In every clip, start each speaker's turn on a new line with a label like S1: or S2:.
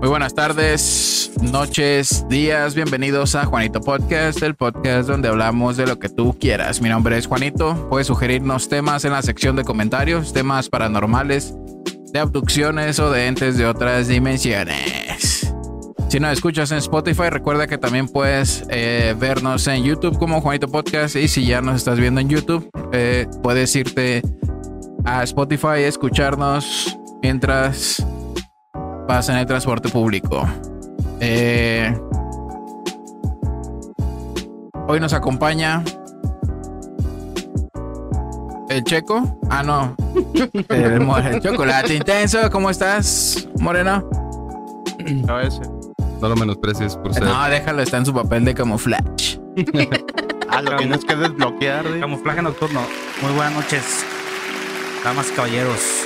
S1: Muy buenas tardes, noches, días. Bienvenidos a Juanito Podcast, el podcast donde hablamos de lo que tú quieras. Mi nombre es Juanito. Puedes sugerirnos temas en la sección de comentarios, temas paranormales, de abducciones o de entes de otras dimensiones. Si nos escuchas en Spotify, recuerda que también puedes eh, vernos en YouTube como Juanito Podcast. Y si ya nos estás viendo en YouTube, eh, puedes irte a Spotify y escucharnos mientras pasa en el transporte público. Eh, hoy nos acompaña el checo. Ah, no.
S2: Eh,
S1: El, mo- el chocolate intenso. ¿Cómo estás, Moreno?
S3: A ese. No lo menosprecies por ser.
S1: No, déjalo, está en su papel de camuflaje.
S4: Ah, lo tienes que desbloquear. güey.
S5: Camuflaje nocturno. Muy buenas noches, damas, caballeros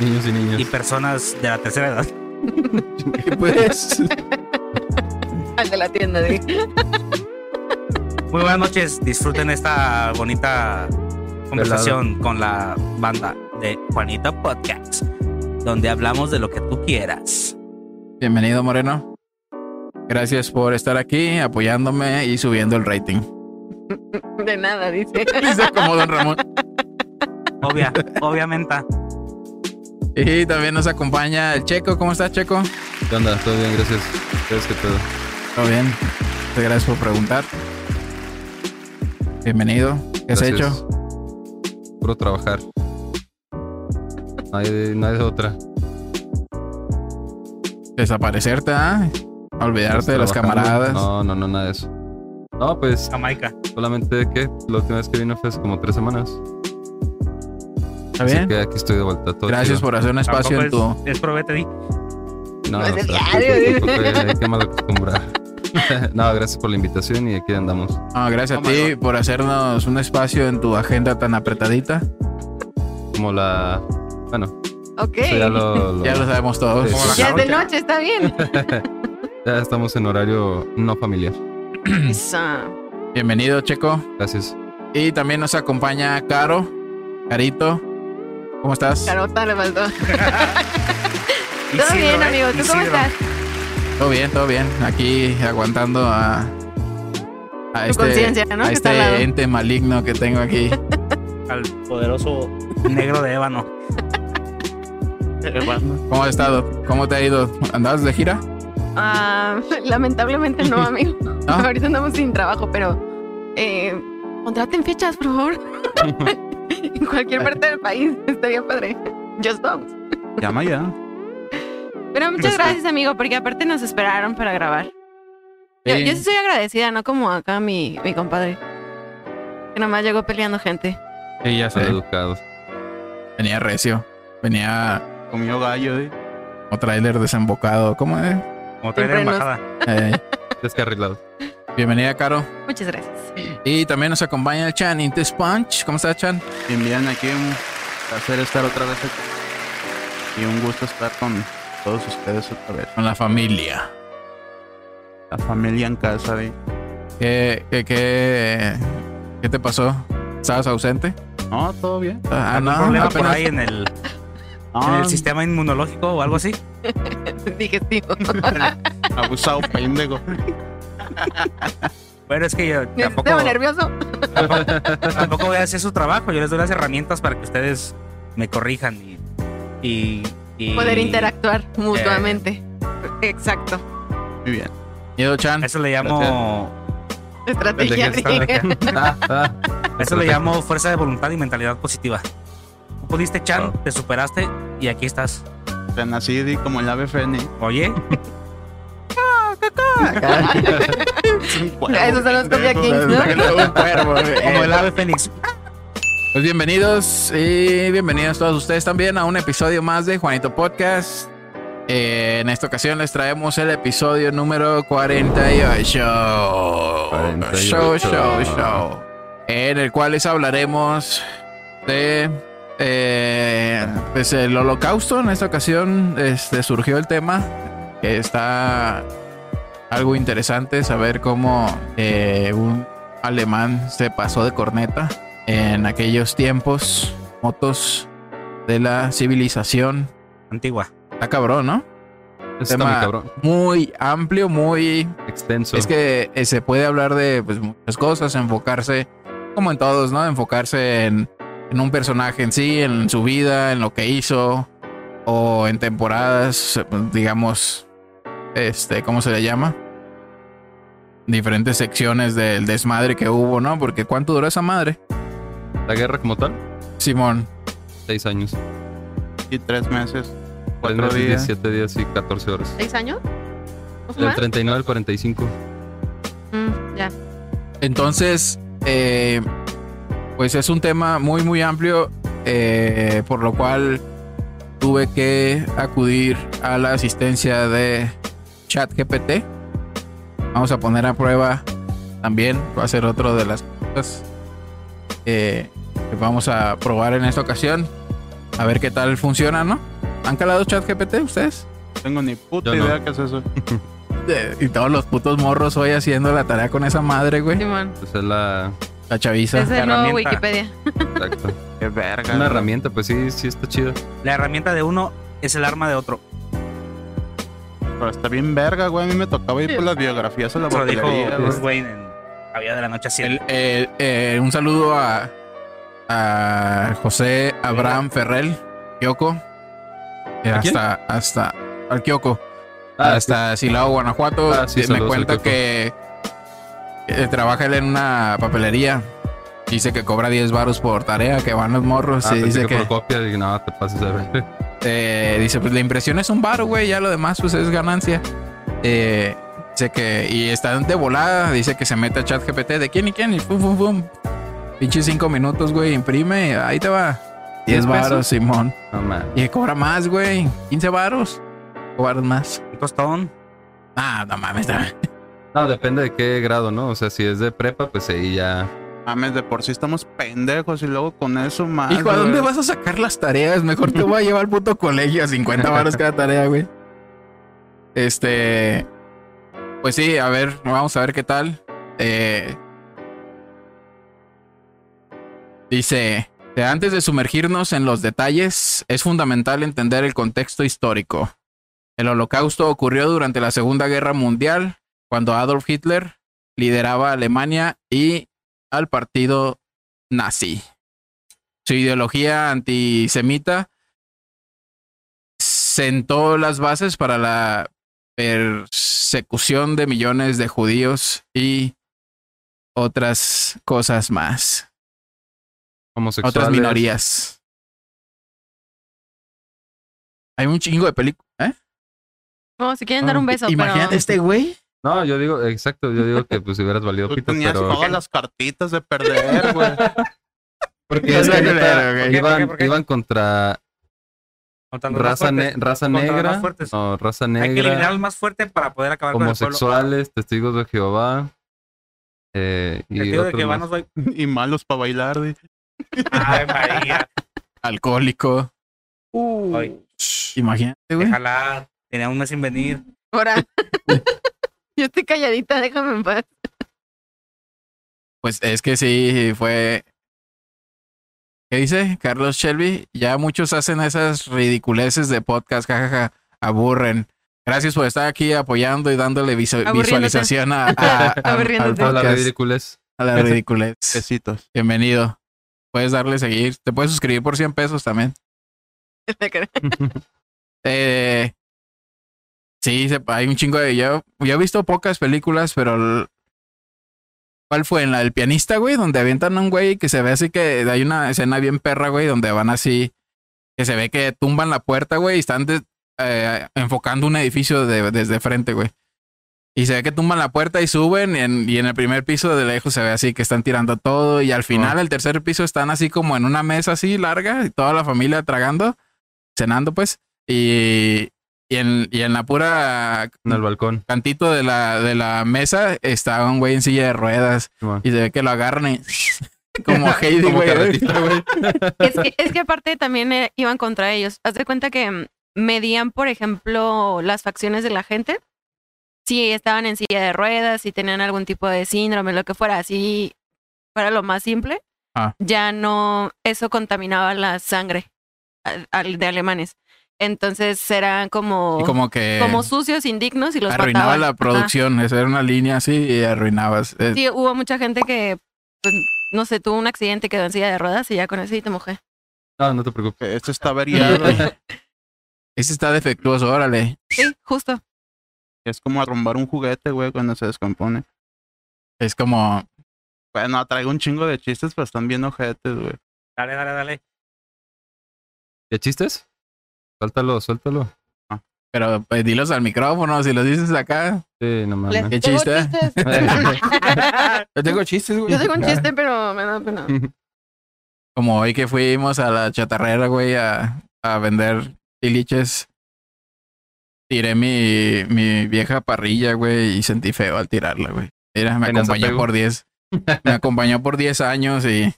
S3: Niños y niñas.
S5: y personas de la tercera edad.
S1: Pues,
S2: Al de la tienda, de
S5: Muy buenas noches, disfruten esta bonita conversación con la banda de Juanita Podcast, donde hablamos de lo que tú quieras.
S1: bienvenido, Moreno. Gracias por estar aquí, apoyándome y subiendo el rating.
S2: de nada, dice.
S1: Dice como Don Ramón.
S5: Obvia, obviamente.
S1: Y también nos acompaña el Checo. ¿Cómo estás, Checo?
S3: ¿Qué onda? Todo bien, gracias. Gracias que todo.
S1: Todo bien. Muchas gracias por preguntar. Bienvenido. ¿Qué has
S3: Gracias.
S1: hecho?
S3: Puro trabajar. No hay, de- no hay de otra.
S1: Desaparecerte, ¿ah? Olvidarte de las
S3: Trabajando.
S1: camaradas.
S3: No, no, no, nada de eso. No, pues
S5: Jamaica.
S3: solamente que la última vez que vino fue hace como tres semanas.
S1: ¿Está
S3: Así
S1: bien?
S3: que aquí estoy de vuelta. Todo
S1: Gracias
S3: chido.
S1: por hacer un espacio en
S5: Tampoco
S1: tu.
S5: es, es probete, di.
S3: No,
S2: No es de
S3: o sea,
S2: diario,
S3: tampoco
S1: eh.
S3: eh, hay- hay que mal acostumbrar. no, gracias por la invitación y aquí andamos.
S1: No, gracias a ti por hacernos un espacio en tu agenda tan apretadita.
S3: Como la. Bueno,
S2: Ok.
S3: eso ya lo- lo-
S1: Ya lo sabemos todos.
S3: Sí.
S2: Ya es de noche, está bien.
S3: ya estamos en horario no familiar.
S2: Esa.
S1: Bienvenido, Checo.
S3: Gracias.
S1: Y también nos acompaña Caro. Carito. ¿Cómo estás?
S2: Carota le faltó. Todo
S5: Isidro,
S2: bien,
S5: eh,
S2: amigo. ¿Tú cómo
S5: Isidro.
S2: estás?
S1: Todo bien, todo bien. Aquí aguantando a. A
S2: Tu conciencia, ¿no?
S1: a
S2: Que está al lado.
S1: este ente maligno que tengo aquí.
S5: Al poderoso negro de ébano.
S1: ¿Cómo has estado? ¿Cómo te ha ido? ¿Andabas de gira?
S2: Ah, lamentablemente no, amigo.
S1: ¿No?
S2: Ahorita andamos sin trabajo, pero eh, contraten fechas, por favor. en cualquier parte del país estaría padre. Just vamos.
S4: Llama ya.
S2: Pero muchas
S5: Está-
S2: gracias, amigo, porque aparte nos esperaron para grabar. Yo, yo sí soy agradecida, no como acá mi, mi compadre. Que nomás llegó peleando gente.
S1: Sí, ya
S3: Son
S1: sé.
S3: educados.
S1: Venía recio. Venía
S4: Comió gallo, eh.
S1: como trailer desembocado. ¿Cómo es?
S5: Como traer
S2: Siempre nos-
S5: embajada.
S1: Eh,
S3: Descarrilados.
S1: bienvenida, Caro.
S2: Muchas gracias.
S1: Y también nos acompaña el Chan Inte Sponge. ¿Cómo estás, Chan?
S4: Bien, bien, aquí un placer estar otra vez aquí. Y un gusto estar con todos ustedes otra vez.
S1: Con la familia.
S4: La familia en casa, eh. güey.
S1: ¿Qué, qué, qué, qué te pasó? ¿Estabas ausente?
S4: No, todo bien.
S1: Ah, no.
S5: ¿Algún problema por
S1: apenas-
S5: ahí en el, en
S2: Ah.
S4: No,
S5: el sistema inmunológico o algo así?
S2: Digestivo.
S4: Abusado, pendejo.
S5: Bueno, es que yo tampoco...
S2: Estaba nervioso.
S5: tampoco voy a hacer su trabajo. Yo les doy las herramientas para que ustedes me corrijan y. y- y-
S2: Poder interactuar mutuamente. Exacto.
S4: Muy bien.
S1: Miedo, Chan.
S5: Eso le llamo.
S2: Estrategia.
S5: Estrategia.
S2: griega.
S3: Ah, ah.
S5: Eso le llamo fuerza de voluntad y mentalidad positiva. Tú pudiste, Chan, te superaste y aquí estás.
S4: Tan así di, como el ave fénix.
S5: Oye,
S2: Esos son los Copia Kings, ¿no?
S1: Un cuervo,
S5: como el
S1: eh.
S5: ave fénix.
S1: Pues bienvenidos y bienvenidos todos ustedes también a un episodio más de Juanito Podcast. Eh, en esta ocasión les traemos el episodio número 48.
S3: 48.
S1: Show, show, show. En el cual les hablaremos de. eh, pues el holocausto. En esta ocasión este, surgió el tema que está algo interesante saber cómo eh, un alemán se pasó de corneta en aquellos tiempos, motos de la civilización.
S5: Antigua.
S1: Está cabrón, ¿no?
S3: ah. Está muy
S1: tema-
S3: cabrón.
S1: Muy amplio, muy
S3: Extenso.
S1: Es que eh, se puede hablar de pues, muchas cosas, enfocarse, como en todos, ¿no? Enfocarse en, en un personaje en sí, en su vida, en lo que hizo, o en temporadas, eh, pues, digamos, este, ¿cómo se le llama? Diferentes secciones del desmadre que hubo, ¿no? Porque ¿cuánto duró esa madre?
S3: La guerra como tal,
S1: Simón,
S3: seis años.
S4: Y tres meses.
S3: Tres
S4: Cuatro
S3: meses,
S4: días.
S3: 17 días y 14 horas.
S2: ¿Seis años? ¿No fue
S3: Del
S2: más?
S3: 39 al 45.
S2: Mm, ya.
S1: Entonces, eh, pues es un tema muy, muy amplio, eh, por lo cual tuve que acudir a la asistencia de ChatGPT. Vamos a poner a prueba también, va a ser otro de las cosas eh, que vamos a probar en esta ocasión. A ver qué tal funciona, ¿no? ¿Han calado ChatGPT ustedes?
S4: No tengo ni puta
S3: Yo no.
S4: idea qué es eso.
S1: Eh, y todos los putos morros hoy haciendo la tarea con esa madre, güey.
S2: Simón.
S3: Pues es la.
S1: La chaviza.
S2: Es el nuevo
S5: herramienta.
S2: Wikipedia.
S3: Exacto.
S4: Qué verga.
S3: Una
S4: güey.
S3: herramienta, pues sí, sí está chida.
S5: La herramienta de uno es el arma de otro.
S4: Pero está bien verga, güey. A mí me tocaba ir por las biografías a la
S5: Eso lo dijo
S4: papelería, güey.
S5: Bruce Wayne en La Vida de la Noche así
S1: El- el- eh, un saludo a, a José Abraham Ferrel, Kyoko. Eh,
S3: ¿A quién?
S1: hasta, hasta al Kyoko.
S3: Ah,
S1: hasta Silao, Guanajuato.
S3: Ah, sí,
S1: Eh, me
S3: saludos al
S1: cuenta
S3: Kyoko.
S1: que eh, trabaja él en una papelería. Dice que cobra 10 varos por tarea, que van los morros.
S3: Ah,
S1: y
S3: pensé
S1: dice
S3: que,
S1: que,
S3: por copia, dije, no, te pases a ver.
S1: eh, dice, pues la impresión es un varo, güey. Ya lo demás, pues es ganancia. Eh, dice que, y está de volada. Dice que se mete a chat GPT de quién y quién. Y pum, pum, pum. Pinche cinco minutos, güey. Imprime. Ahí te va. 10
S3: ¿Diez pesos?
S1: varos, Simón.
S3: No man.
S1: Y cobra más, güey. 15 varos. Cobrar más.
S5: Un tostón.
S1: Ah, no mames. no.
S3: No, depende de qué grado, ¿no? O sea, si es de prepa, pues ahí ya.
S4: Mames, de por sí estamos pendejos y luego con eso más.
S1: Hijo, ¿a
S4: güey.
S1: dónde vas a sacar las tareas? Mejor te voy a llevar al puto colegio a 50 varos cada tarea, güey. Este. Pues sí, a ver, vamos a ver qué tal. Eh, dice: "De Antes de sumergirnos en los detalles, es fundamental entender el contexto histórico. El holocausto ocurrió durante la Segunda Guerra Mundial, cuando Adolf Hitler lideraba a Alemania y al partido nazi su ideología antisemita sentó las bases para la persecución de millones de judíos y otras cosas más,
S3: Homosexuales.
S1: otras minorías. Hay un chingo de películas. ¿eh?
S2: Como si quieren dar un beso,
S1: Ah, Imagínate
S2: pero...
S1: este güey.
S3: No, yo digo, exacto, yo digo que pues si hubieras valido
S4: Tú
S3: pito,
S4: tenías
S3: pero.
S4: todas las cartitas de perder, güey.
S3: Porque es
S1: Qué
S3: que
S1: culero, güey.
S3: neta,
S5: ¿Por qué, por qué,
S3: iban,
S5: por qué?
S3: iban contra
S5: Contra los más
S3: raza, ne-
S5: fuertes.
S3: raza
S5: Contra los
S3: negra.
S5: más fuertes.
S3: No, raza
S5: Hay que eliminar
S3: negra.
S5: al más fuerte para poder acabar con el pueblo.
S3: Homosexuales, testigos de Jehová. Eh, y
S5: El tío de
S3: otros
S5: que va
S3: más.
S5: nos va a-
S4: y malos para bailar, güey.
S5: Ay, María.
S1: Alcohólico.
S5: Ay,
S1: Imagínate, este güey.
S5: ojalá. Tenía un mes sin venir.
S2: Ahora. Yo estoy calladita, déjame en paz.
S1: Pues es que sí, fue. ¿Qué dice Carlos Shelby? Ya muchos hacen esas ridiculeces de podcast, jajaja, aburren. Gracias por estar aquí apoyando y dándole visu-
S2: Aburriéndote.
S1: visualización a, a- a- al
S2: Aburriéndote.
S3: Habla
S1: podcast,
S3: ridiculez.
S1: a la ridiculez.
S4: Besitos.
S1: Bienvenido. Puedes darle seguir. Te puedes suscribir por 100 pesos también. Eh, sí, se- hay un chingo de. Yo, yo he visto pocas películas, pero. el- ¿Cuál fue? En la del pianista, güey, donde avientan a un güey que se ve así que hay una escena bien perra, güey, donde van así. Que se ve que tumban la puerta, güey, y están de- eh, enfocando un edificio de- desde frente, güey. Y se ve que tumban la puerta y suben, y en, y en el primer piso de lejos se ve así que están tirando todo, y al final, el tercer piso, están así como en una mesa así larga, y toda la familia tragando, cenando, pues. Y, y, en, y en la pura
S3: En el balcón.
S1: cantito de la, de la mesa está un güey en silla de ruedas
S3: Simón.
S1: y se ve que lo agarran y como Heidi,
S3: Como
S1: güey.
S3: carretita, güey.
S2: Es que, es que aparte también eh, iban contra ellos. Haz de cuenta que mm, medían, por ejemplo, las facciones de la gente. Si estaban en silla de ruedas, si tenían algún tipo de síndrome, lo que fuera, así para lo más simple,
S1: Ah.
S2: ya no, eso contaminaba la sangre al- al- de alemanes. Entonces eran como,
S1: Y
S2: como,
S1: como que
S2: sucios, indignos y los
S1: arruinaba
S2: mataban.
S1: la
S2: Ajá.
S1: producción. Esa era una línea así y arruinabas. Eh,
S2: Sí, hubo mucha gente que, pues, no sé, tuvo un accidente, quedó en silla de ruedas y ya con eso y te mojé.
S3: No, no te preocupes.
S4: Que Esto está variado.
S1: Ese está defectuoso, órale.
S2: Sí, justo.
S4: es como arrumbar un juguete, güey, cuando se descompone.
S1: Es como,
S4: Bueno, traigo un chingo de chistes, pero están bien ojetes, güey.
S5: Dale, dale, dale.
S3: ¿Ya chistes? Suéltalo, suéltalo.
S1: pero pues, dilos al micrófono, si los dices acá.
S3: Sí, no mames.
S1: ¿Qué chiste? ¿eh? Yo tengo chistes, güey.
S2: Yo tengo un chiste, pero me da pena.
S3: Mm.
S1: Como hoy que fuimos a la chatarrera, güey, a, a vender tiliches. Tiré mi, mi vieja parrilla, güey, y sentí feo al tirarla, güey. Mira, me
S3: Ahí nos
S1: acompañó
S3: apego.
S1: por 10. Me acompañó por 10 años y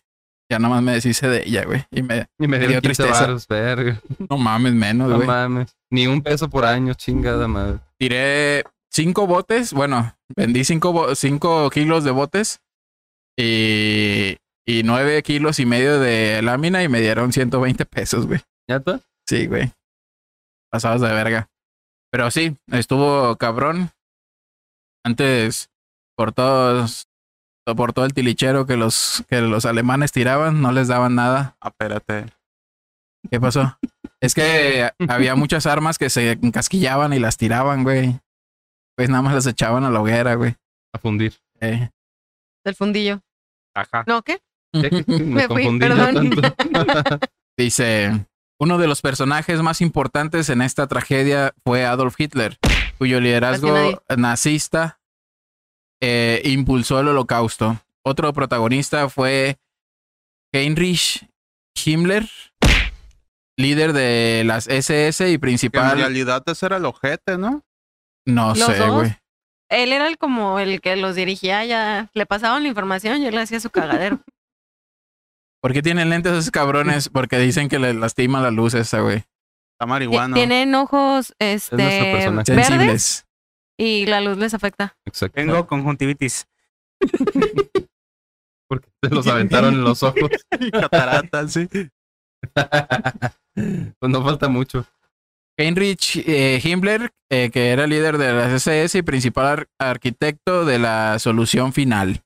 S1: ya nomás me deshice de ella, güey. Y me,
S3: Y me
S1: Me
S3: dio
S1: dio
S3: 15
S1: tristeza.
S3: varos, verga.
S1: no mames, menos,
S3: No
S1: güey.
S3: mames. Ni un peso por año, chingada madre.
S1: tiré cinco botes, bueno, vendí cinco, bo- cinco kilos de botes y, y nueve kilos y medio de lámina y me dieron 120 pesos, güey.
S3: ¿Neta?
S1: Sí, güey. Pasados de verga. Pero sí, estuvo cabrón. Antes, por todos, por todo el tilichero que los, que los alemanes tiraban, no les daban nada.
S4: Ah, espérate.
S1: ¿Qué pasó? Es que había muchas armas que se encasquillaban y las tiraban, güey. Pues nada más las echaban a la hoguera, güey.
S3: A fundir.
S1: Eh.
S2: Del fundillo.
S5: Ajá.
S2: ¿No qué?
S3: Ya que
S2: Me
S3: Me
S2: fui,
S3: confundí yo
S2: perdón.
S3: tanto.
S1: Dice, uno de los personajes más importantes en esta tragedia fue Adolf Hitler, cuyo
S2: Casi
S1: liderazgo nazista eh, impulsó el holocausto. Otro protagonista fue Heinrich Himmler, líder de las SS y
S4: Que en
S1: principal...
S4: realidad ese era el ojete, ¿no?
S1: No
S2: Los
S1: sé,
S2: dos.
S1: güey.
S2: Él era el como el que los dirigía, ya le pasaban la información y él hacía su cagadero.
S1: ¿Por qué tienen lentes esos cabrones? Porque dicen que les lastima la luz esa, güey.
S4: Está marihuana.
S2: Tienen ojos este,
S3: personaje.
S2: verdes
S1: Sensibles.
S2: y la luz les afecta.
S3: Exacto.
S5: Tengo conjuntivitis.
S3: Porque te los aventaron en los ojos.
S4: Catarata, sí.
S3: pues no falta mucho.
S1: Heinrich eh, Himmler, eh, que era líder de la SS y principal ar- arquitecto de la solución final.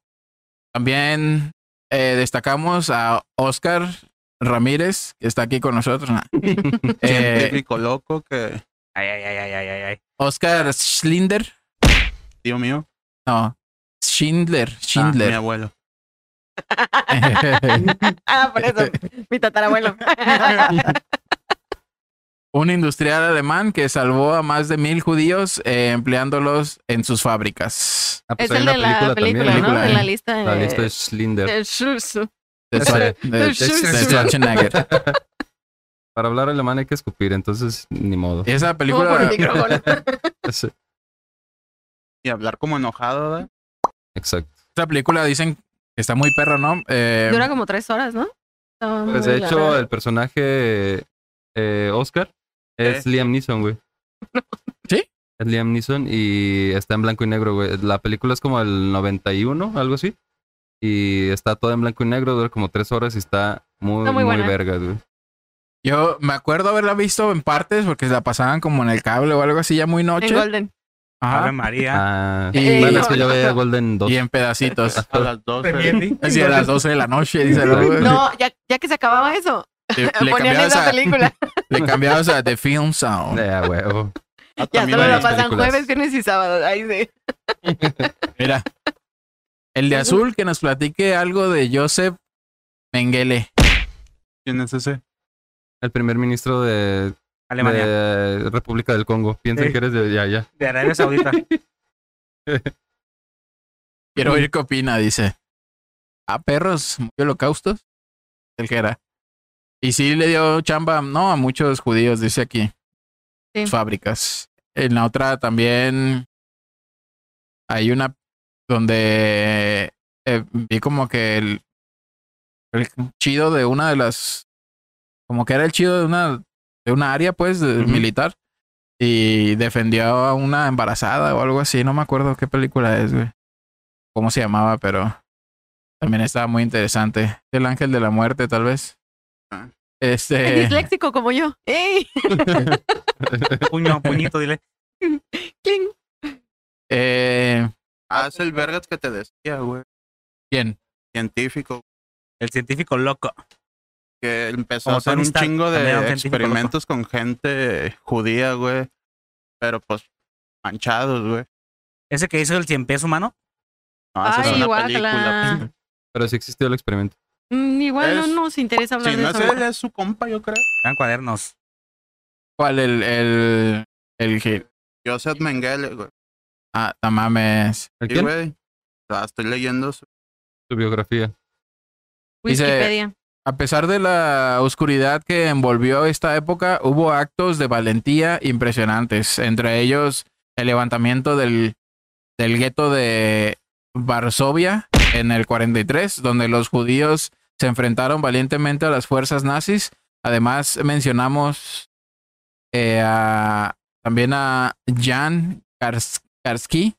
S1: También eh, destacamos a Oscar Ramírez, que está aquí con nosotros. Nah. Eh,
S4: Científico loco que,
S5: Ay, ay, ay, ay, ay, ay, ay.
S1: Oscar Schlinder.
S4: tío mío,
S1: No, Schindler.
S4: ah, mi
S1: Schindler.
S4: abuelo.
S2: Ah, por eso, mi tatarabuelo.
S1: un industrial alemán que salvó a más de mil judíos eh, empleándolos en sus fábricas.
S3: Ah, pues
S2: es
S3: hay
S2: el
S3: una
S2: de la película,
S1: película,
S2: ¿no?
S1: ¿eh?
S2: De la lista de...
S3: La lista de Schlinder.
S2: de Schulz.
S1: De Schwar- de- de Schwarzenegger.
S3: Para hablar alemán hay que escupir, entonces ni modo.
S1: Esa
S2: Como por el
S1: película
S2: micrófono.
S3: Sí,
S4: Y hablar como enojado, ¿verdad?
S3: Exacto.
S1: Esta película dicen que está muy perra, ¿no? Eh,
S2: Dura como tres horas, ¿no? Está
S3: Pues
S2: muy
S3: de hecho,
S2: larga.
S3: el personaje eh, Oscar
S2: Eh.
S3: es Liam Neeson, güey.
S1: ¿Sí?
S3: Es Liam Neeson y está en blanco y negro, güey. La película es como el 91, algo así. Y está toda en blanco y negro, dura como tres horas y está muy,
S2: Está muy
S3: muy,
S2: buena.
S3: verga, güey.
S1: Yo me acuerdo haberla visto en partes porque la pasaban como en el cable o algo así ya muy
S2: En
S1: noche.
S2: Golden.
S1: Ajá.
S5: Ave María.
S3: Ah,
S1: Y-
S3: bueno,
S2: Eh, no,
S3: es que yo
S2: no.
S3: veía Golden 2.
S1: Y en pedacitos.
S4: A las 12.
S1: Así a las 12 de la noche, dice la-
S2: No, ya, ya que se acababa eso,
S1: Le, le
S2: ponían
S1: cambiabas
S2: esa
S1: a,
S2: película.
S1: le cambiabas a The Film Sound.
S3: Eh, a
S4: Ah,
S3: huevo.
S2: Ya
S4: también
S2: solo la
S3: las
S2: pasan
S3: películas.
S2: jueves, viernes y sábado. Ahí sí.
S1: Mira. El de azul que nos platique algo de Joseph Mengele.
S4: ¿Quién es ese?
S3: El primer ministro de,
S5: Alemania.
S3: de República del Congo. Piensan
S5: Sí.
S3: que eres de allá, allá.
S5: De Arabia Saudita.
S1: Quiero oír qué opina, dice. A perros, muy holocaustos. El que era. Y sí le dio chamba, no, a muchos judíos, dice aquí.
S2: Sí.
S1: Fábricas. En la otra también hay una donde eh, vi como que el, el chido de una de las. Como que era el chido de una, de una área, pues, de-
S4: Ujú.
S1: militar. Y defendió a una embarazada o algo así. No me acuerdo qué película es, güey cómo se llamaba, pero también estaba muy interesante. El ángel de la muerte, tal vez.
S4: Ah.
S2: Es
S1: Este,
S2: disléxico como yo. Eh, ¡Ey!
S5: Puño, puñito, dile.
S2: ¡Cling!
S1: eh,
S4: Haz el vergas que te decía, güey.
S1: ¿quién?
S4: Científico.
S5: El científico loco.
S4: Que empezó
S5: Como
S4: a hacer
S5: Tony
S4: un
S5: Stark,
S4: chingo
S5: también era un
S4: de
S5: científico
S4: experimentos con gente judía, güey. Pero pues manchados, güey.
S5: Ese que hizo el cien pies humano.
S4: No, esa Ah, es
S2: Ay,
S4: una
S2: guácala.
S4: película.
S3: Pero sí existió el experimento.
S2: Mm, Igual
S4: Es-
S2: no nos interesa hablar
S4: Si
S2: de
S4: no es
S2: eso.
S4: él, es su compa, yo creo.
S5: Eran cuadernos.
S1: ¿Cuál? El, el, el hit.
S4: Joseph Mengele, güey.
S1: Ah, no mames.
S3: ¿El
S4: Sí,
S3: quién?
S4: güey. La estoy leyendo. su-
S3: Su biografía.
S1: Dice-
S2: Wikipedia.
S1: A pesar de la oscuridad que envolvió esta época, hubo actos de valentía impresionantes, entre ellos el levantamiento del, del gueto de Varsovia en el 43, donde los judíos se enfrentaron valientemente a las fuerzas nazis. Además, mencionamos eh, a- también a Jan Kars- Karski,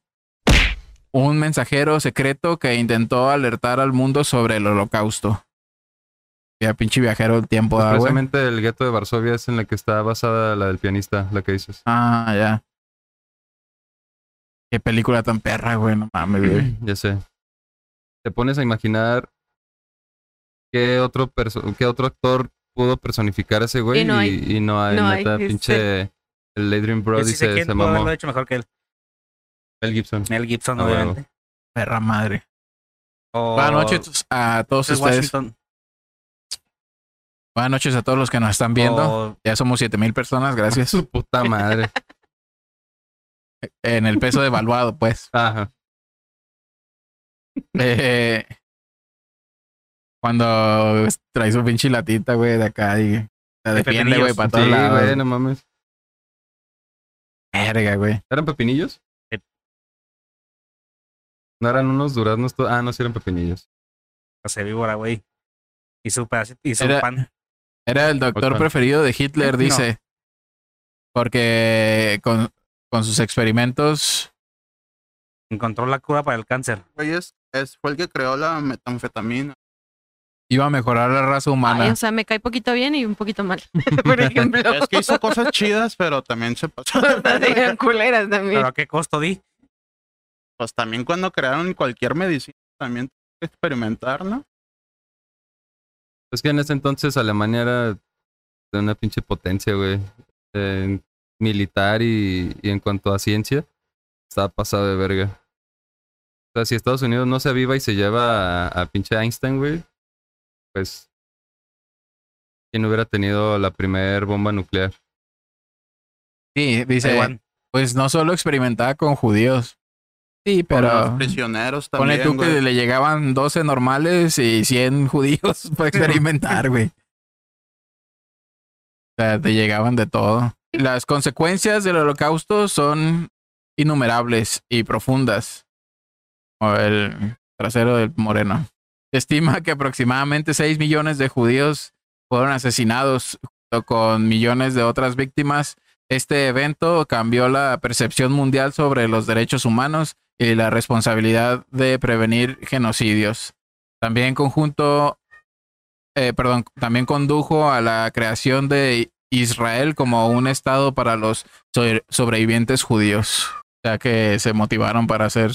S1: un mensajero secreto que intentó alertar al mundo sobre el holocausto. Ya pinche viajero el tiempo,
S3: Pues
S1: ah, güey.
S3: precisamente el gueto de Varsovia es en la que está basada la del pianista, la que dices.
S1: Ah, ya. Qué película tan perra, güey, no mames, güey.
S3: Ya sé. Te pones a imaginar qué otro perso- qué otro actor pudo personificar a ese güey
S2: Y no hay.
S3: y, y no hay
S2: No hay,
S3: neta
S2: este.
S3: pinche el Adrian
S5: Yo
S3: Brody
S5: sí sé
S3: se,
S5: quién
S3: se
S5: pudo haberlo
S3: mamó.
S5: hecho mejor que él.
S3: Mel Gibson.
S5: Mel Gibson,
S3: Ah,
S5: obviamente.
S1: Perra madre.
S5: O
S1: Buenas noches a todos
S5: Denzel
S1: ustedes.
S5: Oh. Washington.
S1: Buenas noches a todos los que nos están viendo.
S5: O
S1: Ya somos 7000 personas, gracias.
S3: Su puta madre.
S1: en el peso devaluado, pues.
S3: Ajá.
S1: Eh, cuando trae su pinche latita, güey, de acá y la defiende, güey,
S5: pepinillos.
S1: para todos
S3: Sí,
S1: lados.
S3: güey, no mames.
S1: Verga, güey.
S3: ¿Eran pepinillos?
S5: Sí.
S3: No eran unos duraznos. to- Ah, no, sí eran pepinillos.
S5: hace víbora, güey. Y su pedacito, y su
S1: Era-
S5: pan.
S1: Era el doctor
S3: Ocho.
S1: preferido de Hitler,
S5: No.
S1: dice. Porque con, con sus experimentos.
S5: Encontró la cura para el cáncer.
S4: Güey, es, es, fue el que creó la metanfetamina.
S1: iba a mejorar la raza humana.
S2: Ay, o sea, me cae poquito bien y un poquito mal. Por ejemplo.
S4: Es que hizo cosas chidas, pero también se pasó. de verga.
S2: Eran culeras también.
S5: Pero a qué costo di.
S4: pues también cuando crearon cualquier medicina, también tuvieron que experimentar, ¿no?
S3: Es que en ese entonces Alemania era de una pinche potencia, güey. En militar y, y en cuanto a ciencia, estaba pasado de verga. O sea, si Estados Unidos no se aviva y se lleva a, a pinche Einstein, güey, pues. ¿Quién hubiera tenido la primer bomba nuclear?
S1: sí, dice,
S5: Taiwán.
S1: pues no solo experimentaba con judíos. Sí,
S4: Pero los
S1: pero
S4: prisioneros
S1: pone
S4: también.
S1: tú que
S4: güey.
S1: le llegaban 12 normales y 100 judíos para experimentar, güey. O sea, te llegaban de todo. Las consecuencias del holocausto son innumerables y profundas. O el trasero del moreno. Se estima que aproximadamente 6 millones de judíos fueron asesinados junto con millones de otras víctimas. Este evento cambió la percepción mundial sobre los derechos humanos y la responsabilidad de prevenir genocidios. También conjunto, eh, perdón, también condujo a la creación de Israel como un estado para los so- sobrevivientes judíos, ya que se motivaron para hacer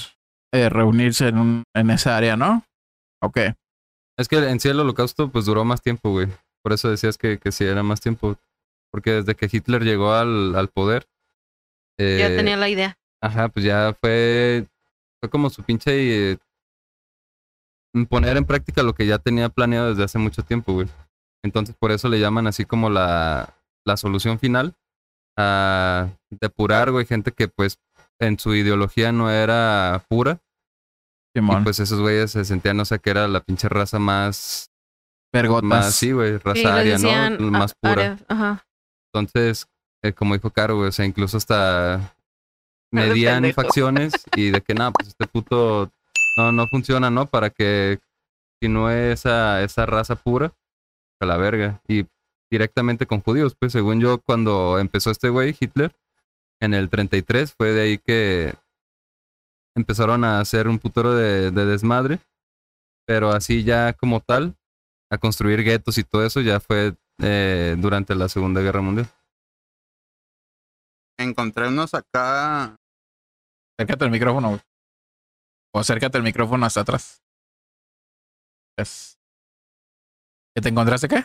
S1: eh, reunirse en un- en esa área, ¿no? Ok.
S3: Es que en sí el holocausto pues duró más tiempo, güey. Por eso decías que, que sí era más tiempo. Porque desde que Hitler llegó al, al poder.
S2: Yo
S3: eh,
S2: tenía la idea.
S3: Ajá, pues ya fue. Fue como su pinche. eh, poner en práctica lo que ya tenía planeado desde hace mucho tiempo, güey. Entonces por eso le llaman así como la, la solución final. A depurar, güey, gente que pues en su ideología no era pura.
S1: Simón.
S3: Y pues esos güeyes se sentían, o sea, que era la pinche raza más
S1: Vergotas.
S3: más, sí, güey, raza
S2: Sí, les
S3: aria,
S2: decían,
S3: ¿no? Más
S2: ah,
S3: pura.
S2: área, ajá.
S3: Entonces, eh, como dijo Caro, güey, o sea, incluso hasta medían
S2: pendejo.
S3: facciones y de que, nada, pues este puto no, no funciona, ¿no? Para que continúe esa, esa raza pura, a la verga. Y directamente con judíos, pues según yo, cuando empezó este güey, Hitler, en el 33, fue de ahí que empezaron a hacer un putero de, de desmadre, pero así ya como tal, a construir guetos y todo eso, ya fue eh, durante la Segunda Guerra Mundial.
S4: Encontré unos acá.
S1: Acércate al micrófono, güey. O acércate al micrófono hasta atrás. Es- ¿Que te encontraste qué?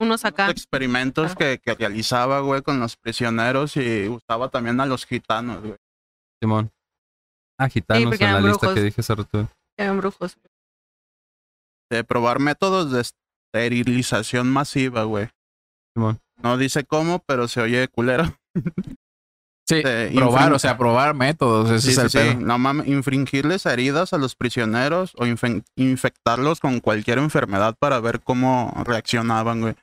S2: Unos acá.
S4: experimentos
S2: Ah.
S4: que, que realizaba, güey, con los prisioneros y usaba también a los gitanos, güey.
S3: Simón. Ah, gitanos
S2: porque
S3: en la
S2: eran
S3: lista que
S2: brujos.
S3: dije hace rato.
S2: Eran brujos.
S4: De probar métodos de esterilización masiva, güey.
S3: Simón.
S4: No dice cómo, pero se oye culero.
S1: Sí,
S4: De
S1: probar,
S4: infrin-
S1: o sea, probar métodos. Ese
S4: Sí,
S1: es el
S4: sí, sí.
S1: pedo.
S4: No mames, infringirles heridas a los prisioneros o infen- infectarlos con cualquier enfermedad para ver cómo reaccionaban, güey.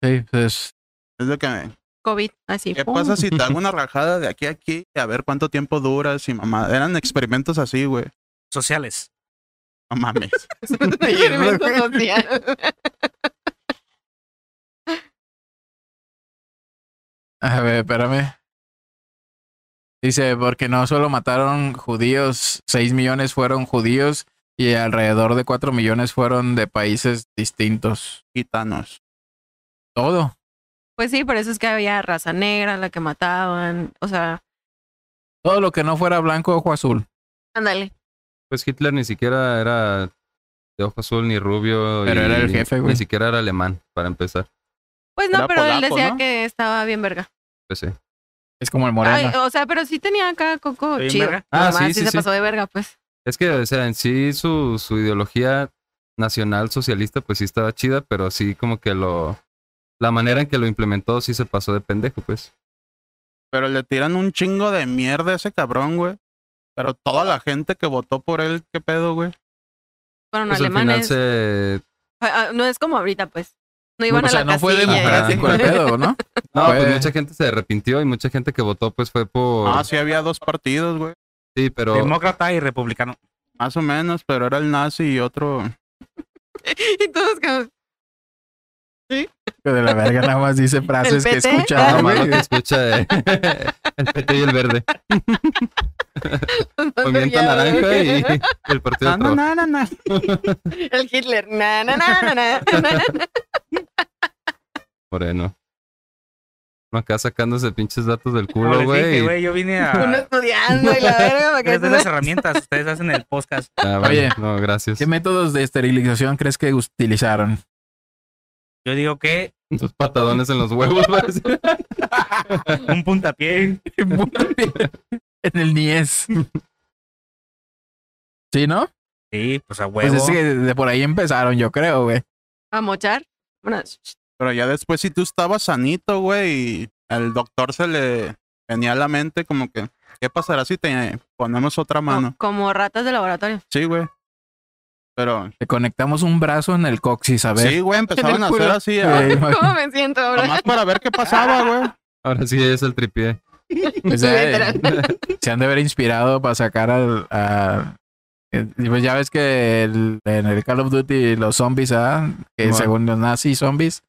S1: Sí, pues,
S4: Es lo que.
S2: COVID, así.
S4: ¿Qué
S2: pum.
S4: pasa si te hago una rajada de aquí a aquí? A ver cuánto tiempo duras y mamá. Eran experimentos así, güey.
S5: Sociales.
S4: No mames.
S2: Experimento social.
S1: A ver, espérame. Dice, porque no solo mataron judíos, 6 millones fueron judíos y alrededor de 4 millones fueron de países distintos.
S4: Gitanos.
S1: Todo.
S2: Pues sí, por eso es que había raza negra, la que mataban. O sea,
S1: Todo lo que no fuera blanco, ojo azul.
S2: ándale.
S3: Pues Hitler ni siquiera era de ojo azul ni rubio.
S1: Pero
S3: y
S1: era el jefe, güey.
S3: Ni siquiera era alemán, para empezar.
S2: Pues no,
S4: Era
S2: pero él
S4: polaco,
S2: decía
S4: ¿no?
S2: que estaba bien verga.
S3: Pues sí.
S1: Es como el
S2: Ay,
S1: moreno.
S2: o sea, pero sí tenía acá coco
S5: Bien
S2: chido.
S5: verga.
S3: Ah,
S2: Nomás
S3: sí,
S2: sí,
S3: sí,
S2: se
S3: sí.
S2: pasó de verga, pues.
S3: Es que, o sea, en sí su, su ideología nacional socialista, pues sí estaba chida, pero sí como que lo. La manera en que lo implementó sí se pasó de pendejo, pues.
S4: Pero le tiran un chingo de mierda a ese cabrón, güey. Pero toda la gente que votó por él, ¿qué pedo, güey?
S2: Fueron
S3: Pues al final
S2: alemanes.
S3: se.
S2: Ah, ah, No es como ahorita, pues. No iban
S1: o sea,
S2: a la
S1: no fue
S2: casilla.
S1: democrático el pedo, ¿no?
S3: No,
S1: Fue-
S3: pues mucha gente se arrepintió y mucha gente que votó, pues fue por.
S4: Ah, sí había dos partidos, güey.
S3: sí, pero.
S5: Demócrata y republicano.
S4: Más o menos, pero era el nazi y otro.
S2: Y todos como,
S1: Que de la verga nada más dice frases que
S2: PT?
S1: escucha.
S3: Ah,
S1: ¿no,
S3: nomás
S1: güey?
S3: lo que escucha eh, el PT y el verde.
S2: "Pues
S3: Movimiento
S2: ya,
S3: naranja
S2: güey.
S3: y, y el partido del
S4: Na, na, na,
S3: trabajo.
S4: na, na.
S2: El Hitler. Na, na, na, na, na, na, na.
S3: Moreno. Uno acá sacándose pinches datos del
S5: Como
S3: culo,
S5: les dije,
S3: güey. y-
S5: güey, yo vine
S2: Uno
S5: a...
S2: estudiando y la verga. para que
S5: Ustedes dan las herramientas, ustedes hacen el podcast.
S3: Ah, vale,
S1: Oye.
S3: no, gracias.
S1: ¿Qué métodos de esterilización crees que utilizaron?
S5: Yo digo que
S3: Tus patadones en los huevos, parece.
S5: un puntapié.
S1: en el NIES. ¿Sí, no?
S5: Sí, pues a huevo.
S1: Pues es que de por ahí empezaron, yo creo, güey.
S2: A mochar. Bueno,
S4: Pero ya después, si tú estabas sanito, güey, y al doctor se le venía a la mente como que, ¿qué pasará si te ponemos otra mano?
S2: co- como ratas de laboratorio.
S4: Sí, güey. Pero,
S1: Te conectamos un brazo en el coxis, a ver.
S4: sí, güey, empezaron a hacer
S1: culo.
S4: así,
S1: Güey,
S4: eh,
S1: imagínate.
S2: ¿Cómo me siento ahora?
S4: nomás para ver qué pasaba, güey.
S3: Ahora sí es el tripié.
S1: O sea,
S2: Literal.
S1: se han de haber inspirado para sacar al. a- eh, pues ya ves que el- en el Call of Duty los zombies, ¿ah? Que
S3: Bueno.
S1: según los nazis zombies,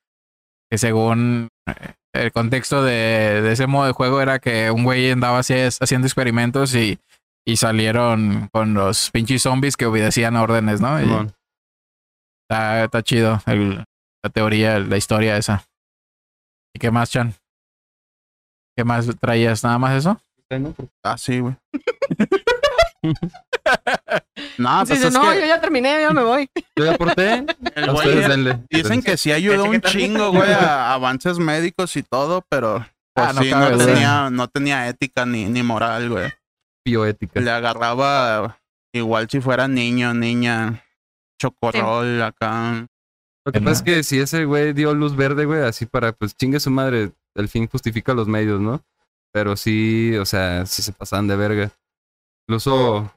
S1: que según eh, el contexto de, de ese modo de juego era que un güey andaba así- haciendo experimentos y, y salieron con los pinches zombies que obedecían órdenes, ¿no? Y
S3: Simón.
S1: está, está chido el- la teoría, la historia esa. ¿Y qué más, Chan? ¿Qué más traías? ¿Nada más eso?
S4: Ah, sí, güey. no, pues
S2: Dice,
S4: es
S2: no, yo
S4: que
S2: ya terminé, yo me voy.
S3: Yo ya aporté.
S4: el
S3: a
S4: güey
S3: ustedes
S4: era-
S3: denle.
S4: dicen que sí ayudó un chingo, güey, a avances médicos y todo, pero pues,
S1: Ah, no
S4: sí, no,
S1: cabe duda.
S4: tenía, no tenía ética ni, ni moral, güey.
S3: bioética.
S4: Le agarraba igual si fuera niño, niña, chocorrol acá.
S3: Lo que
S1: En
S3: pasa es que si ese güey dio luz verde, güey, así para, pues chingue su madre, el fin justifica los medios, ¿no? Pero sí, o sea, sí se pasaban de verga. Incluso,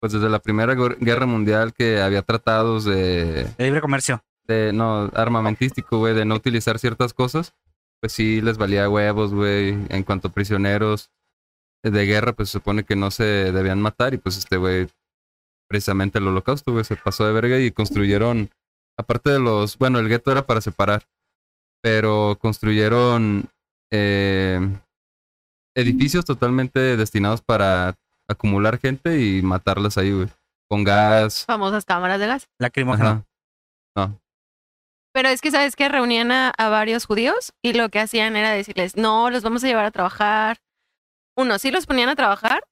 S3: pues desde la Primera Guer- Guerra Mundial que había tratados de,
S5: De libre comercio.
S3: de no, armamentístico, güey, de no utilizar ciertas cosas, pues sí les valía huevos, güey, en cuanto a prisioneros de guerra, pues se supone que no se debían matar y pues este güey, precisamente el holocausto, güey, se pasó de verga y construyeron, aparte de los, bueno, el gueto era para separar, pero construyeron eh, edificios totalmente destinados para acumular gente y matarlas ahí, güey, con gas.
S2: Ah, Famosas cámaras de gas.
S5: Lacrimógeno.
S3: Ajá. No.
S2: Pero es que, ¿sabes que Reunían a, a varios judíos y lo que hacían era decirles, no, los vamos a llevar a trabajar. Uno, sí los ponían a trabajar,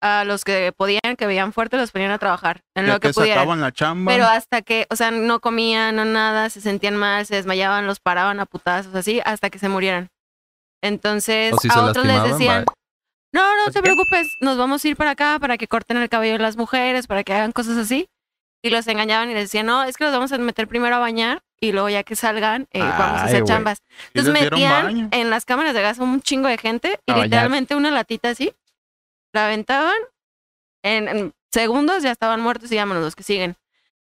S2: a los que podían, que veían fuerte, los ponían a trabajar, en
S4: Ya
S2: lo que,
S4: que
S2: pudieran.
S4: sacaban la chamba.
S2: Pero hasta que, o sea, no comían, no nada, se sentían mal, se desmayaban, los paraban a putazos, así, hasta que se murieran. Entonces,
S3: O si se
S2: a otros les
S3: lastimaban,
S2: decían,
S3: va-
S2: no, no te
S5: Ok.
S2: preocupes, nos vamos a ir para acá para que corten el cabello de las mujeres, para que hagan cosas así. Y los engañaban y les decían, no, es que los vamos a meter primero a bañar y luego ya que salgan, eh, vamos a
S1: Ay,
S2: hacer
S1: güey.
S2: chambas.
S4: Y les dieron
S2: Entonces metían
S4: baño.
S2: en las cámaras de gas a un chingo de gente y
S1: A bañar.
S2: literalmente una latita así, la aventaban, en, en segundos ya estaban muertos y vámonos los que siguen.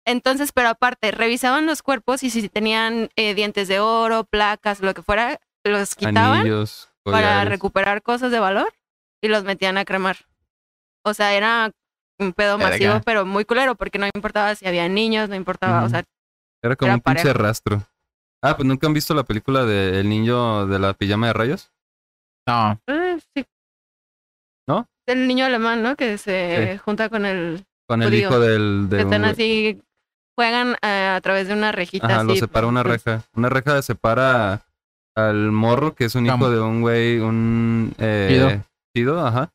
S2: Entonces, pero aparte, revisaban los cuerpos y si tenían eh, dientes de oro, placas, lo que fuera, los quitaban
S3: anillos,
S2: para
S3: collares.
S2: recuperar cosas de valor y los metían a cremar. O sea, era un pedo
S1: Verga.
S2: masivo, pero muy culero, porque no importaba si había niños, no importaba, o
S3: Ujú.
S2: sea,
S3: Era como
S2: era
S3: un pinche
S2: parejo.
S3: rastro. Ah, pues nunca han visto la película de El niño de la pijama de rayos.
S1: No,
S2: eh, sí.
S3: ¿No?
S2: El niño alemán, ¿no? Que se junta con el...
S3: Con el
S2: Judío.
S3: hijo del.
S2: que
S3: De un
S2: están
S3: güey.
S2: así, juegan eh, a través de una rejita.
S3: Ajá,
S2: así,
S3: lo separa una
S2: pues,
S3: reja. Una reja separa al morro, que es un
S1: Chamo.
S3: hijo de un güey, un... Eh,
S1: Chido.
S3: chido, ajá.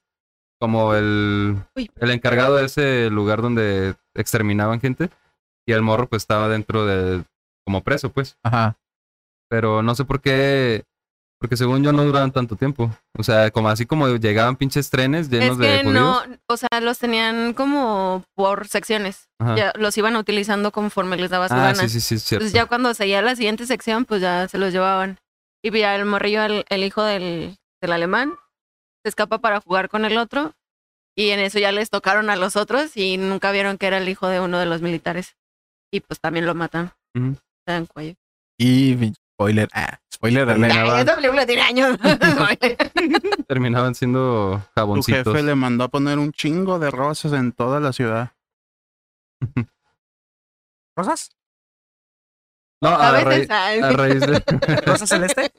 S3: Como el,
S2: Uy.
S3: el encargado de ese lugar donde exterminaban gente. Y el morro pues estaba dentro de... como preso, pues.
S1: ajá.
S3: Pero no sé por qué... Porque según yo no duraban tanto tiempo. O sea, como así como llegaban pinches trenes
S2: Es
S3: llenos de
S2: que
S3: judíos.
S2: no, o sea, los tenían como por secciones.
S3: Ajá.
S2: Ya los iban utilizando conforme les daba su
S3: Ah,
S2: gana.
S3: sí, sí, sí, es cierto.
S2: Entonces ya cuando seguía la siguiente sección, pues ya se los llevaban. Y ya el morrillo, el, el hijo del, del alemán, se escapa para jugar con el otro. Y en eso ya les tocaron a los otros y nunca vieron que era el hijo de uno de los militares. Y pues también lo matan.
S3: Ujú.
S2: Le dan cuello.
S1: Y pinche spoiler, ah, spoiler alert.
S2: Ay, esa película tiene años.
S3: Terminaban siendo
S4: Tu
S3: jaboncitos.
S4: jefe le mandó a poner un chingo de rosas en toda la ciudad.
S5: ¿Rosas?
S3: No,
S2: a
S3: a, raíz-
S2: veces. ay,
S3: a raíz de...
S5: ¿Rosa celeste?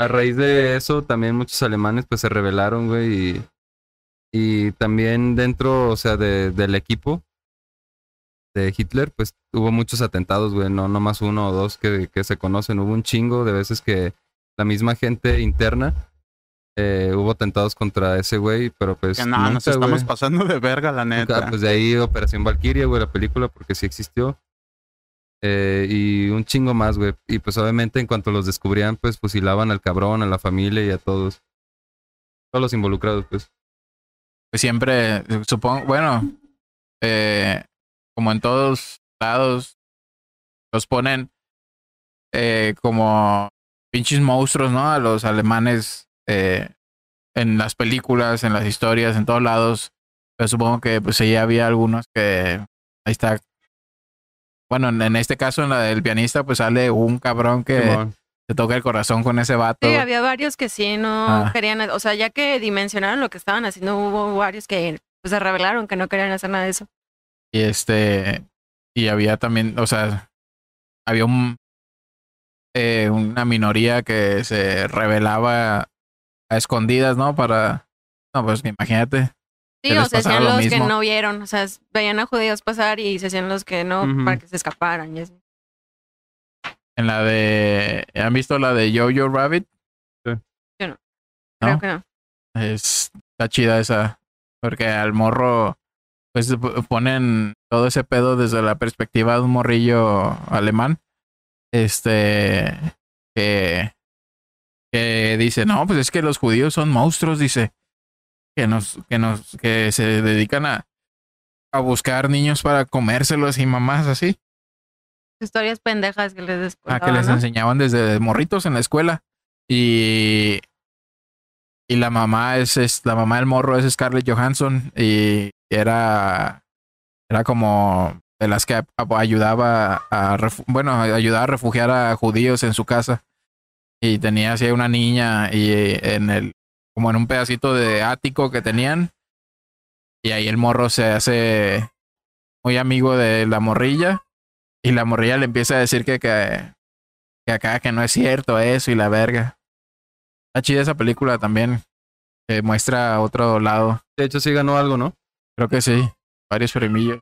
S3: a raíz de eso también muchos alemanes pues se rebelaron, güey, y, y también dentro, o sea, de- del equipo de Hitler, pues hubo muchos atentados, güey, no, no más uno o dos que, que se conocen, hubo un chingo de veces que la misma gente interna eh, hubo atentados contra ese güey, pero pues...
S4: Que no, nos
S3: nunca,
S4: estamos
S3: güey.
S4: pasando de verga, la
S3: Nunca,
S4: neta.
S3: pues de ahí Operación Valkyria, güey, la película, porque sí existió. Eh, y un chingo más, güey. Y pues obviamente en cuanto los descubrían, pues fusilaban al cabrón, a la familia y a todos. Todos los involucrados, pues.
S1: Pues siempre, supongo, bueno, eh, como en todos lados, los ponen eh, como pinches monstruos, ¿no? A los alemanes eh, en las películas, en las historias, en todos lados. Pero supongo que pues ahí había algunos que ahí está. Bueno, en, en este caso, en la del pianista, pues sale un cabrón que
S3: Simón.
S1: te toca el corazón con ese vato.
S2: Sí, había varios que sí no
S1: Ah.
S2: querían, o sea, ya que dimensionaron lo que estaban haciendo, hubo varios que pues, se revelaron que no querían hacer nada de eso.
S1: Y este, y había también, o sea, había un, eh, una minoría que se rebelaba a escondidas, ¿no? Para, no, pues imagínate.
S2: Sí,
S1: Que
S2: o
S1: les
S2: se
S1: pasara
S2: hacían
S1: lo
S2: los que
S1: mismo.
S2: no vieron, o sea, s- veían a judíos pasar y se hacían los que no
S3: Ujú.
S2: para que se escaparan. y así.
S1: En la de, ¿han visto la de Jojo Rabbit?
S2: Creo
S1: ¿No?
S2: que no.
S1: Es, está chida esa, porque al morro, pues p- ponen todo ese pedo desde la perspectiva de un morrillo alemán, este, que, que dice, no, pues es que los judíos son monstruos, dice, que nos, que nos, que se dedican a, a buscar niños para comérselos y mamás así,
S2: Historias pendejas que les
S1: a
S2: descuentan.
S1: Ah, que les enseñaban desde morritos en la escuela y y la mamá es, es- la mamá del morro es Scarlett Johansson y era era como de las que ap- ayudaba a refu- bueno ayudaba a refugiar a judíos en su casa y tenía así una niña y en el como en un pedacito de ático que tenían y ahí el morro se hace muy amigo de la morrilla y la morrilla le empieza a decir que que, que acá que no es cierto eso y la verga Está chida esa película también. Que muestra otro lado.
S3: De hecho, sí ganó algo, ¿no?
S1: Creo que sí. Varios premillos.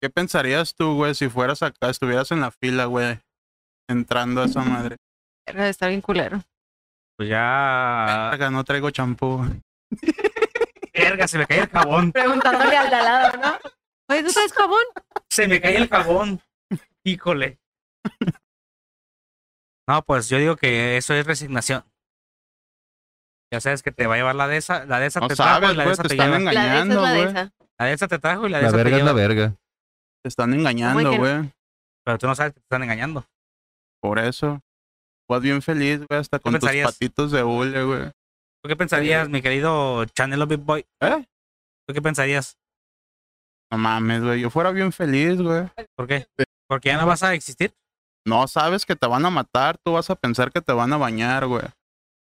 S4: ¿Qué pensarías tú, güey, si fueras acá, estuvieras en la fila, güey, entrando a esa madre?
S2: Pero está bien culero.
S5: Pues ya.
S4: Verga, no traigo champú. güey.
S5: Verga, se me cae el jabón.
S2: Preguntándole al de al lado, ¿no? Oye, ¿tú sabes jabón?
S5: Se me cae el jabón. Híjole. No, pues yo digo que eso es resignación. Ya sabes que te va a llevar la de esa, la de esa
S4: No
S5: te trajo
S4: sabes,
S5: y la de
S4: güey,
S5: esa
S4: te
S5: te
S4: están
S5: lleva.
S2: La de esa es
S4: engañando,
S2: la de
S4: güey.
S2: esa.
S5: La de esa te trajo y la de
S3: La
S5: esa te
S3: verga es la
S5: lleva.
S3: verga.
S4: Te están engañando,
S2: que no?
S4: güey.
S5: Pero tú no sabes que te están engañando.
S4: Por eso. Vas bien feliz, güey, hasta con tus
S5: pensarías?
S4: patitos de hule, güey.
S5: ¿Tú qué pensarías, mi querido Chanel Big Boy?
S4: ¿Eh?
S5: ¿Tú qué pensarías?
S4: No mames, güey. Yo fuera bien feliz, güey.
S5: ¿Por qué? Porque ya no vas a existir.
S4: No sabes que te van a matar, tú vas a pensar que te van a bañar, güey.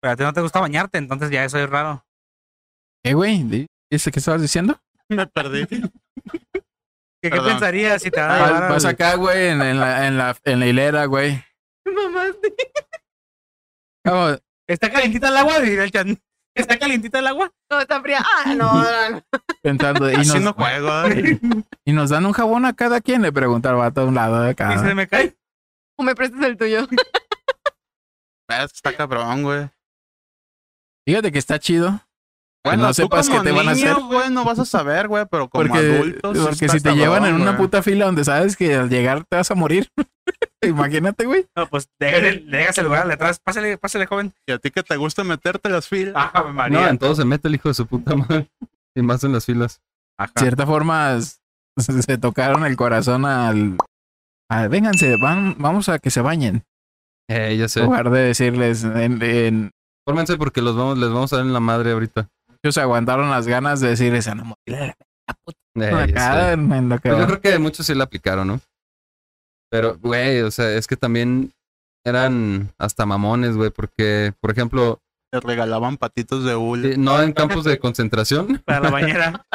S5: Pero a ti no te gusta bañarte, entonces ya eso es raro.
S1: Eh, güey, di- ¿dice qué estabas diciendo?
S4: Me perdí.
S5: ¿Qué, qué
S4: Perdón.
S5: pensarías si te
S4: Ah,
S5: van a
S1: Vas,
S5: llevar al-
S1: vas acá, güey, en, en la, en, la, en la hilera, güey.
S2: Mamá, sí.
S1: Vamos,
S5: ¿Está calientita el agua? Diría el Chanel. ¿Está calientita el agua?
S2: No, está fría. Ah, no, no, no.
S1: pensando. Y
S4: Así no
S1: nos,
S4: juego,
S1: ¿eh?
S4: güey.
S1: y nos dan un jabón a cada quien, le pregunta al vato a un lado de
S5: Y
S1: cada.
S5: se me cae.
S2: O me prestas el tuyo.
S4: Está cabrón, güey.
S1: Fíjate que está chido.
S4: Bueno,
S1: no
S4: tú
S1: sepas
S4: como
S1: qué te van a
S4: niño,
S1: hacer.
S4: güey, no vas a saber, güey, pero como
S1: Porque,
S4: adultos. sí
S1: porque si
S4: está
S1: te
S4: cabrón,
S1: llevan en una
S4: güey.
S1: puta fila donde sabes que al llegar te vas a morir. Imagínate, güey.
S5: No, pues déjale- le dejas el lugar al de atrás. Pásale, pásale, joven.
S4: Y a ti que te gusta meterte las filas.
S5: Ájame,
S3: No,
S5: María.
S3: en todo se mete el hijo de su puta madre. Y más en las filas.
S5: Ajá.
S1: De cierta forma s- se tocaron el corazón al. al, Vénganse, van, vamos a que se bañen.
S3: Eh, ya sé.
S1: En lugar de decirles, en- en-
S3: Fórmense porque los vamos, les vamos a dar en la madre ahorita.
S1: ellos aguantaron las ganas de decirles a no morir
S3: Eh,
S1: la
S3: ya sé.
S1: cara en, en lo que
S3: Pues
S1: va.
S3: yo creo que muchos sí la aplicaron, ¿no? Pero, güey, o sea, es que también eran hasta mamones, güey, porque, por ejemplo,
S4: Te regalaban patitos de hule.
S3: eh, no en campos de concentración,
S5: Para la bañera.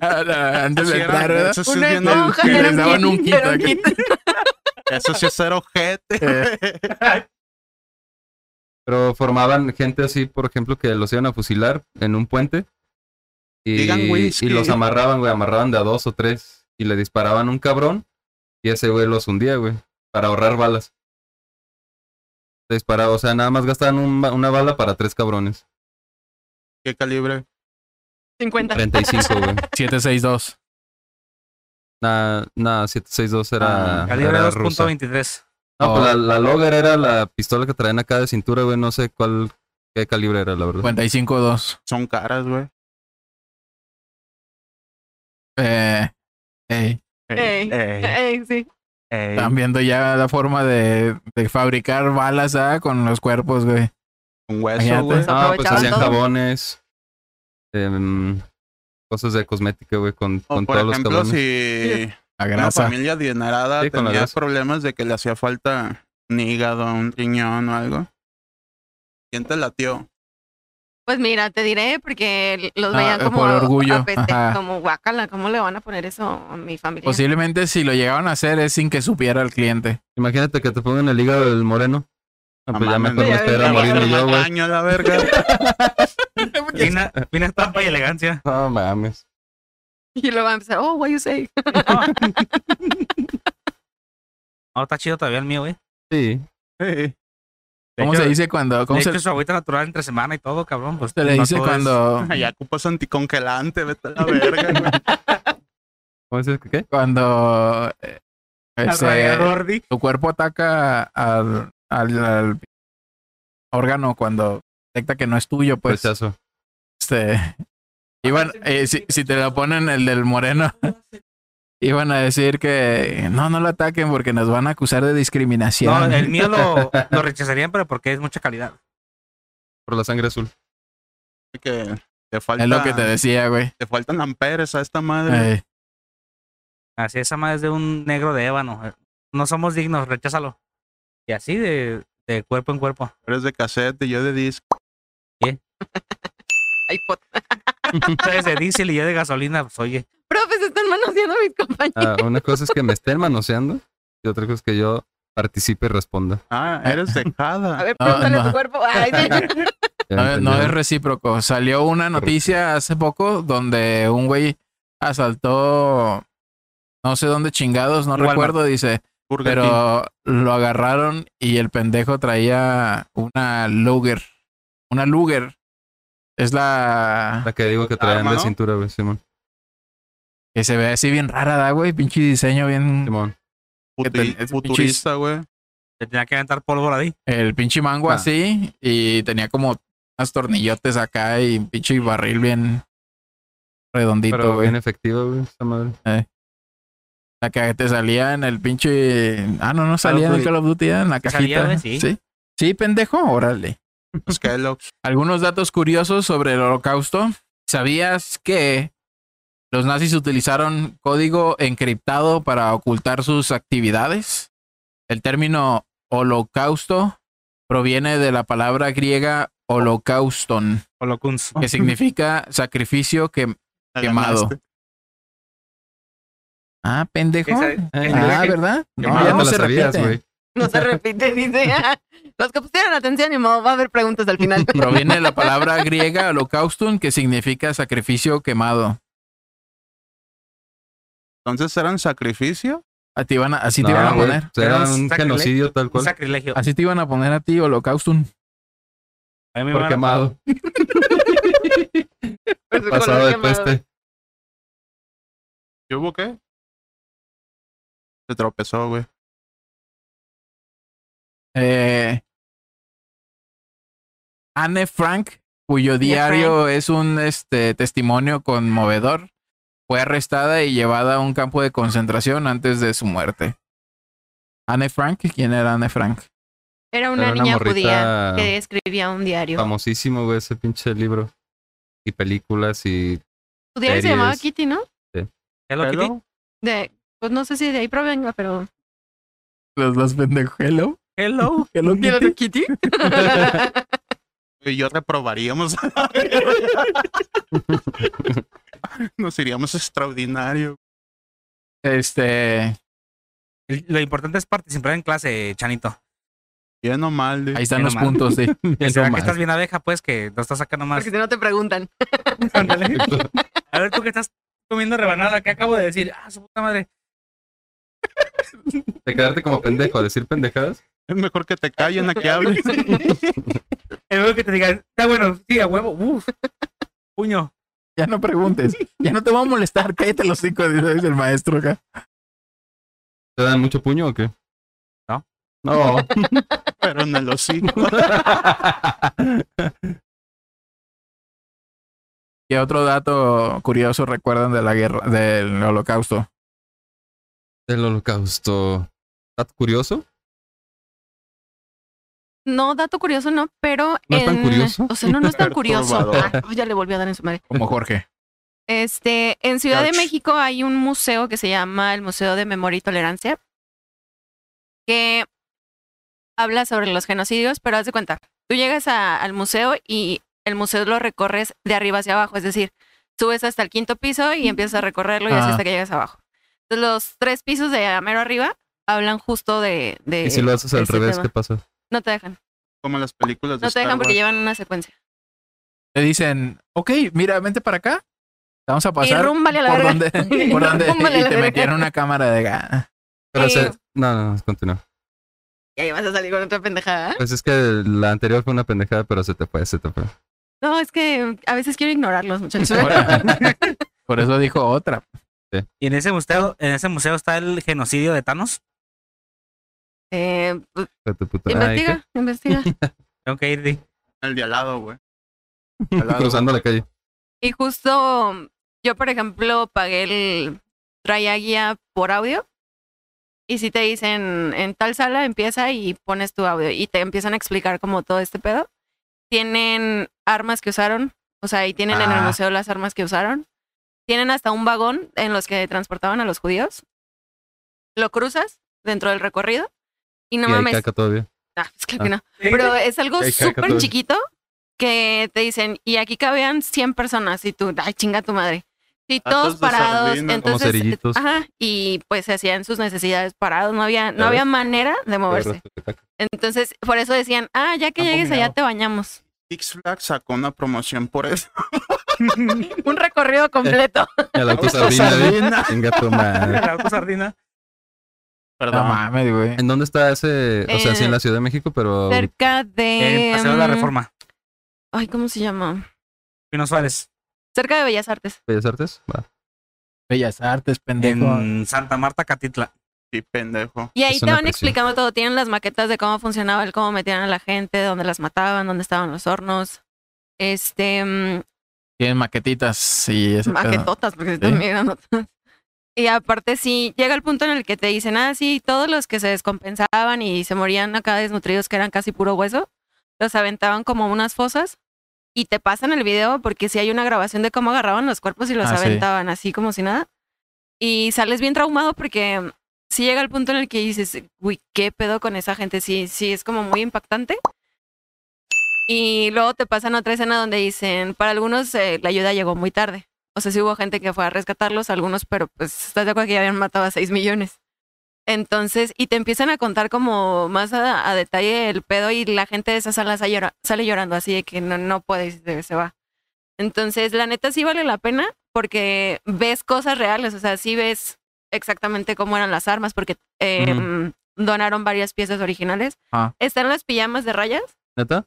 S1: Antes de
S4: Sí,
S1: entrar,
S4: era-
S1: ¿verdad?
S4: eso sí es
S2: Una
S4: bien
S2: esponja,
S1: que
S2: era
S1: les daban un kit
S2: era
S1: acá.
S4: Eso sí es ser ojete.
S1: Eh.
S4: güey.
S3: pero formaban gente así, por ejemplo, que los iban a fusilar en un puente. Y,
S4: Digan whisky.
S3: y los amarraban, güey, amarraban de a dos o tres. Y le disparaban a un cabrón. Y ese güey los hundía, güey, para ahorrar balas. Le Disparaba, o sea, nada más gastaban un ba- una bala para tres cabrones.
S4: ¿Qué calibre?
S2: 50.
S3: 35, güey.
S1: 762.
S3: Nah, nah, 762 era,
S1: Ah,
S5: Calibre
S3: era rusa.
S5: 2.23.
S3: No, pues la, la Logger era la pistola que traen acá de cintura, güey. No sé cuál, qué calibre era, la verdad.
S1: 55-2.
S4: Son caras, güey.
S1: Eh, eh,
S2: Ey.
S5: Ey,
S2: Ey, sí.
S5: ey.
S1: están viendo ya la forma de, de fabricar balas ¿ah? con los cuerpos, güey.
S4: Un hueso,
S1: Imagínate.
S4: güey.
S3: Ah, pues
S2: Aprovechaban
S3: hacían
S2: todo.
S3: jabones, em, cosas de cosmética, güey, con,
S4: O
S3: con
S4: por
S3: todos los
S4: ejemplo,
S3: jabones.
S4: si
S1: La
S4: una
S1: grasa.
S4: familia adinerada
S3: Sí, con la
S4: tenía
S3: grasa.
S4: problemas de que le hacía falta un hígado, un riñón o algo. ¿Quién te latió?
S2: Pues mira, te diré porque los
S1: Ah,
S2: veían
S1: eh,
S2: como
S1: por orgullo,
S2: a peste,
S1: ajá. Pues
S2: como guacala, ¿cómo le van a poner eso a mi familia?
S1: Posiblemente si lo llegaban a hacer es sin que supiera el cliente.
S3: Imagínate que te pongan el hígado del moreno. Ah,
S4: No
S3: pues ya
S4: mames,
S3: mejor me
S2: güey,
S3: espera
S2: ya
S3: a morirme
S2: valió
S3: yo, güey.
S4: Baño, la verga.
S5: Fina, fina estampa y elegancia.
S3: No mames.
S2: Y luego van a empezar, oh, what you say?
S5: No, está chido todavía el mío, güey.
S3: Sí.
S4: Sí.
S5: De
S1: ¿Cómo
S5: hecho-
S1: se dice cuando...
S5: De
S1: ¿Cómo se,
S5: hecho, su agüita natural entre semana y todo, cabrón. Pues
S1: se le
S5: no
S1: dice
S5: todo es-
S1: cuando...
S4: Ya ocupas anticongelante, vete a la verga, güey.
S3: ¿Cómo dices que qué?
S1: Cuando... eh,
S5: Al
S1: este,
S5: radiador, di.
S1: tu cuerpo ataca al, al- al órgano cuando detecta que no es tuyo, pues...
S3: Rechazo.
S1: Este, iban, eh, si, si te lo ponen el del moreno, iban a decir que no, no lo ataquen porque nos van a acusar de discriminación.
S5: No, el mío lo, lo rechazarían, pero porque es mucha calidad.
S3: Por la sangre azul.
S4: Que te falta,
S1: es lo que te decía, güey.
S4: te faltan amperes a esta madre.
S1: Eh,
S5: Así esa madre es de un negro de ébano. No somos dignos, recházalo. Y así de, de cuerpo en cuerpo.
S4: Eres de cassette y yo de disco.
S2: Ay, pot.
S5: Ustedes de diésel y yo de gasolina, pues oye.
S2: Profe, se están manoseando mis compañeros.
S3: Ah, una cosa es que me estén manoseando y otra cosa es que yo participe y responda.
S4: Ah, eres
S2: A
S4: dejada.
S2: ver, pregúntale
S1: no.
S2: a tu cuerpo. Ay,
S3: ¿Ya
S2: sí.
S1: no, no es
S3: entendieron?
S1: recíproco. Salió una noticia hace poco donde un güey asaltó No sé dónde chingados, no
S5: Walmart.
S1: recuerdo, dice.
S4: Burger King.
S1: Pero lo agarraron y el pendejo traía una Luger. Una Luger. Es la
S3: La que digo que traían
S4: Arma,
S3: de
S4: ¿no?
S3: cintura, güey, Simón.
S1: que se ve así bien rara, ¿da, güey. Pinche diseño bien.
S3: Simón.
S1: que
S4: Futi-
S1: ten- es
S4: futurista, güey.
S5: Te tenía que aventar pólvora ahí.
S1: El pinche mango
S3: Ah.
S1: así. Y tenía como unos tornillotes acá y un pinche barril bien redondito,
S3: Pero
S1: güey.
S3: bien efectiva, güey, esa madre.
S1: La que te salía en el pinche. Ah, no, no salía en el
S4: Duty.
S1: Call of Duty, ¿eh? en la
S5: Sí
S1: cajita.
S5: salía, güey, sí.
S1: sí. Sí, pendejo, órale.
S4: Los Kellogg's.
S1: Algunos datos curiosos sobre el holocausto. ¿Sabías que los nazis utilizaron código encriptado para ocultar sus actividades? El término holocausto proviene de la palabra griega holocauston,
S5: Holocuns.
S1: que significa sacrificio que...
S4: La
S1: Quemado.
S4: ganaste.
S1: Ah, pendejo.
S5: Esa-
S1: Ah, ¿verdad? No,
S3: Ah,
S1: ya no
S3: la
S1: se
S3: sabías,
S1: repite.
S3: güey.
S2: No se repite, dice. Los que pusieron atención, ni modo, va a haber preguntas al final.
S1: Proviene de la palabra griega holocauston, que significa sacrificio quemado.
S4: Entonces eran sacrificio.
S1: Ah, te iban a- así
S3: No,
S1: te iban a
S3: güey, pues,
S1: poner.
S3: Era
S5: Era un
S3: un
S5: sacrilegio.
S3: genocidio tal
S5: Un
S3: cual.
S5: sacrilegio.
S1: Así te iban a poner a ti holocauston.
S5: A mí me
S3: Por
S5: van a-
S3: quemado.
S2: Por su
S3: Pasado
S2: color
S3: de
S2: quemado.
S3: peste.
S4: ¿Yo hubo qué? Se tropezó, güey.
S1: Eh, Anne Frank, cuyo diario es un este, testimonio conmovedor, fue arrestada y llevada a un campo de concentración antes de su muerte. Anne Frank, ¿quién era Anne Frank?
S2: Era una
S3: Era una
S2: niña
S3: morrita-
S2: judía que escribía un diario.
S3: Famosísimo, güey, ese pinche libro. Y películas y...
S2: Su diario se llamaba
S3: series.
S2: Kitty, ¿no?
S5: Hello Kitty.
S4: Hello.
S2: De, pues no sé si de ahí provenga, pero.
S1: Los dos pendejos. Hello,
S5: Hello.
S1: hello, Kitty.
S2: Kitty?
S4: Y yo reprobaríamos. Nos iríamos extraordinario.
S1: Este,
S5: Lo importante es participar en clase, Chanito.
S4: Bien o mal, güey.
S1: ahí están
S5: Bien
S1: los
S5: nomás.
S1: puntos, sí.
S5: Que se vea que
S3: nomás.
S5: estás bien abeja, pues, que no estás sacando más.
S2: Porque si no te preguntan.
S5: A ver, tú que estás comiendo rebanada, ¿qué acabo de decir? Ah, su puta madre.
S3: De quedarte como pendejo, a decir pendejadas.
S4: Es mejor que te callen a que hables.
S5: El veo que te digan, está bueno, sí, a huevo, uf. Puño.
S1: Ya no preguntes. Ya no te voy a molestar. Cállate los cinco, dice el maestro acá.
S3: ¿Te dan mucho puño o qué?
S5: No.
S3: No.
S4: Pero en el hocico.
S1: ¿Qué otro dato curioso recuerdan de la guerra, del holocausto?
S3: Del holocausto. ¿Estás curioso?
S2: No, dato curioso no, pero.
S3: ¿No es tan
S2: en-
S3: curioso?
S2: O sea, no, no es tan curioso.
S4: Perturbador.
S2: Ah, ya le volvió a dar en su madre.
S1: Como Jorge.
S2: Este, en Ciudad de
S4: Ouch.
S2: México hay un museo que se llama el Museo de Memoria y Tolerancia, que habla sobre los genocidios, pero haz de cuenta, tú llegas a- al museo y el museo lo recorres de arriba hacia abajo, es decir, subes hasta el quinto piso y empiezas a recorrerlo y así
S1: Ah.
S2: hasta que llegas abajo. Entonces, los tres pisos de a mero arriba hablan justo de... de
S3: y si lo haces al
S2: ese
S3: revés,
S2: tema.
S3: ¿qué pues pasa?
S2: No te dejan,
S4: Como en las películas de
S2: no te dejan
S4: Star
S2: porque
S4: Wars.
S2: llevan una secuencia.
S1: Le dicen, ok, mira, vente para acá. te Vamos a pasar.
S2: rúmbale a la
S1: por
S2: verga.
S1: donde, por donde-
S2: Rúmbale a
S1: y
S2: la
S1: te
S2: verga.
S1: metieron una cámara de gas.
S3: Pero
S2: Sí.
S3: se- No, no, no, continúa.
S2: Y ahí vas a salir con otra pendejada.
S3: Pues es que la anterior fue una pendejada, pero se te fue, se te fue.
S2: No, es que a veces quiero ignorarlos, muchachos.
S1: Por eso dijo otra.
S5: Y en ese museo, en ese museo está el genocidio de Thanos.
S2: Eh, pues,
S3: Se te puta- Ay,
S2: investiga, investiga.
S5: Tengo que ir, di.
S4: El de al lado, güey.
S3: ¿qué?
S4: Al lado.
S3: Cruzando la calle.
S2: Y justo yo, por ejemplo, pagué el traía guía por audio. Y si te dicen en tal sala empieza y pones tu audio y te empiezan a explicar como todo este pedo. Tienen armas que usaron, o sea, y tienen en el
S1: Ah.
S2: museo las armas que usaron. Tienen hasta un vagón en los que transportaban a los judíos. Lo cruzas dentro del recorrido y no
S3: y ahí
S2: mames.
S3: caca todavía.
S2: Ah, pues claro que
S3: Ah.
S2: no. Pero es algo
S3: Ay, caca,
S2: súper
S3: todo.
S2: chiquito que te dicen, y aquí cabían 100 personas, y tú, ay, chinga tu madre. Y
S5: Ah,
S4: Platos
S2: todos
S4: de
S2: parados,
S4: sardina,
S3: como
S2: entonces,
S3: cerillitos.
S2: ajá, y pues se hacían sus necesidades parados, no había, no
S3: Ya
S2: había
S3: ves.
S2: manera de moverse.
S3: Pero caca.
S2: Entonces, por eso decían, ah, ya que
S4: Tan
S2: llegues allá
S4: combinado.
S2: te bañamos.
S4: Six Flags sacó una promoción por eso.
S2: Un recorrido completo.
S3: Y al auto sardina, ¿eh? Venga, tu madre.
S5: La auto sardina.
S1: No
S4: Ah.
S5: Perdón.
S1: mames, güey.
S3: ¿En dónde está ese? O sea, sí en
S2: Eh,
S3: la Ciudad de México, pero...
S2: Cerca de.
S5: en Eh, Paseo de la
S2: mm,
S5: Reforma.
S2: Ay, ¿cómo se llama?
S5: Pino Suárez.
S2: Cerca de Bellas Artes.
S3: Bellas Artes. Va.
S1: Bellas Artes, pendejo.
S5: En Santa Marta, Catitla.
S4: Sí, pendejo.
S2: Y ahí
S3: Es
S2: te
S3: una
S2: van
S3: presión.
S2: explicando todo. Tienen las maquetas de cómo funcionaba el cómo metían a la gente, dónde las mataban, dónde estaban los hornos. Este. mm,
S1: Tienen maquetitas y ese pedo.
S2: maquetotas, porque se están
S1: Sí.
S2: mirando todas. Y aparte sí, llega el punto en el que te dicen, ah, sí, todos los que se descompensaban y se morían acá desnutridos, que eran casi puro hueso, los aventaban como unas fosas y te pasan el video porque sí hay una grabación de cómo agarraban los cuerpos y los
S1: Ah, sí.
S2: aventaban así como si nada. Y sales bien traumado porque mm, sí llega el punto en el que dices, uy, qué pedo con esa gente, sí, sí, es como muy impactante. Y luego te pasan otra escena donde dicen, para algunos eh, la ayuda llegó muy tarde. O sea, sí hubo gente que fue a rescatarlos, algunos, pero pues estás de acuerdo que ya habían matado a 6 millones. Entonces, y te empiezan a contar como más a, a detalle el pedo y la gente de esa sala sale, llora- sale llorando así de que no, no puede y se, se va. Entonces, la neta sí vale la pena porque ves cosas reales, o sea, sí ves exactamente cómo eran las armas porque eh, donaron varias piezas originales.
S1: Ah.
S2: Están las pijamas de rayas
S3: ¿Neta?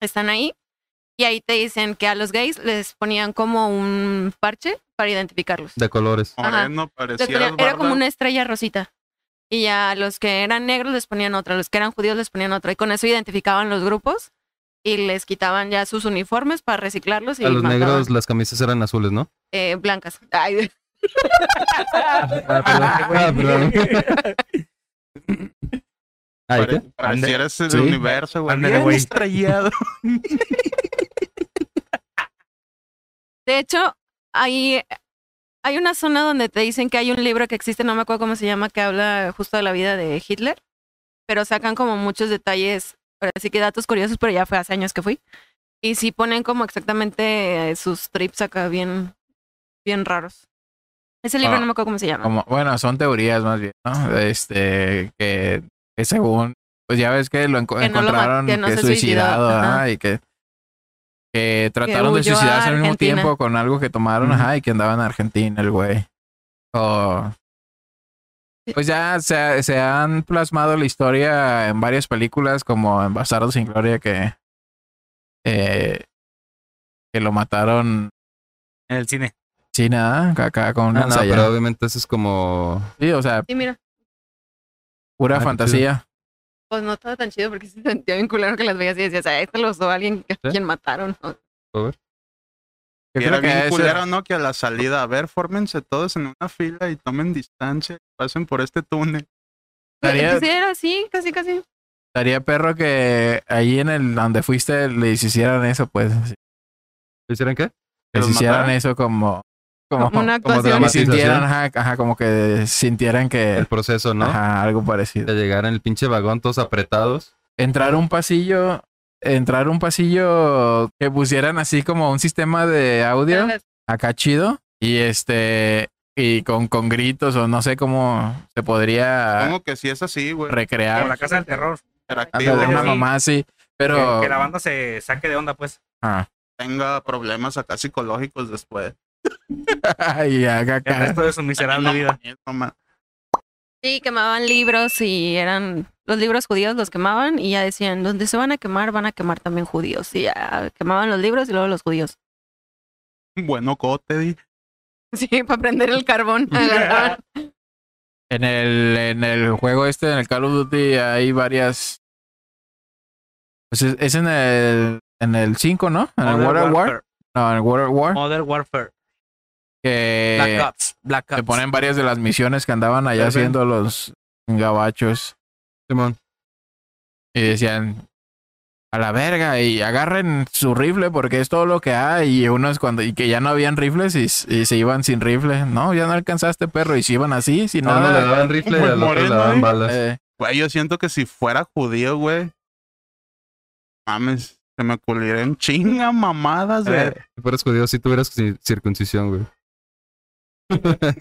S2: están ahí y ahí te dicen que a los gays les ponían como un parche para identificarlos.
S3: De colores.
S2: Ajá.
S4: Moreno,
S2: Les
S4: parecía.
S2: ponían- era
S4: Esbarda.
S2: como una estrella rosita. Y a los que eran negros les ponían otra, a los que eran judíos les ponían otra. Y con eso identificaban los grupos y les quitaban ya sus uniformes para reciclarlos y
S3: a los
S2: mandaban,
S3: negros las camisas eran azules, ¿no?
S2: eh, blancas. Ay,
S3: Ah, perdón. Ah, perdón. Ay, Ah,
S4: Pare-
S3: ¿qué?
S4: Pareciera ese
S3: Sí.
S4: universo, güey.
S5: Ándale,
S4: Bien
S5: güey.
S4: estrellado.
S2: De hecho, hay, hay una zona donde te dicen que hay un libro que existe, no me acuerdo cómo se llama, que habla justo de la vida de Hitler, pero sacan como muchos detalles, así que datos curiosos, pero ya fue hace años que fui. Y sí ponen como exactamente eh, sus trips acá bien, bien raros. Ese libro
S1: Ah.
S2: no me acuerdo cómo se llama.
S1: Como, bueno, son teorías más bien, ¿no? Este, que, que según, pues ya ves que lo enco-
S2: Que no lo ma-
S1: encontraron
S2: que no
S1: que
S2: se
S1: suicidado,
S2: suicidó, ajá.
S1: ajá, y que, que trataron de
S2: huyó a
S1: suicidarse al mismo
S2: Argentina.
S1: tiempo con algo que tomaron,
S3: Ujú.
S1: ajá, y que andaba en Argentina el güey. O- Pues ya se, ha- se han plasmado la historia en varias películas, como en Bastardos sin Gloria, que, eh, que lo mataron
S5: En el cine.
S1: sin nada, acá con una
S3: Ah, no,
S1: ensayada.
S3: pero obviamente eso es como...
S1: Sí, o sea,
S2: Sí, mira,
S1: pura
S3: Ah, qué
S1: fantasía.
S2: pues no estaba tan chido porque se sentía bien culero que las veías y decías, ah, este lo usó alguien que
S3: ¿Sí?
S2: quien mataron. ¿no?
S1: Yo
S4: Y
S1: creo
S4: era
S1: que
S4: bien
S1: ese-
S4: culero, ¿no? Que a la salida, a ver, fórmense todos en una fila y tomen distancia y pasen por este túnel.
S1: Estaría,
S2: Pues sí, era así, casi, casi.
S1: estaría perro que ahí en el donde fuiste les hicieran eso, pues. así.
S3: ¿Lo hicieron qué?
S1: Les
S4: los
S1: hicieran
S4: mataran?
S1: eso como. Como,
S2: Como una
S3: como
S2: actuación.
S1: que
S3: dramatización.
S1: sintieran, ajá, ajá, como que sintieran que.
S3: El proceso, ¿no?
S1: Ajá, algo
S3: De
S1: parecido.
S3: llegar en el pinche vagón todos apretados.
S1: Entrar un pasillo. Entrar un pasillo que pusieran así como un sistema de audio. acá chido. Y este. Y con, con gritos o no sé cómo se podría
S4: Supongo que sí es así, güey.
S1: recrear.
S5: Como Ah, la casa del terror.
S4: Interactivo,
S1: Ándale,
S5: sí,
S1: una
S5: sí.
S4: güey.
S1: mamá así.
S5: Que,
S1: Pero.
S5: que la banda se saque de onda, pues.
S1: ajá.
S4: Tenga problemas acá psicológicos después.
S1: y haga
S5: El
S1: acá.
S5: resto de su miserable vida.
S4: Es nomás-
S2: Sí, quemaban libros y eran los libros judíos los quemaban y ya decían, donde se van a quemar, van a quemar también judíos. Y ya quemaban los libros y luego los judíos.
S4: Bueno, cote, di.
S2: Sí, para prender el carbón. agarraban.
S1: En el, en el juego este, en el Call of Duty, hay varias. Pues es, es en el en el 5, ¿no? En el World War. No, en el World War.
S5: Modern Warfare. Black
S1: Que
S5: Ops. Black Ops.
S1: Eh, te ponen varias de las misiones que andaban allá
S3: Perfecto.
S1: haciendo los gabachos.
S3: Simón.
S1: Y decían. A la verga, y agarren su rifle porque es todo lo que hay. Y unos cuando, y que ya no habían rifles y, s- y se iban sin rifle. No, ya no alcanzaste, perro. Y se iban así, sin
S3: A uno le
S1: nada.
S3: daban rifle y
S4: Pues
S3: al otro le
S4: moreno,
S3: daban
S4: ¿eh?
S3: balas.
S1: Eh,
S4: Güey, yo siento que si fuera judío, güey. Mames, se me ocurrirían chinga mamadas
S3: A
S4: de.
S1: Eh.
S3: ver, si fueras judío, si tuvieras ci- circuncisión, güey.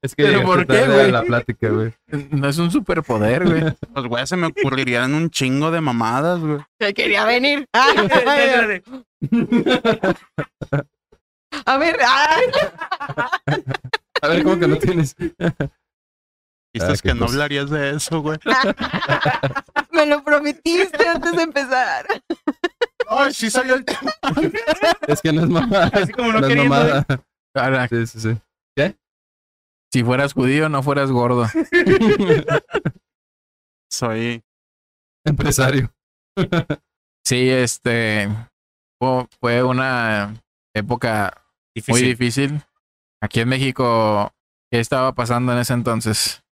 S3: es que
S1: ¿Pero
S3: llegaste
S1: por qué,
S3: tarde a
S1: güey?
S3: la plática, güey.
S1: No es un superpoder, güey.
S4: Pues, güey, se me ocurrirían un chingo de mamadas, güey.
S2: Yo quería venir. Ah, a ver, ah,
S3: A ver, ¿cómo que no tienes?
S4: Dices
S3: qué
S4: que no
S3: cosa.
S4: hablarías de eso, güey.
S2: me lo prometiste antes de empezar.
S4: Ay, sí salió el tema.
S3: Es que no es mamada.
S5: Así como no
S3: No es
S5: queriendo.
S3: mamada.
S1: Ahora,
S3: Sí, sí, sí.
S1: si fueras judío, no fueras gordo.
S4: Soy.
S3: Empresario.
S1: Sí, este fu- fue una época muy
S5: Difícil.
S1: difícil. Aquí en México, ¿qué estaba pasando en ese entonces?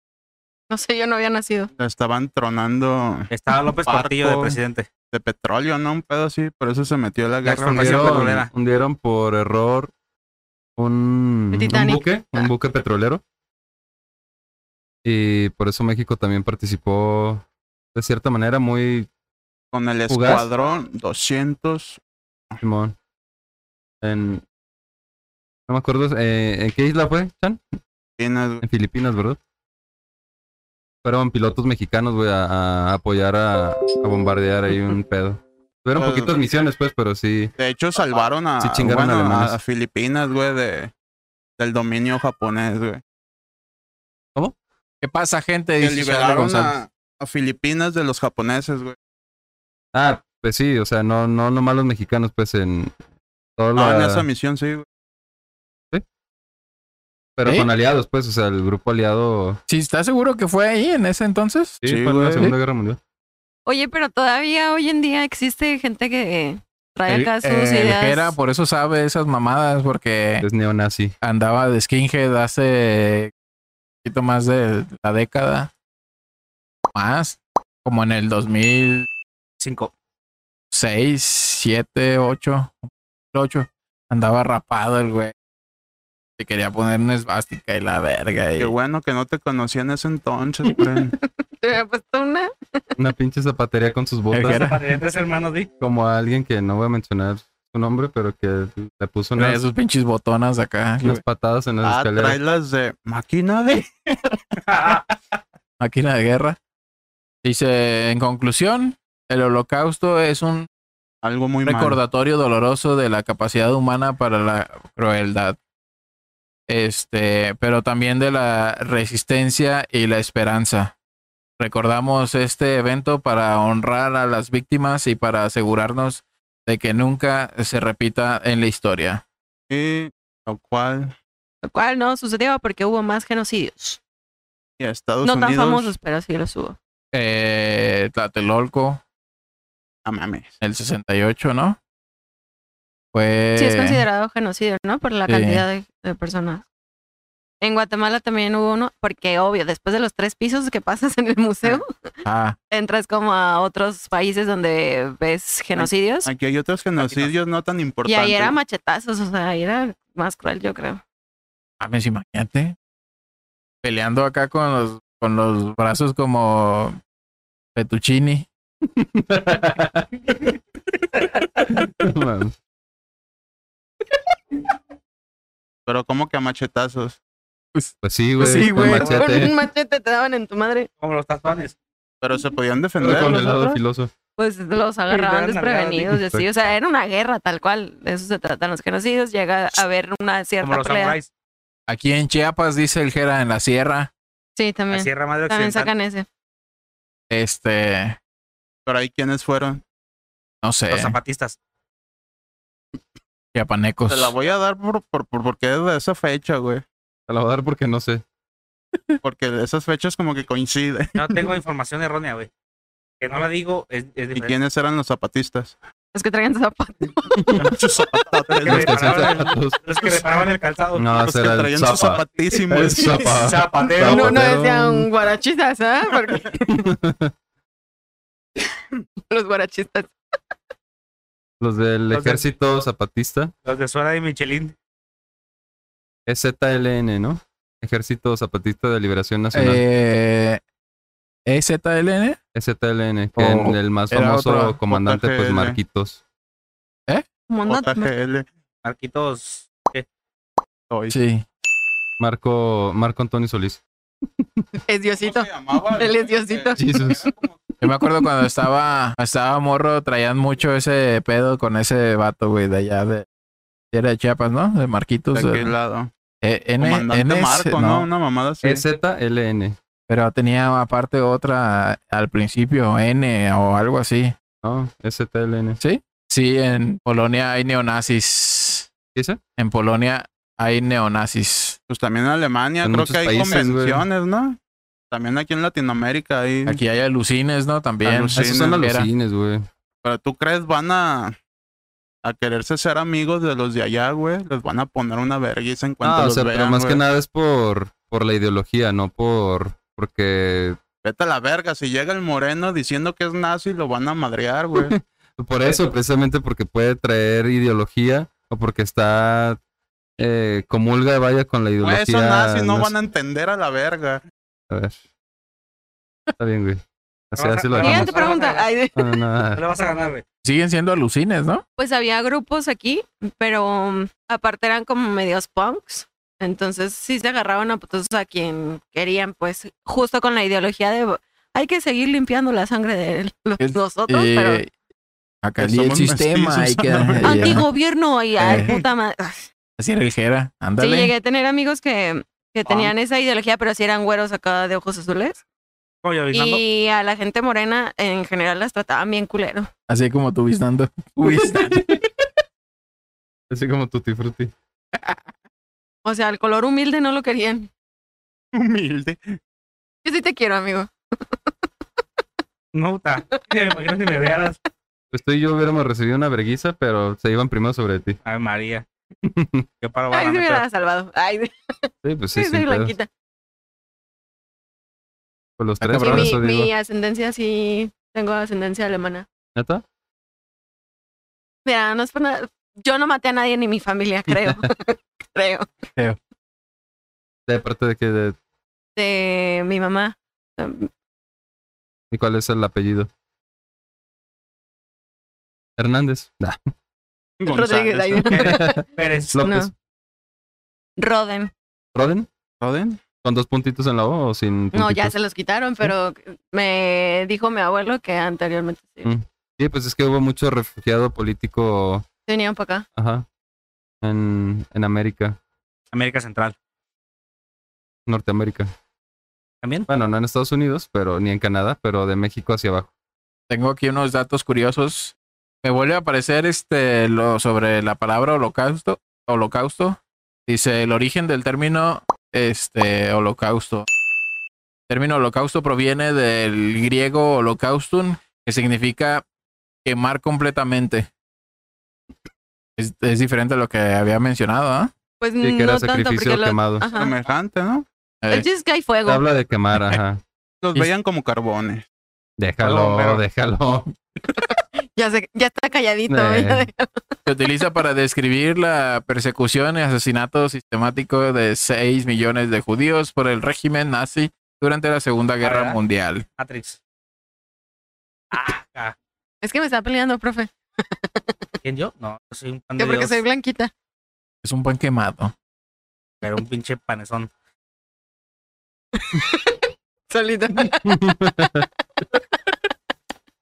S2: No sé, yo no había nacido.
S4: lo Estaban tronando
S5: Estaba López
S4: Barco.
S5: Portillo de presidente.
S4: de petróleo, ¿no? Un pedo así. Por eso se metió la guerra.
S5: Expropiación
S3: Hundieron,
S5: petrolera.
S3: hundieron por error un,
S2: El
S3: un
S2: Titanic.
S3: buque, un buque petrolero. Y por eso México también participó de cierta manera muy
S4: Con el
S3: Fugaz.
S4: escuadrón 200.
S3: Simón. En, no me acuerdo, eh, ¿en qué isla fue, Chan?
S4: Tienes, güey.
S3: En Filipinas, ¿verdad? Fueron pilotos mexicanos, güey, a, a apoyar a, a bombardear ahí un pedo. Tuvieron
S4: Pues-
S3: poquitas misiones, pues, pero sí.
S4: De hecho, salvaron a,
S3: Sí chingaron
S4: bueno,
S3: alemanes.
S4: a Filipinas, güey, de, del dominio japonés, güey.
S1: ¿Qué pasa, gente?
S4: Que
S1: Dice Charlie
S4: liberaron
S1: González.
S4: a, a Filipinas de los japoneses, güey.
S3: Ah, pues sí, o sea, no, no nomás los mexicanos, pues, en toda
S4: No, Ah, en
S3: la-
S4: esa misión, sí, güey.
S3: Pero
S4: ¿Eh?
S1: ¿Sí?
S3: con aliados, pues, o sea, el grupo aliado.
S1: ¿Sí estás seguro que fue ahí en ese entonces?
S3: Sí,
S4: Sí,
S3: fue en la
S4: güey.
S3: Segunda Guerra Mundial.
S2: Oye, pero todavía hoy en día existe gente que trae
S1: El-
S2: acá sus
S1: Eh, el
S2: ideas.
S1: Jera, por eso sabe esas mamadas, porque
S3: Es neonazi.
S1: andaba de skinhead hace un poquito más de la década. Más, como en el 2000.
S5: Cinco.
S1: 6, 7, 8, 8. Andaba rapado el güey. Se quería poner una esvástica y la verga. Y...
S4: Qué bueno que no te conocí en ese entonces, güey.
S2: Te había puesto una.
S3: Una pinche zapatería con sus
S1: El que
S3: botas.
S1: era-
S5: Padre, tres hermanos, di.
S3: Como a alguien que no voy a mencionar su nombre, pero que le puso
S1: Traía
S3: unas,
S1: sus pinches botonas acá.
S3: unas patadas en las
S4: ah,
S3: escaleras.
S4: traes las de máquina de.
S1: Máquina de guerra. Dice, en conclusión, el holocausto es un
S4: Algo muy malo.
S1: recordatorio doloroso de la capacidad humana para la crueldad. Este, pero también de la resistencia y la esperanza. Recordamos este evento para honrar a las víctimas y para asegurarnos de que nunca se repita en la historia.
S4: Sí, lo cual.
S2: Lo cual no sucedió porque hubo más genocidios.
S4: Y a Estados
S2: no tan
S4: Unidos.
S2: famosos, pero sí los hubo.
S1: Eh, Tlatelolco,
S4: Ah, mames.
S1: el 68, ¿no? Fue...
S2: Sí es considerado genocidio, ¿no? Por la
S1: Eh, sí.
S2: cantidad de, de personas. En Guatemala también hubo uno, porque obvio, después de los tres pisos que pasas en el museo,
S1: Ah,
S2: entras como a otros países donde ves genocidios.
S4: Aquí hay otros genocidios no tan
S2: Y
S4: importantes.
S2: ahí era machetazos, o sea, ahí era más cruel, yo creo.
S1: Mames, imagínate. Peleando acá con los, con los brazos como Petuccini.
S3: No mames.
S4: Pero como que a machetazos.
S3: pues sí, güey.
S1: Pues sí,
S3: con
S1: güey.
S2: Con
S3: machete.
S2: un machete te daban en tu madre,
S5: Como los tazones.
S4: Pero se podían defender.
S3: Con el
S4: los
S3: lado
S4: otros.
S3: filoso.
S2: pues los agarraban
S5: daban nalgadas,
S2: desprevenidos y así. O sea, era una guerra tal cual. De eso se tratan los genocidios. Llega a haber una
S5: Como
S2: cierta
S5: los
S2: pelea.
S5: samuráis.
S1: Aquí en Chiapas, dice el Jera, en la sierra,
S2: Sí,
S5: La
S2: también.
S5: Sierra Madre
S2: También
S5: Occidental.
S2: sacan ese.
S1: este,
S4: Pero ahí, ¿quiénes fueron?
S1: no sé,
S5: Los zapatistas.
S1: chiapanecos.
S4: Te la voy a dar por, por, por- porque es de esa fecha, güey.
S3: Te la voy a dar porque no sé.
S4: Porque esas fechas como que coinciden.
S5: No tengo información errónea, güey. Que
S2: Ah.
S5: no la digo es, es
S4: ¿Y
S5: diferente.
S4: quiénes eran los zapatistas?
S2: Los que traían zapatos.
S4: Sus zapatotes,
S3: Los
S4: güey.
S5: Los
S3: que son
S5: reparaban el-
S3: zapatos.
S5: Los que reparaban el calzado.
S3: No,
S4: Los que
S3: Este, ah, será el
S4: traían sus
S3: zapa. El
S4: zapatísimos.
S3: zapa.
S5: Zapatero.
S2: No, no
S3: Zapatero.
S2: decían guarachitas, ¿ah? Porque los guarachistas.
S3: Los del
S5: Los del-
S3: ejército zapatista.
S5: Los de Suena y Michelin.
S3: Es ZLN, ¿no? Ejército Zapatista de Liberación Nacional.
S1: Eh, ¿EZLN?
S3: STLN, que
S1: O-
S3: en el más
S1: oh, era
S3: famoso
S1: otro,
S3: comandante, pues
S4: JGL.
S3: Marquitos.
S2: Como no-
S4: JGL.
S5: Marquitos.
S4: Soy.
S1: Sí.
S3: Marco, Marco Antonio Solís.
S2: Es Diosito.
S4: ¿Cómo se llamaba?
S2: Él es Diosito.
S3: Jesus.
S1: Yo me acuerdo cuando estaba, estaba morro, traían mucho ese pedo con ese vato, güey, de allá de. Era de Chiapas, ¿no? De Marquitos.
S4: ¿De qué
S1: eh,
S4: lado?
S1: eh,
S3: E
S1: N-
S4: Comandante
S1: NS,
S4: Marco, ¿no? Una mamada así.
S3: EZLN.
S1: Pero tenía aparte otra al principio, N o algo así.
S3: No, EZLN.
S1: Sí, en Polonia hay neonazis.
S3: ¿Qué dice?
S1: En Polonia hay neonazis.
S4: Pues también en Alemania
S3: En
S4: creo
S3: muchos
S4: que hay
S3: países, güey.
S4: convenciones, ¿no? También aquí en Latinoamérica hay...
S1: Aquí hay alucines, ¿no? También.
S4: Alucines.
S3: Esos son
S1: Era.
S3: alucines, güey.
S4: Pero tú crees van a... A quererse ser amigos de los de allá, güey. Les van a poner una vergüenza en cuanto
S3: Ah, o
S4: los
S3: sea, pero
S4: vean,
S3: más que
S4: güey.
S3: nada es por, por la ideología, no por porque
S4: Vete a la verga. Si llega el moreno diciendo que es nazi, lo van a madrear, güey.
S3: por eso, precisamente porque puede traer ideología o porque está eh, comulga vaya con la
S4: Güey,
S3: ideología.
S4: esos nazis no
S3: nazi.
S4: van a entender a la verga.
S3: A ver. Está bien, güey. Así,
S5: Vamos a-
S3: así lo
S5: Vamos.
S2: Siguiente
S3: dejamos.
S2: pregunta. Ay, de-
S3: No, no, no.
S5: No le vas a ganar, güey.
S1: Siguen siendo alucines, ¿no?
S2: Pues había grupos aquí, pero um, aparte eran como medios punks. Entonces sí se agarraban a putos a quien querían, pues, justo con la ideología de hay que seguir limpiando la sangre de los-
S1: Es-
S2: nosotros, pero
S1: Eh, acá
S4: Que
S1: y el
S4: somos
S1: sistema hay
S4: mestizos,
S1: que.
S4: ¿no?
S2: antigobierno y ay,
S1: Eh.
S2: puta madre.
S1: Así ligera.
S2: Sí,
S1: Ándale.
S2: llegué a tener amigos que, que
S4: Punk.
S2: tenían esa ideología, pero sí eran güeros acá de ojos azules.
S5: Oye, Orlando,
S2: Y a la gente morena en general las trataban bien culero.
S1: Así como tú visnando.
S3: Así como Tutti Frutti.
S2: O sea, el color humilde no lo querían.
S4: Humilde.
S2: Yo sí te quiero, amigo.
S5: No, puta. Me imagino si me veas.
S3: Pues tú y yo hubiéramos recibido una verguiza, pero se iban primero sobre ti.
S5: Ay, María. Qué paro van
S2: Ay,
S5: a
S2: se me
S5: meter.
S2: hubiera salvado. Ay, sí,
S3: Sí, pues sí, sin
S2: soy
S3: pedos.
S2: blanquita.
S3: Con los
S1: Ah,
S3: tres,
S2: Sí,
S1: cabrón.
S3: por
S1: Pero
S2: mi,
S3: eso digo.
S2: mi ascendencia sí, tengo ascendencia alemana.
S3: ¿Neta?
S2: Mira, no es por nada. Yo no maté a nadie ni mi familia, creo. creo.
S3: De parte de que... de-
S2: De mi mamá. Um,
S3: ¿Y cuál es el apellido? Hernández. Nah,
S2: Rodríguez,
S4: González,
S2: ahí.
S4: ¿no?
S5: Pérez.
S3: López.
S2: Roden.
S3: pues, ¿Roden?
S4: ¿Roden?
S3: ¿Con dos puntitos en la O o sin puntitos?
S2: No, ya se los quitaron, pero me dijo mi abuelo que anteriormente sí.
S3: Mm. Sí, pues es que hubo mucho refugiado político,
S2: Venían para acá.
S3: ajá, en, en América,
S5: América Central.
S3: Norteamérica.
S5: ¿También?
S3: Bueno, no en Estados Unidos, pero ni en Canadá, pero de México hacia abajo.
S1: Tengo aquí unos datos curiosos. Me vuelve a aparecer este lo sobre la palabra holocausto. Holocausto. Dice el origen del término este holocausto. El término holocausto proviene del griego holocaustun, que significa quemar completamente. Es, es diferente a lo que había mencionado, ¿ah?
S2: Pues
S3: Sí, que era
S2: no tanto
S3: sacrificio
S2: porque lo... Ah,
S3: quemado.
S2: Ajá.
S4: Semejante, ¿no?
S2: El chiste es que hay fuego.
S3: Se habla de quemar, ajá.
S4: Los
S1: Y-
S4: veían como carbones.
S5: Algo,
S3: Déjalo,
S5: pero-
S3: déjalo.
S2: Ya, se- ya está calladito.
S3: Eh.
S2: ya de-
S1: Se utiliza para describir la persecución y asesinato sistemático de 6 millones de judíos por el régimen nazi durante la Segunda Guerra
S5: ¿verdad?
S1: Mundial.
S5: Matrix. Ah, ah.
S2: Es que me está peleando, profe.
S5: ¿Quién yo? No, yo soy un pan
S2: Que
S5: de
S2: porque
S5: Dios,
S2: soy blanquita.
S1: Es un pan quemado.
S5: pero un pinche panezón.
S2: Solito.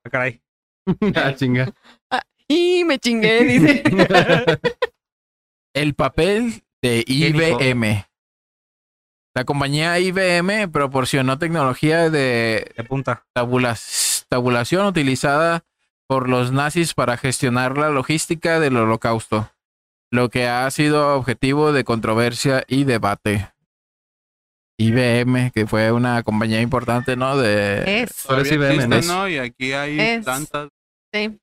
S5: Ah, caray.
S3: ah, chinga.
S2: y me chingué, dice.
S1: El papel de
S5: dijo?
S1: IBM. La compañía IBM proporcionó tecnología de
S5: De punta.
S1: tabulas- tabulación utilizada por los nazis para gestionar la logística del holocausto, lo que ha sido objetivo de controversia y debate. IBM, que fue una compañía importante, ¿no? De
S2: Es.
S3: Ahora sí
S4: Todavía
S3: veme, ¿no?
S4: existen, ¿no? Y aquí hay
S2: Es-
S4: plantas.
S2: Sí.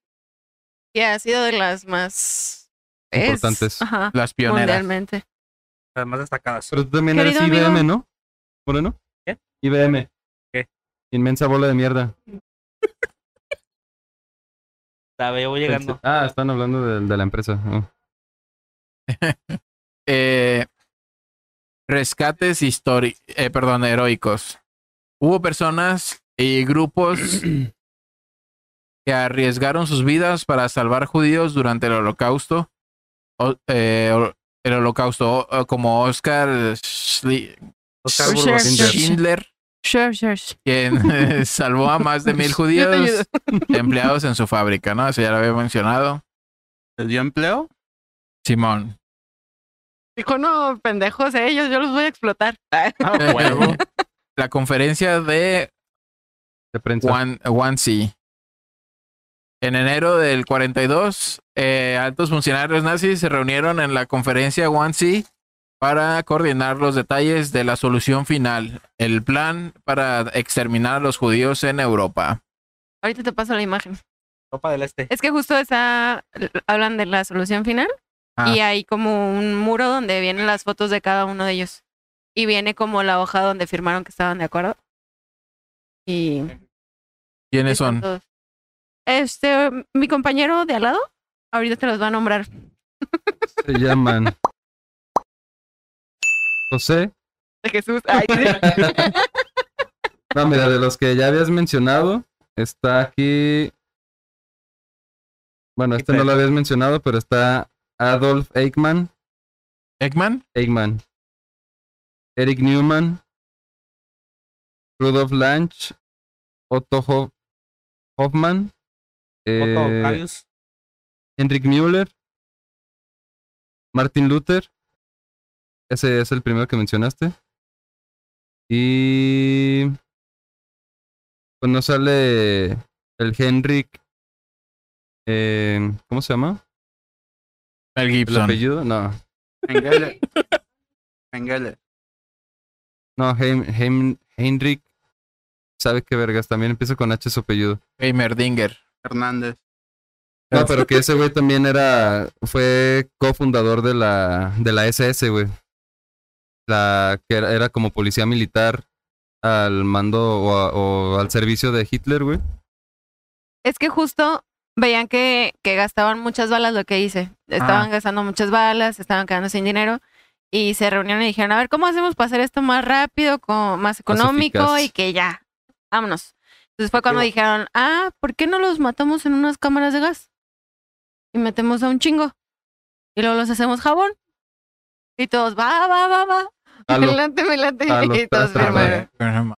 S2: Que ha sido de las más es,
S3: Importantes.
S2: Ajá.
S1: las pioneras.
S2: Mundialmente.
S5: Las más destacadas.
S3: Pero tú también
S2: Querido
S3: eres IBM,
S2: amigo.
S3: ¿no? Moreno.
S5: ¿Qué?
S3: IBM.
S5: ¿Qué?
S3: Inmensa bola de mierda.
S5: La veo llegando.
S3: Ah, están hablando del- de, la empresa. Oh.
S1: Eh, rescates histori- eh, perdón, heroicos. Hubo personas y grupos que arriesgaron sus vidas para salvar judíos durante el holocausto. O- eh, hol- el holocausto, o- o como Oscar Schli-
S5: Oscar
S2: Sure,
S5: Burgos.
S2: sure, sure.
S1: Schindler,
S2: Sure, sure. sure.
S1: quien eh, salvó a más de mil
S2: Yo te ayudo.
S1: judíos empleados en su fábrica, ¿no? Eso ya lo había mencionado.
S4: ¿Les dio empleo?
S1: Simón.
S2: Dijo, no, pendejos eh, ellos, yo los voy a explotar.
S3: Ah,
S4: huevo.
S1: La conferencia de
S3: de prensa.
S1: One, uh, One C. En enero del 42, eh, altos funcionarios nazis se reunieron en la conferencia One C para coordinar los detalles de la solución final, el plan para exterminar a los judíos en Europa.
S2: Ahorita te paso la imagen.
S5: Copa del Este.
S2: Es que justo está, hablan de la solución final
S1: Ah.
S2: y hay como un muro donde vienen las fotos de cada uno de ellos. Y viene como la hoja donde firmaron que estaban de acuerdo. Y
S1: ¿Quiénes
S2: están
S1: son?
S2: todos. Este, mi compañero de al lado, ahorita te los va a nombrar.
S3: Se llaman José.
S2: De Jesús. Ay,
S3: No, mira, de los que ya habías mencionado, está aquí. Bueno, este no lo habías mencionado, pero está Adolf Eichmann,
S1: ¿Ekman?
S3: Eichmann, Eric Newman, Rudolf Lange, Otto Ho- Hoffmann, eh,
S5: Otto Octavius.
S3: Henrik Müller, Martin Luther, ese es el primero que mencionaste. Y pues no sale el Henrik, eh, ¿cómo se llama?
S1: Mel
S3: ¿El
S1: Gibson.
S3: apellido? No,
S4: Mengele. Mengele.
S3: no, Heim- Heim- Heinrich, sabe qué vergas, también empieza con H su apellido.
S1: Heimerdinger.
S4: Hernández.
S3: No, pero que ese güey también era, fue cofundador de la, de la SS, güey. La que era, era como policía militar al mando o, a- o al servicio de Hitler, güey.
S2: Es que justo veían que, que gastaban muchas balas, lo que hice. Estaban gastando muchas balas, estaban quedando sin dinero y se reunieron y dijeron, a ver, ¿cómo hacemos para hacer esto más rápido, co- más económico
S3: eficaz.
S2: y que ya, vámonos? Entonces fue cuando dijeron, ah, ¿por qué no los matamos en unas cámaras de gas? Y metemos a un chingo. Y luego los hacemos jabón. Y todos, va, va, va, va.
S3: Jalo.
S2: Me late, me late.
S3: Jalo,
S2: Y
S3: está,
S2: todos
S3: está,
S2: firmaron.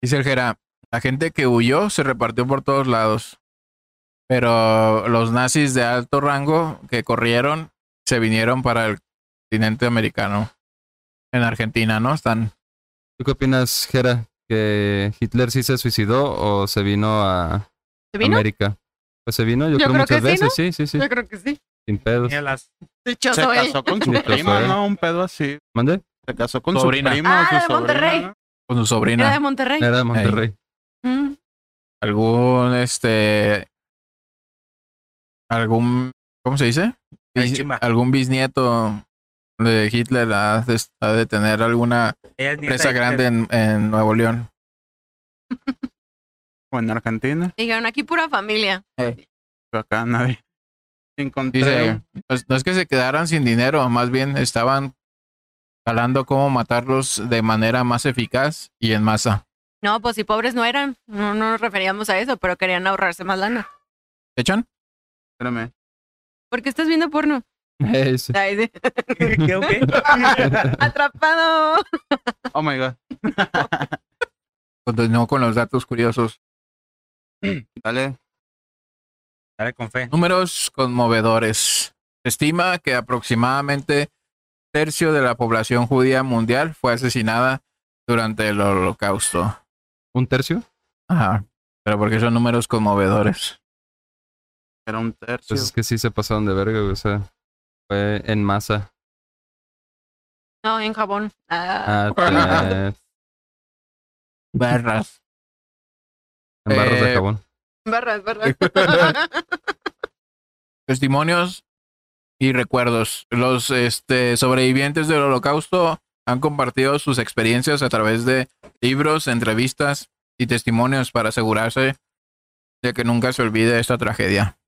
S1: Dice el Jera, la gente que huyó se repartió por todos lados, pero los nazis de alto rango que corrieron se vinieron para el continente americano. En Argentina, ¿no? Están.
S3: ¿Tú qué opinas, Jera? ¿Que Hitler sí se suicidó o se vino a
S2: ¿Se vino?
S3: América? Pues se vino, yo, creo, muchas
S2: que sí,
S3: veces,
S2: ¿no?
S3: sí, sí, sí.
S2: Yo creo que sí.
S3: Sin
S4: pues,
S3: pedos.
S5: Tenía las-
S4: Se
S2: Dichoso él.
S4: casó con su
S3: Ni casó,
S4: prima,
S3: ¿eh?
S4: ¿no? Un pedo así.
S3: ¿Mande?
S4: Se casó con
S1: Sobrina.
S4: su prima. o
S2: Ah,
S4: su
S2: de
S4: sobrina,
S2: Monterrey.
S4: ¿no?
S1: Con su
S2: Era de
S1: sobrina.
S2: Monterrey.
S3: Era de Monterrey.
S2: Mm.
S1: Algún, este. Algún. ¿Cómo se dice?
S5: El
S1: Bis-
S5: chimba.
S1: Algún bisnieto de Hitler ha de- ha de tener alguna
S5: ella es nieta
S1: presa
S5: de-
S1: grande en, en Nuevo León.
S4: O en Argentina.
S2: Dijeron, aquí pura familia.
S4: Pero acá nadie. Encontré.
S1: Dice, pues, no es que se quedaran sin dinero, más bien estaban calando cómo matarlos de manera más eficaz y en masa.
S2: No, pues si pobres no eran, no, no nos referíamos a eso, pero querían ahorrarse más lana.
S1: ¿Echan?
S4: espérame.
S2: ¿Por qué estás viendo porno?
S3: Eh, sí.
S2: Ay, sí.
S5: ¿Qué, o qué?
S2: Atrapado.
S4: Oh my god.
S1: Continuó con los datos curiosos.
S4: Dale.
S5: Dale con fe.
S1: Números conmovedores. Se estima que aproximadamente tercio de la población judía mundial fue asesinada durante el holocausto.
S3: ¿Un tercio?
S1: Ajá. Pero porque son números conmovedores.
S4: Era un tercio.
S3: Pues es que sí se pasaron de verga, güey. O sea, fue en masa.
S2: No, en jabón. Ah,
S3: Ah, te-
S1: Barras.
S3: en barras de
S1: Eh,
S3: jabón.
S2: barras, barras.
S1: testimonios y recuerdos. Los este, sobrevivientes del holocausto han compartido sus experiencias a través de libros, entrevistas y testimonios para asegurarse de que nunca se olvide esta tragedia.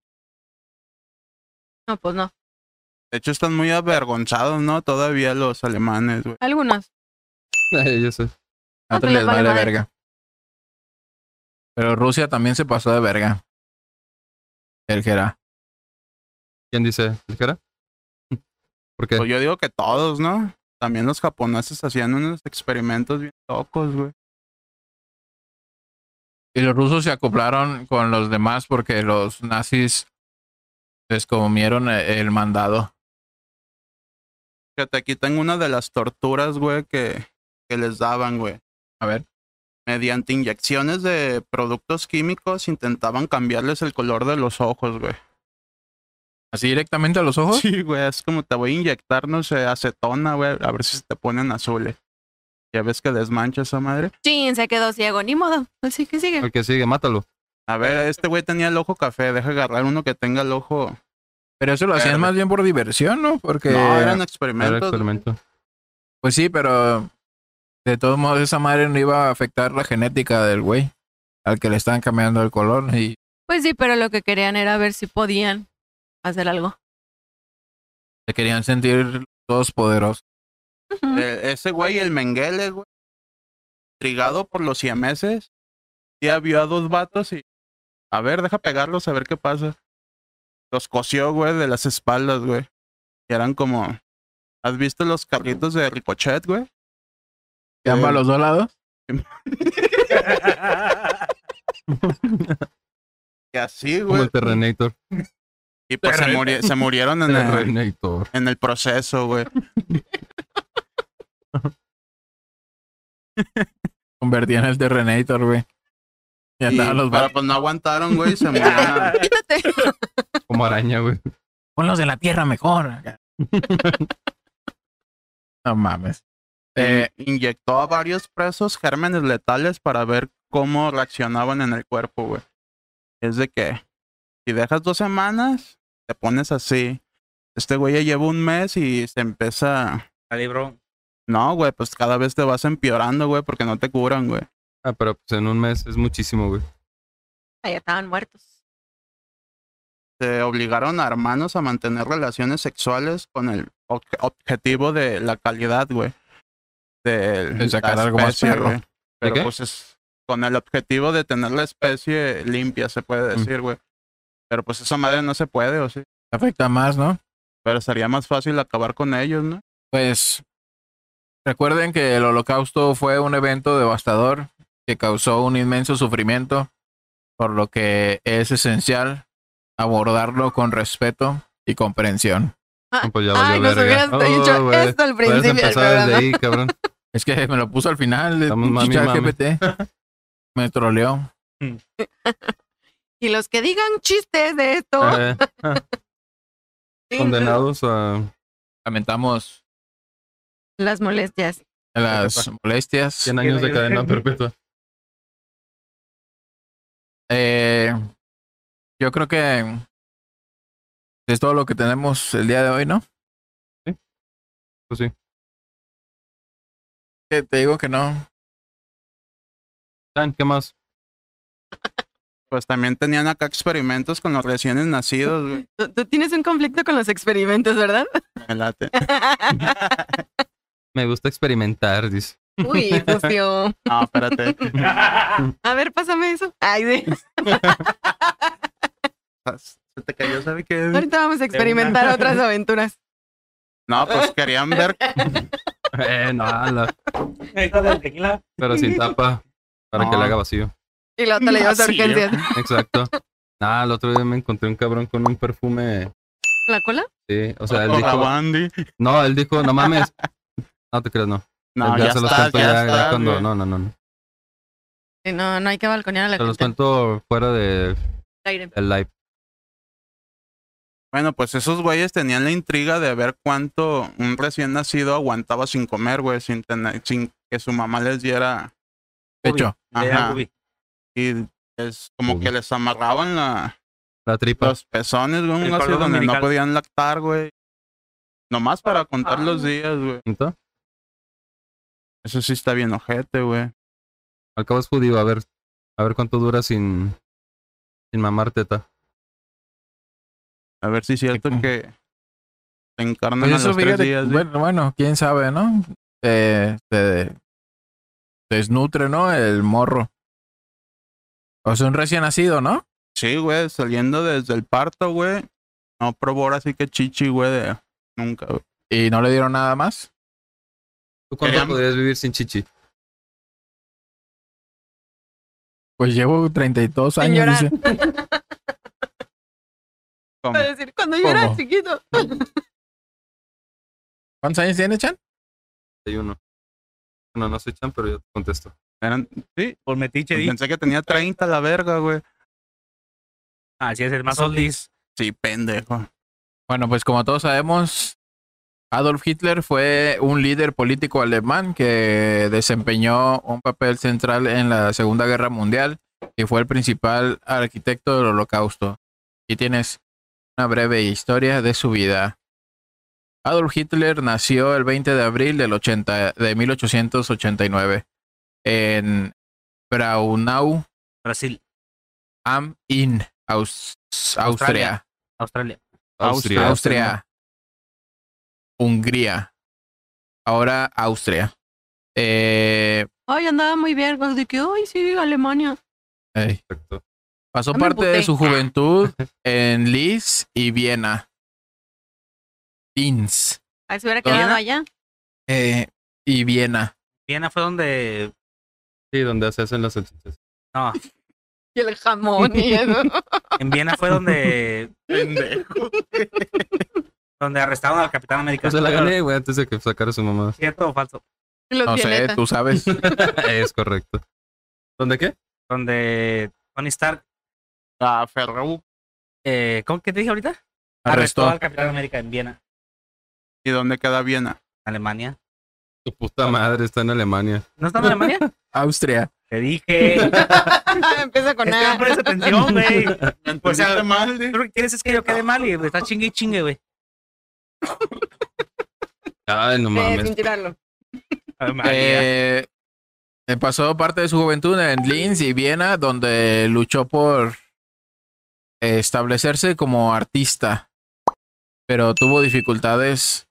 S2: No, pues no.
S4: De hecho, están muy avergonzados, ¿no? Todavía los alemanes, güey.
S2: Algunos.
S3: Eh, yo sé.
S1: A
S2: Ah,
S1: otros
S2: pues
S1: les
S2: les vale
S1: vale
S2: madre.
S1: verga. Pero Rusia también se pasó de verga. El que era.
S3: ¿Quién dice? ¿El que era? ¿Por qué?
S4: Pues yo digo que todos, ¿no? También los japoneses hacían unos experimentos bien locos, güey.
S1: Y los rusos se acoplaron con los demás porque los nazis les comieron e- el mandado.
S4: Fíjate, aquí tengo una de las torturas, güey, que, que les daban, güey.
S1: A ver.
S4: Mediante inyecciones de productos químicos intentaban cambiarles el color de los ojos, güey.
S1: ¿Así directamente a los ojos?
S4: Sí, güey, es como te voy a inyectar, no sé, acetona, güey, a ver si se te ponen azules. Ya ves que desmancha esa madre.
S2: Chin, se quedó ciego, ni modo. Así que sigue.
S3: El que sigue, mátalo.
S4: A ver, este güey tenía el ojo café, deja agarrar uno que tenga el ojo.
S1: Pero eso lo hacían
S4: Verde.
S1: más bien por diversión, ¿no? Porque...
S4: No, eran
S3: Era
S4: experimentos.
S3: experimento.
S1: Pues sí, pero... De todos modos, esa madre no iba a afectar la genética del güey. Al que le estaban cambiando el color. Y
S2: Pues sí, pero lo que querían era ver si podían hacer algo.
S1: se querían sentir todos poderosos.
S2: Ujú.
S4: Eh, ese güey, el Menguele, güey. Trigado por los siameses. Ya vio a dos vatos y. A ver, deja pegarlos a ver qué pasa. Los cosió, güey, de las espaldas, güey. Y eran como. ¿Has visto los carritos de Ricochet, güey?
S1: ¿Y ambas los dos lados?
S4: Que así,
S3: Como
S4: güey.
S3: el Terrenator.
S4: Y pues se, muri- se murieron en el,
S3: Terrenator.
S4: en el proceso, güey.
S1: Convertían el Terrenator, güey. Y
S4: Y,
S1: andaban los
S4: pero
S1: vatos.
S4: pues no aguantaron, güey, y se murieron.
S2: Quítate.
S3: Como araña, güey.
S1: Ponlos en la tierra mejor. acá. no mames. Eh,
S4: In- inyectó a varios presos gérmenes letales para ver cómo reaccionaban en el cuerpo, güey. Es de que si dejas dos semanas, te pones así. Este güey ya lleva un mes y se empieza.
S5: Calibro.
S4: No, güey, pues cada vez te vas empeorando, güey, porque no te curan, güey.
S3: Ah, pero pues en un mes es muchísimo, güey.
S2: Ahí estaban muertos.
S4: Se obligaron a hermanos a mantener relaciones sexuales con el obje- objetivo de la calidad, güey. Del-
S1: De sacar
S4: la
S1: algo más
S4: especie,
S1: perro.
S4: güey. Pero
S3: qué?
S4: pues es con el objetivo de tener la especie limpia, se puede decir, güey. Pero pues esa madre no se puede, o sí.
S1: afecta más, ¿no?
S4: Pero sería más fácil acabar con ellos, ¿no?
S1: Pues recuerden que el holocausto fue un evento devastador que causó un inmenso sufrimiento, por lo que es esencial abordarlo con respeto y comprensión.
S2: Ah,
S3: No, pues ya
S2: Ay,
S3: valió
S2: nos
S3: verga.
S2: hubieras dicho
S3: Oh, güey.
S2: esto al
S3: Puedes
S2: principio del
S3: empezar desde
S2: programa.
S3: ahí, cabrón.
S1: Es que me lo puso al final de
S3: Estamos mami, mami.
S1: GPT. Me troleó.
S2: Y los que digan chistes de esto.
S3: Eh, condenados a...
S1: Lamentamos
S2: Las molestias.
S1: las molestias.
S3: 100 años de cadena perpetua.
S1: Eh, yo creo que es todo lo que tenemos el día de hoy, ¿no?
S3: Sí. Pues sí.
S1: Que te digo que no.
S3: Dan, ¿qué más?
S4: Pues también tenían acá experimentos con los recién nacidos, güey.
S2: Tú, tú tienes un conflicto con los experimentos, ¿verdad?
S4: Me late.
S3: Me gusta experimentar, dice.
S2: Uy, sucio.
S4: No, espérate.
S2: A ver, pásame eso. Ay, sí.
S4: Se te cayó, ¿sabe qué?
S2: Ahorita vamos a experimentar otras aventuras.
S4: No, pues querían ver.
S3: Eh, no, la-
S5: Esta del tequila.
S3: pero sin tapa. Para que
S4: No.
S3: le haga vacío.
S2: Y la otra le llevas a
S4: Vacío.
S2: urgencias.
S3: Exacto. Ah, el otro día me encontré un cabrón con un perfume.
S2: ¿La cola?
S3: Sí, o sea, él
S4: Hola,
S3: dijo.
S4: Wandy.
S3: No, él dijo, no mames. No te creas, no.
S4: No,
S3: Él
S4: ya, está,
S3: cuento ya-
S4: ya,
S3: ya
S4: está,
S3: cuando.
S4: güey.
S3: No, no, no. no.
S2: Sí, No, no hay que balconear a la
S3: Se los
S2: gente.
S3: cuento fuera de-
S2: Aire.
S3: del live.
S4: Bueno, pues esos güeyes tenían la intriga de ver cuánto un recién nacido aguantaba sin comer, güey, sin, tener, sin que su mamá les diera
S1: Pecho.
S4: Ajá.
S5: Ajá.
S4: y es como
S3: Ujú.
S4: que les amarraban la,
S3: La tripa.
S4: los pezones, güey,
S5: El
S4: un así
S5: cordón
S4: donde no
S5: umbilical.
S4: podían lactar, güey. Nomás para contar
S5: Ah.
S4: los días, güey.
S3: ¿Neta?
S4: Eso sí está bien ojete, güey.
S3: Al cabo es judío, a ver. A ver cuánto dura sin. Sin mamar teta.
S4: A ver si es cierto
S1: Ujú.
S4: que se encarnan
S1: Pues
S4: a
S1: eso,
S4: los tres
S1: fíjate,
S4: días. güey.
S1: bueno, bueno, quién sabe, ¿no? Te, te desnutre, ¿no? El morro. O sea, un recién nacido, ¿no?
S4: Sí, güey, saliendo desde el parto, güey. No probó ahora sí que chichi, güey, de- nunca, güey.
S1: ¿Y no le dieron nada más?
S3: ¿Tú cuánto
S4: Querían-
S3: podrías vivir sin chichi?
S1: Pues llevo 32
S2: Sin
S1: años.
S2: llorar.
S1: dice.
S4: Como,
S2: Para decir, cuando yo
S1: ¿Cómo?
S2: era chiquito.
S1: ¿Cuántos años tiene, Chan?
S3: Hay uno. Bueno, no soy Chan, pero yo te contesto.
S4: eran- sí,
S5: Por metiche, di.
S4: pensé que tenía 30 la verga, güey.
S5: Así es, el más oldies.
S4: Sí, pendejo.
S1: Bueno, pues como todos sabemos, Adolf Hitler fue un líder político alemán que desempeñó un papel central en la Segunda Guerra Mundial y fue el principal arquitecto del Holocausto. Y tienes una breve historia de su vida. Adolf Hitler nació el 20 de abril del 80, de 1889 en Braunau
S5: Brasil,
S1: am Inn, Aus- Austria.
S5: Australia.
S3: Austria.
S1: Austria. Hungría. Ahora Austria. Eh,
S2: Ay, andaba muy bien. güey, De que, ay, sí, Alemania.
S1: ey.
S3: Perfecto.
S1: Pasó
S2: Ya me
S1: parte de
S2: emputé.
S1: su juventud en Lis y Viena. Linz
S2: Ahí se hubiera
S1: ¿Todavía
S2: quedado
S1: no?
S2: allá.
S1: eh, y Viena.
S5: Viena fue donde.
S3: Sí, donde se hacen las salchichas.
S5: No,
S2: Y el jamón y eso.
S5: en Viena fue donde. donde arrestaron al Capitán América.
S3: O
S4: Pues
S3: sea, Pues la gané, güey, antes de que sacara su mamá.
S5: ¿Cierto o falso?
S2: Los
S1: No sé,
S2: Pues violeta.
S1: tú sabes.
S3: es correcto. ¿Dónde qué?
S5: Donde Tony Stark.
S4: Ah, Ferrou.
S5: Eh, ¿Cómo que te dije ahorita?
S1: Arrestó.
S5: al Capitán América en Viena,
S4: ¿Y dónde queda Viena?
S5: Alemania.
S3: Tu puta madre está en Alemania.
S5: ¿No está en Alemania?
S1: Austria.
S5: te dije. Es
S2: Empieza con
S5: que no
S2: A. eh,
S5: pones atención, güey. Tú
S4: Pues
S5: sea,
S4: está mal, de-
S5: lo que quieres es que yo quede mal y güey, está chingue y chingue, güey.
S3: Ay, no
S2: Eh,
S3: mames.
S2: sin tirarlo.
S5: Ave María.
S1: Eh, eh, pasó parte de su juventud en Linz y Viena, donde luchó por eh, establecerse como artista, pero tuvo dificultades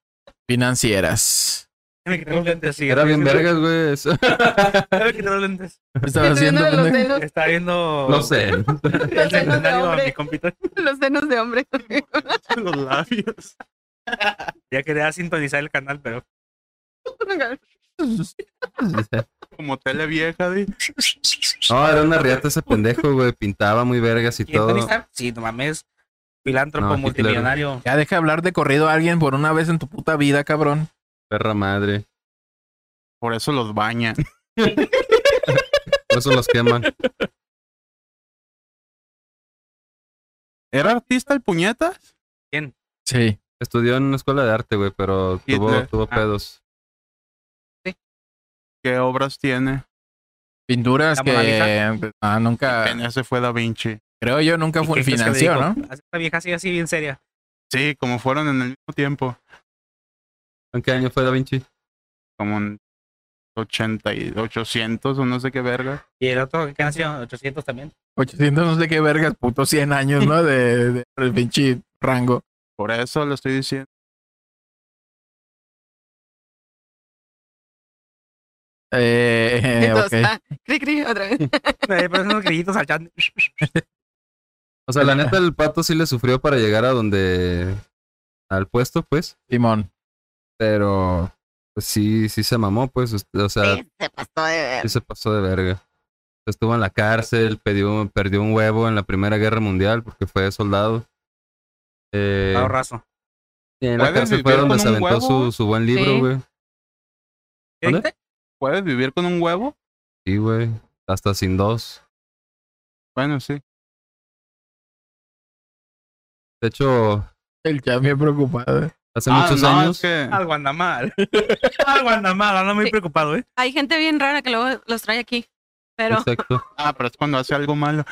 S1: financieras.
S5: Déjame quitar los lentes, sí.
S3: Era bien vergas, güey. eso.
S5: Déjame quitar los lentes.
S1: ¿Qué estabas
S2: Estoy
S1: haciendo,
S2: viendo los
S1: pendejo?
S2: senos,
S5: Está viendo.
S3: No sé.
S5: El
S2: los senos de
S5: secundario a mi
S2: hombre.
S5: compita.
S2: Los senos de hombre.
S4: los labios.
S5: Ya quería sintonizar el canal, pero.
S4: Como tele vieja, de...
S3: No, era una riata ese pendejo, güey. Pintaba muy vergas y
S5: ¿Y el Tony
S3: todo.
S5: Stark? Sí, no mames. Filántropo
S3: No, Hitler.
S5: multimillonario.
S1: Ya deja hablar de corrido a alguien por una vez en tu puta vida, cabrón.
S3: Perra madre.
S4: Por eso los bañan.
S3: Por eso los queman.
S4: ¿Era artista el puñetas?
S1: Sí.
S3: Estudió en una escuela de arte, güey, pero tuvo,
S4: Hitler.
S3: tuvo
S5: Ah.
S3: pedos.
S4: ¿Qué obras tiene?
S1: Pinturas
S5: La Mona
S1: que ah, nunca,
S4: Apenas se fue Da Vinci.
S1: creo yo, nunca fue
S5: ¿Y qué crees que le
S1: financió, ¿no?
S5: dijo? Haz Esta vieja así, así, bien seria.
S4: Sí, como fueron en el mismo tiempo.
S3: ¿En qué año fue Da Vinci?
S4: Como en 80 y 800 o no sé qué verga.
S5: Y el otro que nació, 800 también.
S1: 800 no sé qué vergas, puto 100 años, ¿no? De, de- del pinche rango.
S4: Por eso lo estoy diciendo.
S1: Eh,
S2: Entonces,
S1: ok.
S2: ah, cri, cri, otra vez.
S5: Me parecen unos grillitos al chat.
S3: O sea, la neta, el pato sí le sufrió para llegar a donde. al puesto, pues.
S1: Simón.
S3: Pero. Pues sí, sí se mamó, pues. O sea,
S2: Se pasó de ver.
S3: Sí se pasó de verga. Estuvo en la cárcel, perdió, perdió un huevo en la Primera Guerra Mundial porque fue soldado. Eh,
S5: Dado raso.
S3: y en la
S4: ¿Puedes
S3: cárcel
S4: vivir
S3: fue donde
S4: con
S3: se
S4: un
S3: aventó
S4: huevo,
S3: su,
S4: güey?
S3: su buen libro,
S2: Sí.
S3: güey.
S5: ¿Qué
S3: ¿Dónde?
S5: dijiste?
S4: ¿Puedes vivir con un huevo?
S3: Sí, güey. Hasta sin dos.
S4: Bueno, sí.
S3: De hecho,
S1: El chat bien preocupado. eh.
S3: hace
S4: Ah,
S3: muchos
S4: no,
S3: años.
S4: es que-
S5: Algo anda mal. Algo anda mal, ando muy
S2: Sí.
S5: preocupado, ¿eh?
S2: Hay gente bien rara que luego los trae aquí. Pero
S3: Exacto.
S4: Ah, pero es cuando hace algo malo.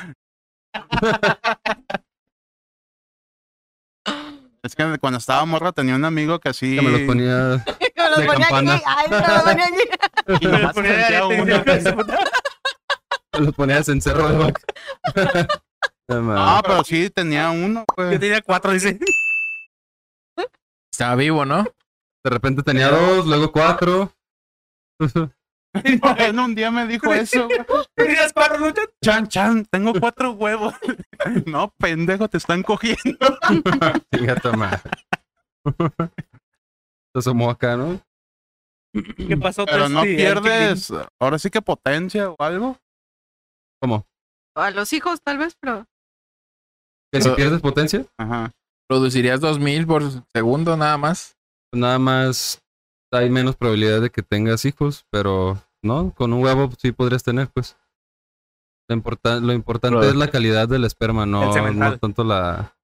S4: es que cuando estaba morra tenía un amigo que así.
S3: Que me los ponía.
S2: como los
S3: De
S2: ponía
S3: campana.
S2: aquí, ay, como los ponía aquí.
S4: y nomás
S5: Ponía la
S4: sentía
S5: gente
S4: uno.
S5: diciendo, "Hijo de puta".
S3: me los ponía en cerro de vaca. No, mames.
S4: Ah, pero sí tenía uno, pues.
S5: Yo
S4: güey.
S5: tenía cuatro, dice.
S1: Estaba vivo, ¿no?
S3: de repente tenía dos, luego cuatro.
S4: Bueno, un día me dijo eso, güey.
S5: Tenías cuatro, ¿no?
S4: Chan, chan, tengo cuatro huevos. no, pendejo, te están cogiendo.
S3: Fíjate, madre. Se asomó acá, ¿no?
S5: ¿Qué pasó?
S4: Pero no
S5: Trusty?
S4: pierdes, ahora sí que potencia o algo.
S3: ¿Cómo?
S2: A los hijos, tal vez, pero.
S3: ¿Que si
S1: Pero-
S3: pierdes potencia?
S4: Ajá.
S1: Producirías 2000 por segundo nada más.
S3: pues nada más hay menos probabilidad de que tengas hijos, pero no, con un huevo sí podrías tener, pues. Lo, importa- lo importante
S1: Claro.
S3: es la calidad del esperma, no,
S5: El semental.
S3: no tanto la...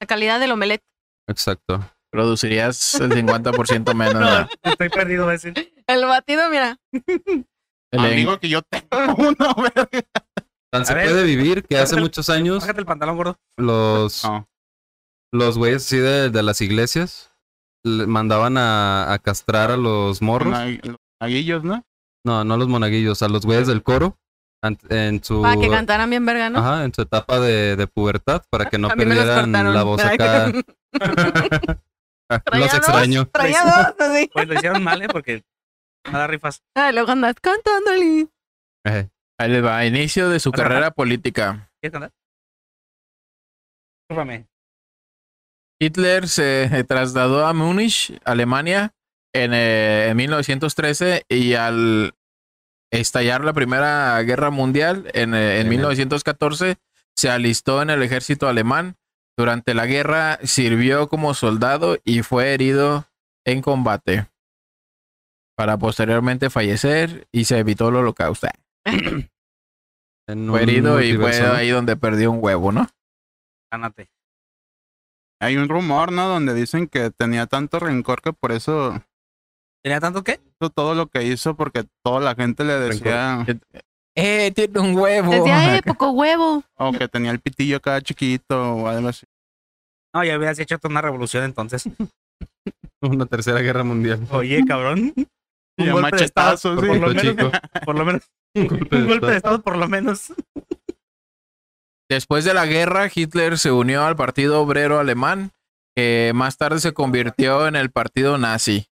S2: La calidad del omelette.
S3: Exacto.
S1: Producirías el 50% menos.
S5: No, estoy perdido, va a decir.
S2: El batido, mira.
S1: El en-
S4: Amigo que yo tengo una verga.
S3: Tan se
S5: ver,
S3: puede vivir que hace
S5: bájate-
S3: muchos años
S5: Bájate el pantalón, gordo.
S3: los,
S4: No.
S3: los güeyes así de, de las iglesias le mandaban a, a castrar a los morros.
S4: Nag- los Naguillos, ¿no?
S3: No, no a los monaguillos, a los güeyes del coro ant- en su...
S2: Para que cantaran bien verga, ¿no? Ah,
S3: Ajá, en su etapa de, de pubertad, para que no
S2: A mí me los
S3: perdieran
S2: cortaron.
S3: la voz
S2: Ay,
S3: acá.
S2: traía
S3: Los
S2: dos,
S3: extraño.
S2: Traía dos, así.
S5: Pues lo hicieron mal, ¿eh? Porque nada rifas.
S2: Ah, luego andas cantándole.
S3: Ejé.
S1: Ahí les va. Inicio de su
S5: Ajá.
S1: carrera política.
S5: ¿Quieres cantar? Chúpame.
S1: Hitler se trasladó a Múnich, Alemania, en, eh, en 1913 y al estallar la Primera Guerra Mundial en, eh, en
S3: Genial.
S1: 1914 se alistó en el ejército alemán. Durante la guerra sirvió como soldado y fue herido en combate para posteriormente fallecer y se evitó el holocausto.
S3: En
S1: Fue
S3: un
S1: herido y fue
S3: multiverso, ¿no?
S1: ahí donde perdió un huevo, ¿no?
S5: Gánate.
S4: Hay un rumor, ¿no? Donde dicen que tenía tanto rencor que por eso
S5: ¿Tenía tanto qué?
S4: hizo todo lo que hizo, porque toda la gente le decía,
S1: ¡Eh, tiene un
S3: Oh,
S1: huevo!
S2: Decía, eh, poco huevo.
S4: o que tenía el pitillo acá chiquito o algo así.
S5: No, ya hubieras hecho toda una revolución entonces.
S3: Una tercera guerra mundial.
S5: Oye, cabrón.
S4: Y a
S5: Un golpe de estado,
S4: machetazos,
S5: por
S4: sí.
S5: lo
S3: Lo
S5: menos.
S3: chico.
S5: Por lo menos.
S3: Un golpe de
S5: Un golpe de
S3: estado.
S5: estado, por lo menos.
S1: Después de la guerra, Hitler se unió al Partido Obrero Alemán, que más tarde se convirtió en el Partido Nazi.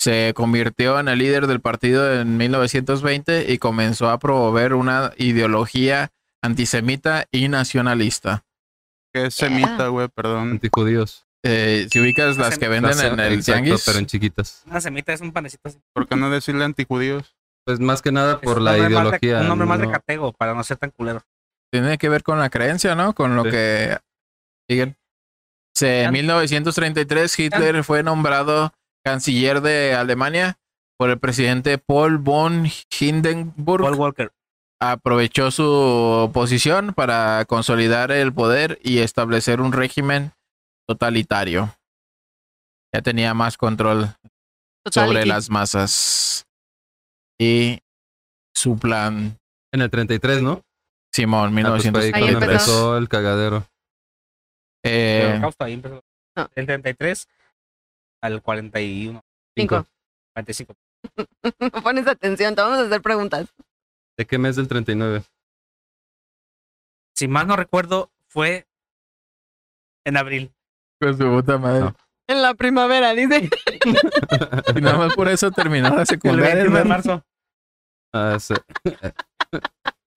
S1: Se convirtió en el líder del partido en 1920 y comenzó a promover una ideología antisemita y nacionalista.
S4: Que es semita, güey, perdón.
S3: Antijudíos.
S1: Eh, si ubicas las que venden en el
S3: Exacto,
S1: tianguis,
S3: pero en chiquitas.
S5: Una semita es un panecito así.
S4: ¿Por qué no decirle antijudíos?
S3: Pues más que nada
S5: Es
S3: por
S5: un
S3: la
S5: nombre más de-
S3: ideología.
S5: un nombre más de
S3: no-
S5: catego para no ser tan culero.
S1: tiene que ver con la creencia, ¿no? Con lo
S3: Sí.
S1: que siguen. Se- en 1933 Hitler fue nombrado canciller de Alemania por el presidente Paul von Hindenburg.
S5: Paul Walker.
S1: Aprovechó su posición para consolidar el poder y establecer un régimen totalitario. Ya tenía más control
S2: Total,
S1: sobre
S2: y-
S1: las masas. Y su plan,
S3: En el 33, ¿no?
S1: Simón,
S3: Ah, pues fue
S1: 1933.
S3: ahí cuando
S2: Ahí empezó.
S3: empezó el cagadero.
S1: Eh,
S5: El holocausto ahí empezó.
S2: No.
S5: Del 33 al 41.
S2: Cinco.
S5: 45.
S2: No pones atención, te vamos a hacer preguntas.
S3: ¿De qué mes del 39?
S5: Si mal no recuerdo, fue en abril.
S1: Con su puta madre.
S3: No.
S2: En la primavera, dice.
S1: Pues Y nada más por eso terminó la
S5: El
S1: secundaria.
S5: 21 de
S1: hermano.
S5: marzo.
S3: Ah, ese-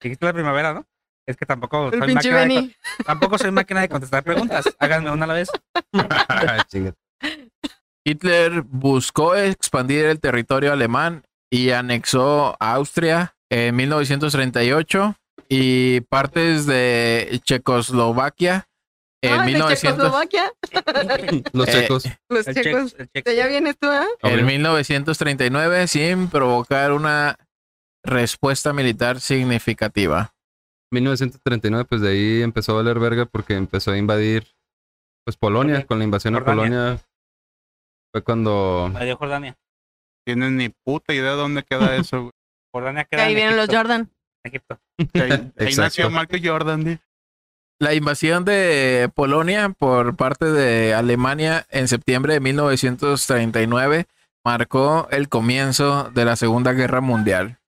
S5: Dijiste la primavera, ¿no? Es que tampoco
S2: El
S5: soy,
S2: pinche
S5: máquina de,
S2: Benny.
S5: con- tampoco soy máquina de contestar preguntas. Háganme una a la vez.
S3: Ah, chinga.
S1: Hitler buscó expandir el territorio alemán y anexó Austria en 1938 y partes de Checoslovaquia en
S2: Ah, de
S1: 1900
S2: Checoslovaquia.
S3: Los
S1: Eh,
S3: checos.
S2: Los
S5: El
S2: checos.
S5: check- el check-
S2: De allá vienes tú, ¿eh?
S1: en
S3: obvio.
S1: 1939 sin provocar una respuesta militar significativa.
S3: 1939, pues de ahí empezó a valer verga porque empezó a invadir pues Polonia. Con la invasión a
S5: Jordania.
S3: Polonia fue cuando...
S5: Adiós, Jordania.
S4: Tienen ni puta idea dónde queda eso, güey.
S5: Jordania
S2: Que
S5: queda
S2: Ahí
S5: en
S2: vienen los
S5: Egipto,
S2: Jordan.
S5: en Egipto.
S4: Que Ahí, ahí nació
S3: Exacto.
S4: Michael Jordan, di.
S1: La invasión de Polonia por parte de Alemania en septiembre de 1939 marcó el comienzo de la Segunda Guerra Mundial.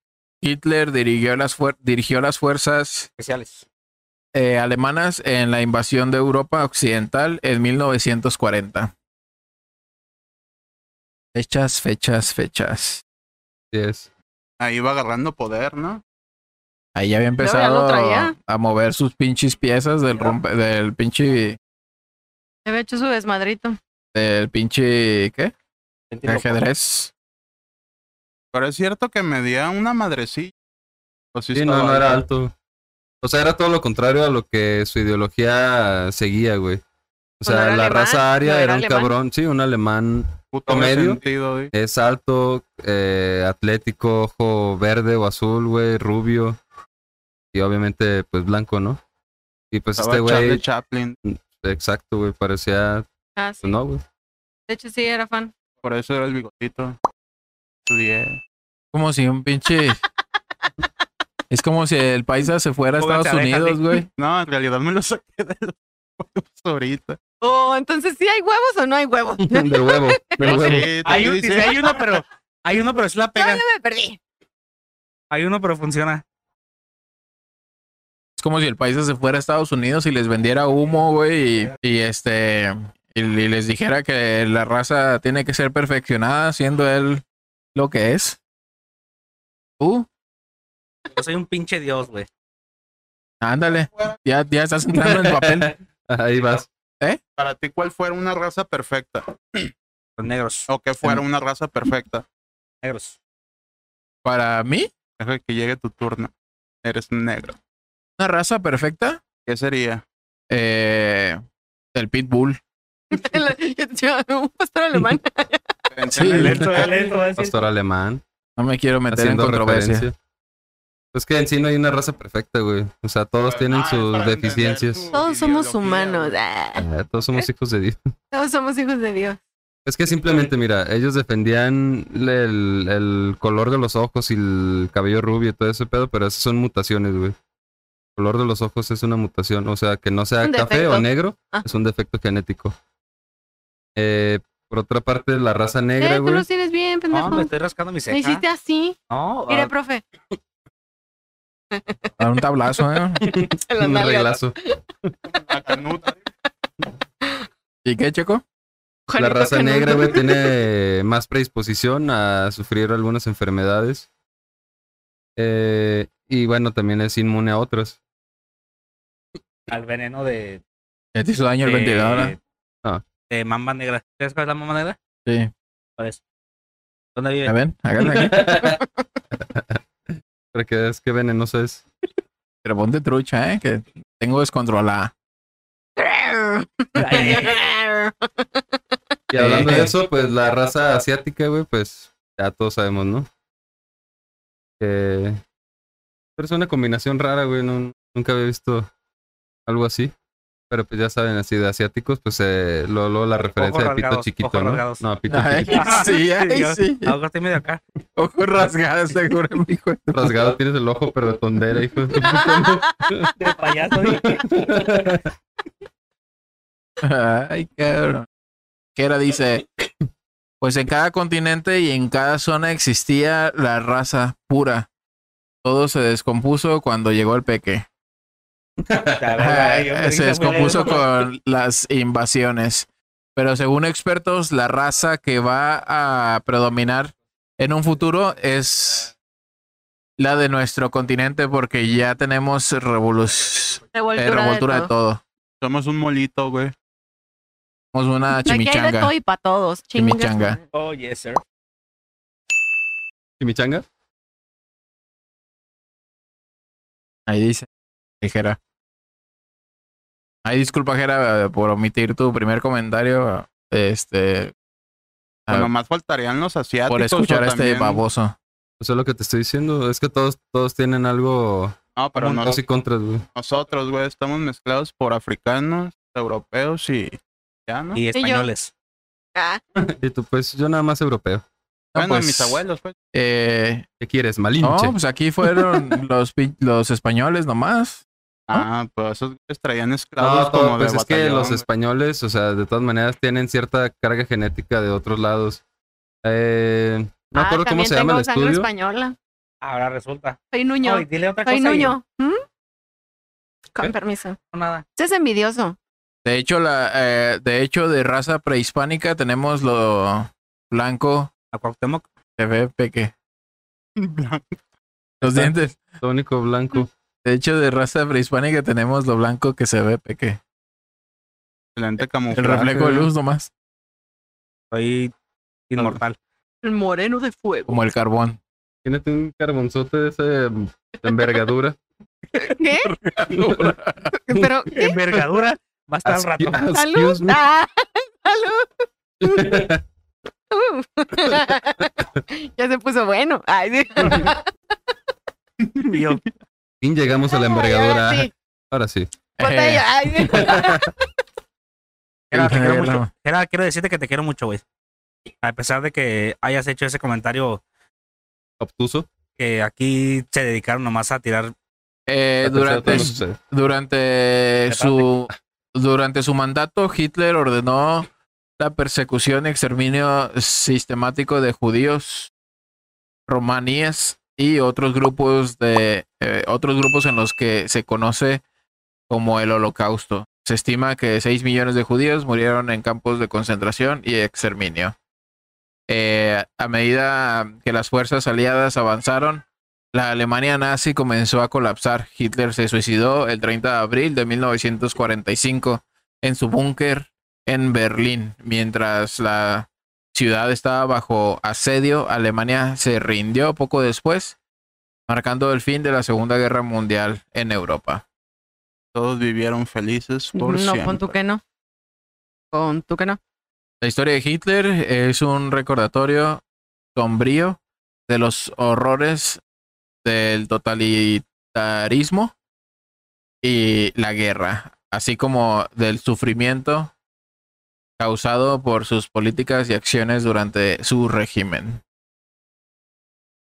S1: Hitler dirigió las, fuer- dirigió las fuerzas
S5: Especiales.
S1: eh, alemanas en la invasión de Europa Occidental en 1940. Fechas, fechas, fechas.
S3: Sí es.
S4: Ahí va agarrando poder, ¿no?
S1: Ahí ya había
S2: Luego ya lo
S1: empezado
S2: traía.
S1: a mover sus pinches piezas del, rompe- del pinche...
S2: Había hecho su desmadrito.
S1: del pinche... ¿qué? ajedrez.
S4: Pero es cierto que me dio una madrecilla. Pues sí
S3: Sí, no,
S4: estaba
S3: no era
S4: alto.
S3: alto. O sea, era todo lo contrario a lo que su ideología seguía, güey. O
S2: Pues no
S3: sea,
S2: era
S3: la
S2: alemán,
S3: raza aria
S2: no
S3: era,
S2: era
S3: un
S2: alemán.
S3: cabrón, sí, un alemán
S4: Puto
S3: medio.
S4: resentido, ¿eh? güey.
S3: Es alto, eh, atlético, ojo verde o azul, güey, rubio. Y obviamente, pues blanco, ¿no? Y pues
S4: Estaba
S3: este
S4: Charlie
S3: güey,
S4: Chaplin.
S3: exacto, güey, parecía,
S2: Ah, sí.
S3: pues, no, güey.
S2: De hecho, sí, era fan.
S4: Por eso era el bigotito. Estudié.
S1: Como si un pinche. es como si el paisa se fuera a
S5: Póngase
S1: Estados
S5: abejas,
S1: Unidos,
S5: sí.
S1: güey.
S4: No, en realidad me lo saqué de los huevos ahorita.
S2: Oh, entonces, ¿sí hay huevos o no hay huevos? Ya
S3: Del huevo, del
S4: Sí,
S3: huevo.
S4: te
S5: Hay, un-
S4: dice-
S5: sí, hay uno, pero. Hay uno, pero es la pega.
S2: me perdí.
S5: Hay uno, pero funciona.
S1: Es como si el paisa se fuera a Estados Unidos y les vendiera humo, güey. Y, y, este. Y, y les dijera que la raza tiene que ser perfeccionada, siendo él lo que es. Uh,
S5: Yo soy un pinche dios, güey.
S1: ándale. Ya, ya estás entrando en papel.
S3: Ahí vas.
S4: Para ti, ¿cuál fuera una raza perfecta?
S5: Los negros.
S4: O que fuera una raza perfecta.
S5: Negros.
S1: Para mí,
S4: Deja que llegue tu turno. Eres un negro.
S1: una raza perfecta.
S4: ¿Qué sería?
S1: Eh, el pitbull.
S2: Yo- Un pastor alemán.
S4: Pensé
S1: Sí.
S4: en el hecho de-
S3: Pastor alemán.
S1: No me quiero meter
S3: haciendo
S1: en controversia.
S3: referencia. Pues que en sí no hay una raza perfecta, güey. O sea, todos tienen
S4: Ah, es para
S3: sus
S4: entender
S3: deficiencias.
S4: su
S2: Todos somos
S4: ideología,
S2: humanos.
S4: güey.
S2: ah,
S3: Ah, todos somos hijos de Dios.
S2: todos somos hijos de Dios.
S3: Es que simplemente, mira, ellos defendían el, el color de los ojos y el cabello rubio y todo ese pedo, pero esas son mutaciones, güey. El color de los ojos es una mutación. O sea, que no sea
S2: Un
S3: café
S2: defecto.
S3: o negro,
S2: Ah.
S3: es un defecto genético. Eh, por otra parte, la raza negra,
S2: Eh, tú
S3: güey.
S2: los tienes bien, pendejo.
S5: No, me estoy rascando mi
S2: Me
S5: ceja.
S2: hiciste así.
S5: No,
S2: Mire,
S5: ah,
S2: profe.
S1: Dar un tablazo, ¿eh?
S2: se lo
S3: Un
S2: nalga.
S3: reglazo.
S4: La canuta.
S1: ¿Y qué, Checo?
S3: La
S2: Juanito
S3: raza
S2: Canuto.
S3: negra, güey, tiene más predisposición a sufrir algunas enfermedades. Eh, y bueno, también es inmune a otras.
S5: al veneno de.
S1: Ya te hizo daño el
S5: de-
S1: ventilador. ¿eh?
S3: Ah.
S5: De mamba negra. ¿Sabes cuál es la mamba negra?
S1: Sí.
S5: Por eso. ¿Dónde vive?
S1: ¿Ya ven? Háganle aquí.
S3: Para que veas que venenoso es.
S1: Pero ponte trucha, ¿eh? Que tengo descontrolada.
S3: Y hablando
S1: Eh.
S3: de eso, pues la raza asiática, güey, pues ya todos sabemos, ¿no? Que- Pero es una combinación rara, güey. no- nunca había visto algo así. Pero pues ya saben, así de asiáticos, pues eh, luego, luego la referencia de pito
S5: rasgados,
S3: chiquito,
S5: ojos
S3: ¿no?
S5: rasgados.
S3: No, pito
S1: Ay,
S3: chiquito.
S1: sí, ay,
S5: yo-
S1: sí.
S5: Ahora estoy medio acá.
S1: Ojos rasgados, seguro, hijo. de-
S3: Rasgado tienes el ojo, pero de tondera, hijo de tu puta madre.
S5: De payaso.
S1: Ay, cabrón. Quera dice: Pues en cada continente y en cada zona existía la raza pura. Todo se descompuso cuando llegó el peque.
S5: eh,
S1: Ah, se descompuso con las invasiones. Pero según expertos, la raza que va a predominar en un futuro es la de nuestro continente porque ya tenemos revolución
S2: Revoltura,
S1: revoltura
S2: de
S1: de
S2: todo.
S1: todo.
S4: Somos un molito, güey.
S1: Somos una
S2: Aquí hay de
S1: chimichanga.
S2: todo y para todos. Chingas.
S1: Chimichanga.
S5: Oh, yes, sir.
S3: ¿Chimichanga?
S1: Ahí dice, dijera. Ay, disculpa, Jera, eh, por omitir tu primer comentario. Este, Ah.
S4: Bueno, más faltarían los asiáticos.
S1: por escuchar
S4: o
S1: a este
S4: también-
S1: baboso.
S3: Eso Pues, es lo que te estoy diciendo. Es que todos, todos tienen algo.
S4: No, pero
S3: un-
S4: no,
S3: pros y contras, güey.
S4: nosotros, güey, estamos mezclados por africanos, europeos y ya, ¿no?
S5: Y españoles.
S2: Ah,
S3: Y tú, pues yo nada más europeo. ah,
S1: No,
S4: bueno,
S1: pues,
S4: mis abuelos, pues.
S1: Eh,
S3: ¿Qué quieres? Malinche.
S1: no, pues aquí fueron los, pi- los españoles nomás.
S4: Ah, pues esos güeyes traían
S3: No,
S4: esclavos
S3: todo-
S4: como
S3: pues
S4: de
S3: es que
S4: batallón,
S3: los
S4: güey.
S3: españoles, o sea, de todas maneras tienen cierta carga genética de otros lados. Eh, no
S2: ah,
S3: acuerdo cómo
S2: también
S3: se llama el
S2: tengo sangre
S3: estudio.
S2: española.
S5: Ahora resulta.
S2: Soy Nuño.
S5: Ay, dile otra
S2: Soy
S5: cosa. y
S2: Nuño. ¿Mm? Con
S3: ¿Qué?
S2: permiso.
S5: no Nada.
S2: Usted es envidioso.
S1: De hecho, la, eh, de hecho, de raza prehispánica tenemos lo blanco,
S5: A Cuauhtémoc.
S1: se ve peque, los dientes.
S3: Lo único blanco.
S1: De hecho, de raza prehispánica tenemos lo blanco que se ve peque,
S4: Excelente
S1: el
S4: camuflaje.
S1: reflejo de luz nomás.
S5: Soy inmortal.
S2: El moreno de fuego.
S1: como el carbón.
S3: Imagínate un carbonzote de esa em, envergadura.
S2: ¿Qué? Pero, ¿qué?
S5: Envergadura va a estar al
S3: Ascu-
S5: rato.
S2: ¡Salud!
S3: excuse me.
S2: Ah, ¡Salud! Uh. ya se puso bueno. Ay, sí.
S5: Y yo,
S3: Fin, llegamos a la envergadura.
S2: Ahora sí,
S3: Ahora sí.
S2: botella. Ay, sí.
S1: Eh,
S5: Gerard, te quiero mucho.
S1: Gerard.
S5: Gerard, quiero decirte que te quiero mucho, güey. A pesar de que hayas hecho ese comentario
S3: Obtuso.
S5: que aquí se dedicaron nomás a tirar
S1: Eh,
S3: A pesar de todo
S1: durante,
S3: lo
S1: durante
S3: que sucede.
S1: su durante su mandato Hitler ordenó la persecución y exterminio sistemático de judíos, romaníes y otros grupos de eh, otros grupos en los que se conoce como el Holocausto. Se estima que 6 millones de judíos murieron en campos de concentración y exterminio. Eh, a medida que las fuerzas aliadas avanzaron, la Alemania nazi comenzó a colapsar. Hitler se suicidó el 30 de abril de 1945 en su búnker en Berlín. Mientras la ciudad estaba bajo asedio, Alemania se rindió poco después, marcando el fin de la Segunda Guerra Mundial en Europa.
S4: Todos vivieron felices por
S2: No,
S4: siempre.
S2: pon tú que no. Pon tú que no.
S1: La historia de Hitler es un recordatorio sombrío de los horrores del totalitarismo y la guerra, así como del sufrimiento causado por sus políticas y acciones durante su régimen.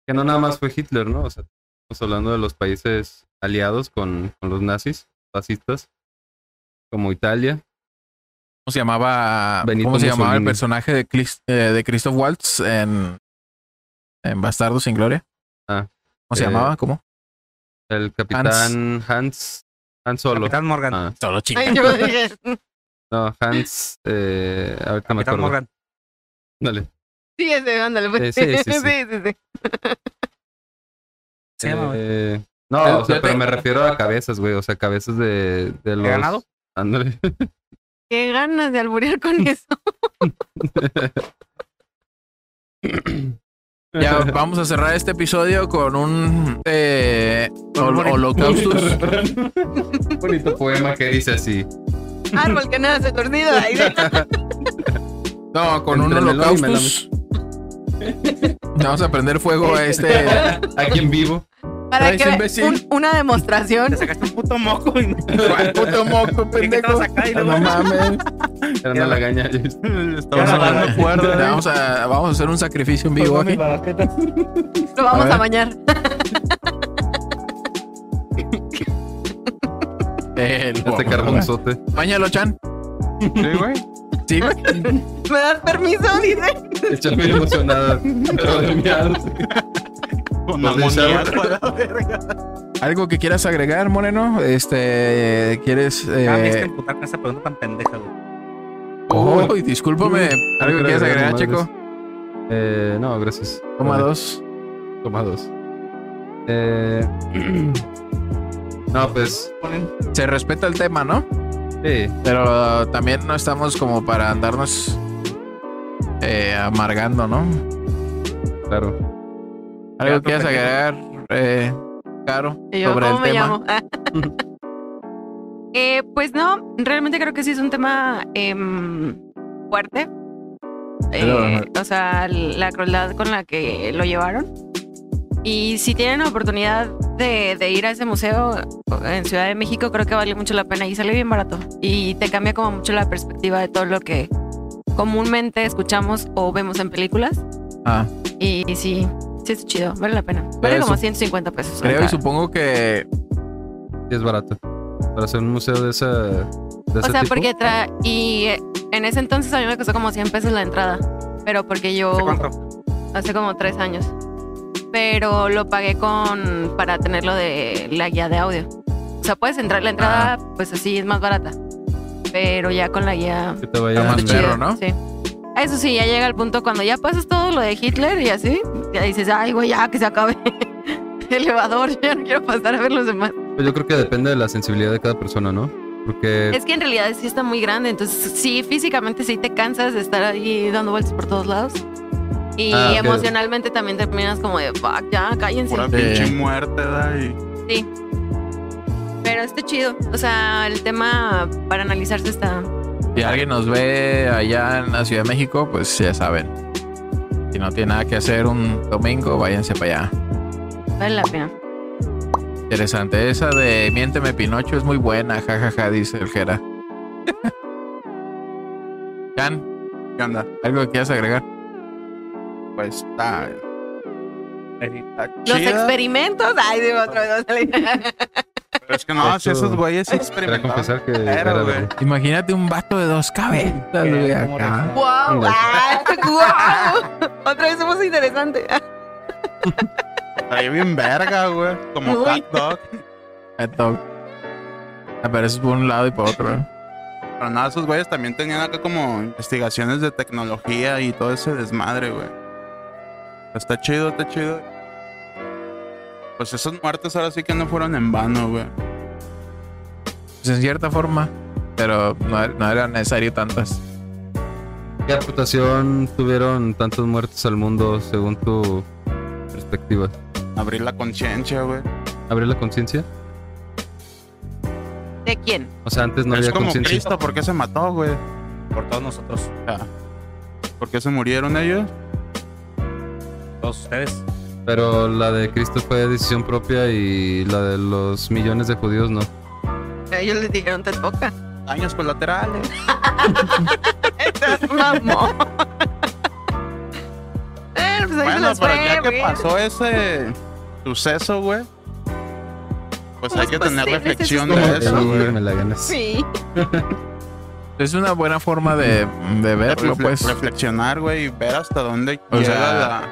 S3: Que no nada más fue Hitler, ¿no? O sea, estamos hablando de los países aliados con, con los nazis, fascistas, como Italia.
S1: ¿Cómo se llamaba,
S3: Benito
S1: cómo se llamaba el
S3: Mussolini.
S1: personaje de, Clis- eh, de Christoph Waltz en, en Bastardo sin Gloria?
S3: Ah,
S1: ¿Cómo se
S3: eh,
S1: llamaba? ¿Cómo?
S3: El capitán Hans. Hans, Solo.
S5: Capitán Morgan.
S3: Ah,
S1: Solo
S2: Ay, yo dije,
S3: no, Hans. Eh, ahorita me
S5: Capitán
S3: acuerdo.
S5: Morgan.
S3: Dale.
S2: sí, ese, ándale, pues.
S3: Eh, sí, sí, sí.
S2: sí, sí.
S5: Se llama, güey.
S3: Eh, no,
S1: El-
S3: o sea,
S1: yo
S3: pero
S1: te-
S3: me refiero a cabezas, güey. O sea, cabezas de, de los.
S5: ganado?
S3: Ándale.
S2: Qué ganas de alburear con eso.
S1: Ya vamos a cerrar este episodio con un eh, hol- holocaustus.
S3: Un bonito poema que dice así.
S2: Árbol que nada se torcido. Ay, sí.
S1: No, con un
S3: Entre melón y
S1: holocaustus. Vamos a prender fuego a este.
S3: Aquí en vivo.
S2: Para
S1: Ay,
S2: que
S1: ese imbécil.
S2: un- una demostración.
S5: Te sacaste un puto moco y
S1: ¿Cuál puto moco,
S5: ¿Qué te
S1: pendejo?
S5: vas a sacar? Y
S1: No
S5: luego-
S1: mames.
S3: Era una lagaña.
S4: Estamos
S5: Ya,
S4: hablando
S5: vale.
S4: cuerda.
S1: Le Vamos a, vamos a hacer un sacrificio en vivo aquí.
S2: Lo vamos
S1: ver.
S2: a, bañar.
S1: El-
S3: Este carbonzote.
S1: Báñalo, Chan.
S4: Sí, güey.
S1: Sí, güey.
S2: ¿Me das permiso? Dice.
S3: Echar muy emocionada. Pero de miados.
S4: Con
S3: Los de
S4: amoníaco.
S1: Algo que quieras agregar, Moreno. Este. ¿Quieres.?
S5: Ah, me hiciste
S1: Eh...
S5: emputar con esa pregunta tan pendeja, güey.
S1: Oh, discúlpame.
S3: Mm.
S1: ¿Algo que quieras agregar,
S3: Madres.
S1: chico?
S3: Eh, no, gracias.
S1: Toma dos.
S3: Toma dos. Eh, no, pues.
S1: Se respeta el tema, ¿no?
S3: Sí.
S1: Pero también no estamos como para andarnos eh, amargando, ¿no?
S3: Claro.
S1: Algo
S5: Ya,
S1: que quieras
S5: perfecto.
S1: agregar, eh, Caro,
S2: Y yo,
S1: sobre
S2: ¿cómo
S1: el
S2: me
S1: tema.
S2: llamo? Eh, pues no, realmente creo que sí es un tema em, fuerte. Eh, o sea, la crueldad con la que lo llevaron. Y si tienen oportunidad de, de ir a ese museo en Ciudad de México, creo que vale mucho la pena y sale bien barato. Y te cambia como mucho la perspectiva de todo lo que comúnmente escuchamos o vemos en películas.
S1: Ah,
S2: Y sí, sí es chido, vale la pena. Vale
S1: Creo
S2: como
S1: su-
S2: 150 pesos.
S1: creo
S2: Ajá.
S1: y supongo que
S3: Sí, es barato. Para hacer un museo de esa. De
S2: O sea, porque trae. Y eh, en ese entonces a mí me costó como 100 pesos la entrada. Pero porque yo.
S5: ¿Hace cuánto?
S2: Hace como tres años. Pero lo pagué con. para tenerlo de la guía de audio. O sea, puedes entrar. La entrada,
S1: Ah.
S2: pues así es más barata. Pero ya con la guía.
S3: Que te vaya
S1: Está más
S2: está chida,
S1: perro, ¿no?
S2: Sí. Eso sí, ya llega el punto cuando ya pasas todo lo de Hitler y así. Ya dices, ay, güey, ya que se acabe. Elevador, ya no quiero pasar a ver los demás.
S3: Pues yo creo que depende de la sensibilidad de cada persona, ¿no? Porque
S2: Es que en realidad sí está muy grande, entonces sí, físicamente sí te cansas de estar ahí dando vueltas por todos lados. Y
S3: Ah, ok.
S2: emocionalmente también terminas como de, fuck, ya, cállense.
S4: Pura
S1: Sí.
S4: pinche muerte, da. Y
S2: Pero está chido. O sea, el tema para analizarse está.
S1: Si alguien nos ve allá en la Ciudad de México, pues ya saben. Si no tiene nada que hacer un domingo, váyanse para allá.
S2: Vale la pena.
S1: Interesante. Esa de Miénteme Pinocho es muy buena, jajaja, dice el Jera. Can,
S4: ¿qué onda?
S1: ¿algo que quieras agregar?
S4: Pues está. está
S2: Los
S4: chida,
S2: experimentos. Ay, de otro de otro.
S4: pero es que no, si
S3: Esto-
S4: esos güeyes
S3: Quería
S4: experimentaron.
S3: Pues, confesar que
S4: Era,
S3: era
S4: güey.
S3: de-
S1: Imagínate un vato de dos cabezas, güey, acá.
S2: ¡Wow!
S3: Ándale.
S2: ah, ¡Wow! Otra vez somos interesante.
S4: Está bien verga, güey. Como
S2: Uy.
S4: cat dog.
S1: Hot dog. Apareces por un lado y por otro.
S4: Pero nada, esos güeyes también tenían acá como investigaciones de tecnología y todo ese desmadre, güey. Está chido, está chido. Pues esos muertes ahora sí que no fueron en vano, güey.
S1: Pues en cierta forma. Pero no, er-, no era necesario tantas.
S3: ¿Qué reputación tuvieron tantos muertos al mundo según tu perspectiva?
S4: Abrir la conciencia, güey.
S3: ¿Abrir la conciencia?
S2: ¿De quién?
S3: O sea, antes no
S4: es
S3: había
S4: como
S3: conciencia.
S4: Cristo, ¿por qué se mató, güey?
S5: por todos nosotros,
S4: ¿Por qué se murieron ellos?
S5: todos ustedes.
S3: Pero la de Cristo fue decisión propia y la de los millones de judíos no.
S2: Eh, Ellos les dijeron te toca.
S4: Daños colaterales.
S2: Estás mamón. Eh, pues ahí se
S4: Bueno,
S2: las
S4: pero
S2: fue,
S4: ya que
S2: güey.
S4: pasó ese suceso, güey. Pues hay
S2: ¿Cómo
S4: que
S2: es
S4: tener
S2: posible ese
S4: reflexión de
S2: suceso?
S4: eso, güey.
S3: me la ganas.
S2: Sí.
S1: Es una buena forma de, de verlo,
S4: Refle-
S1: pues.
S4: Reflexionar, güey, y ver hasta dónde
S1: O
S4: llega
S1: sea,
S4: la...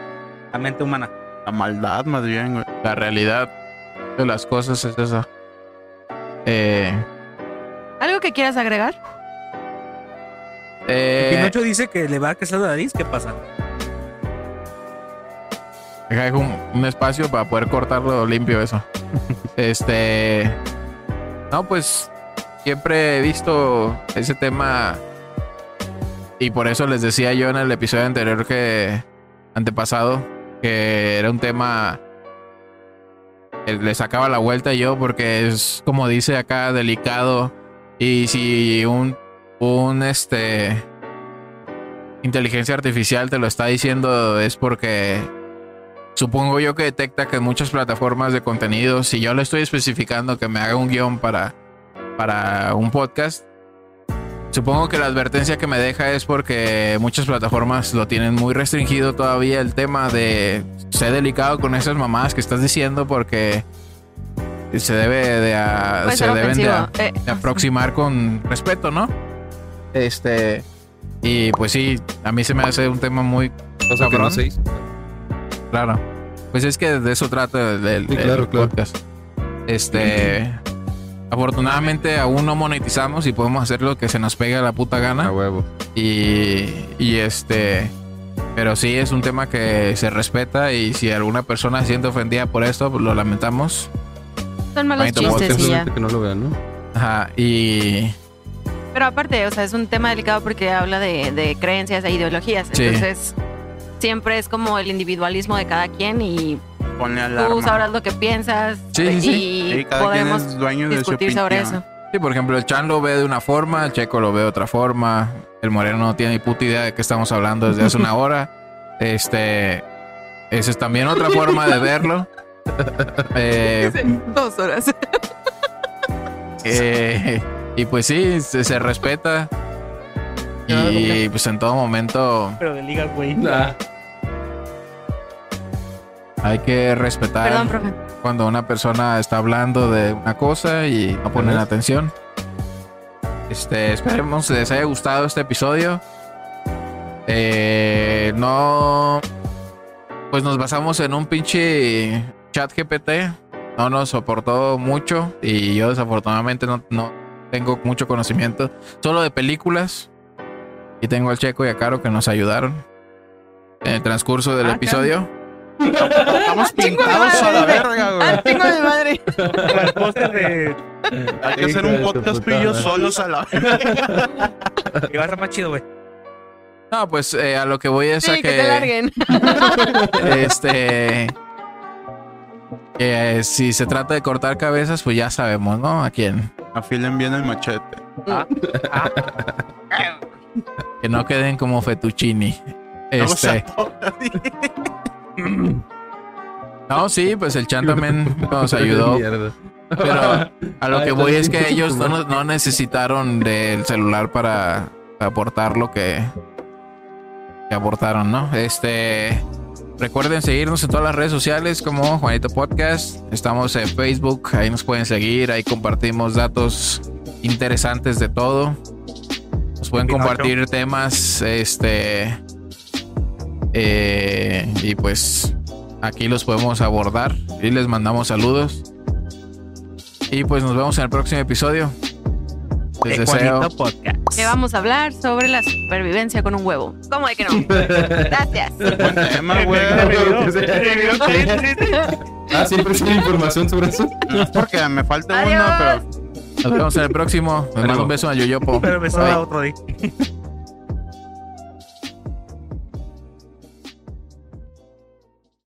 S5: La mente humana.
S4: La maldad, más bien, güey.
S1: La realidad de las cosas es esa. Eh,
S2: ¿Algo que quieras agregar?
S1: eh,
S5: Pinocho dice que le va a crecer la nariz. ¿Qué pasa?
S1: Acá dejo un, un espacio para poder cortarlo limpio eso. este. No, pues siempre he visto ese tema. Y por eso les decía yo en el episodio anterior que. antepasado. Que era un tema. que Le sacaba la vuelta yo porque es como dice acá, delicado. Y si un. un este. Inteligencia artificial te lo está diciendo es porque Supongo yo que detecta que en muchas plataformas de contenido, si yo le estoy especificando que me haga un guión para, para un podcast, supongo que la advertencia que me deja es porque muchas plataformas lo tienen muy restringido todavía el tema de ser delicado con esas mamás que estás diciendo porque se debe de a-
S2: Puede
S1: se
S2: Pues ser
S1: deben de a-
S2: ofensivo. Eh,
S1: de aproximar con respeto, ¿no? Este y pues sí, a mí se me hace un tema muy
S3: Cosa que no
S1: Cabrón.
S3: se hizo.
S1: Claro. Pues es que de eso trata el, el-
S3: Sí,
S1: el
S3: claro, claro.
S1: podcast. Este. Afortunadamente aún no monetizamos y podemos hacer lo que se nos pegue a la puta
S3: A
S1: gana.
S3: huevo.
S1: Y, y este. Pero sí es un tema que se respeta y si alguna persona se siente ofendida por esto, pues lo lamentamos.
S2: Son malos
S1: Manito, pues,
S2: chistes y ya.
S3: Simplemente que no lo vean, ¿no?
S1: Ajá. Y.
S2: Pero aparte, o sea, es un tema delicado porque habla de, de creencias e ideologías.
S1: Sí.
S2: Entonces, siempre es como el individualismo de cada quien y
S4: Ponle
S2: tú
S4: alarma.
S2: sabrás lo que piensas
S1: Sí, sí,
S2: y
S4: Sí, cada quien
S2: podemos
S4: es dueño de su
S2: discutir
S4: opinión.
S2: sobre eso.
S1: Sí, por ejemplo, el Chan lo ve de una forma, el Checo lo ve de otra forma, el Moreno no tiene ni puta idea de qué estamos hablando desde hace una hora. Este, esa es también otra forma de verlo. Eh,
S2: Dos horas.
S1: eh, y pues sí, se, se respeta. Y pues en todo momento
S5: Pero de liga, güey.
S1: hay que respetar
S2: Perdón, profe.
S1: cuando una persona está hablando de una cosa y no ponen
S3: Ajá.
S1: atención. Este, esperemos les haya gustado este episodio. Eh, no, pues nos basamos en un pinche chat GPT. No nos soportó mucho y yo desafortunadamente no, no tengo mucho conocimiento. Solo de películas. Y tengo al Checo y a Caro que nos ayudaron en el transcurso del
S5: Ah,
S1: episodio.
S4: Estamos
S2: Chingo de
S4: pintados a la
S2: madre.
S4: verga,
S2: Ah,
S4: güey.
S2: tengo mi madre.
S5: Para el póster de.
S4: Hay que hacer
S3: Hijo
S4: un
S3: de tu
S4: podcast tú
S3: puta
S4: y yo
S3: madre.
S4: solos a la verga.
S5: Y va a estar más chido, güey.
S1: No, pues eh, a lo que voy es a
S2: Sí, que te larguen.
S1: Este. que si se trata de cortar cabezas, pues ya sabemos, ¿no? A quién.
S4: Afilen bien el machete.
S1: Que no queden como fettuccini.
S4: Vamos a
S1: Este. No, sí, pues el Chan también nos ayudó.
S3: Mierda.
S1: Pero a lo
S3: Ay,
S1: que voy es
S3: también.
S1: que ellos no, nos- no necesitaron del celular para aportar lo que, que aportaron, ¿no? Este. Recuerden seguirnos en todas las redes sociales como Juanito Podcast. Estamos en Facebook, ahí nos pueden seguir, ahí compartimos datos interesantes de todo. Nos pueden
S5: Pinocho.
S1: compartir temas, este. eh, y pues aquí los podemos abordar y les mandamos saludos. Y pues nos vemos en el próximo episodio. Les
S5: De
S1: deseo.
S5: Eh, Juanito Podcast.
S2: Que vamos a hablar sobre la supervivencia con un huevo. ¿Cómo de que no? Gracias.
S4: Buen tema, güey.
S3: Ah, siempre tiene información sobre eso.
S4: No es porque me falta
S2: Adiós.
S4: uno, pero
S1: Nos vemos en el próximo. Les mando un beso a Yoyopo.
S5: Pero me
S1: Bye.
S5: sobra otro día.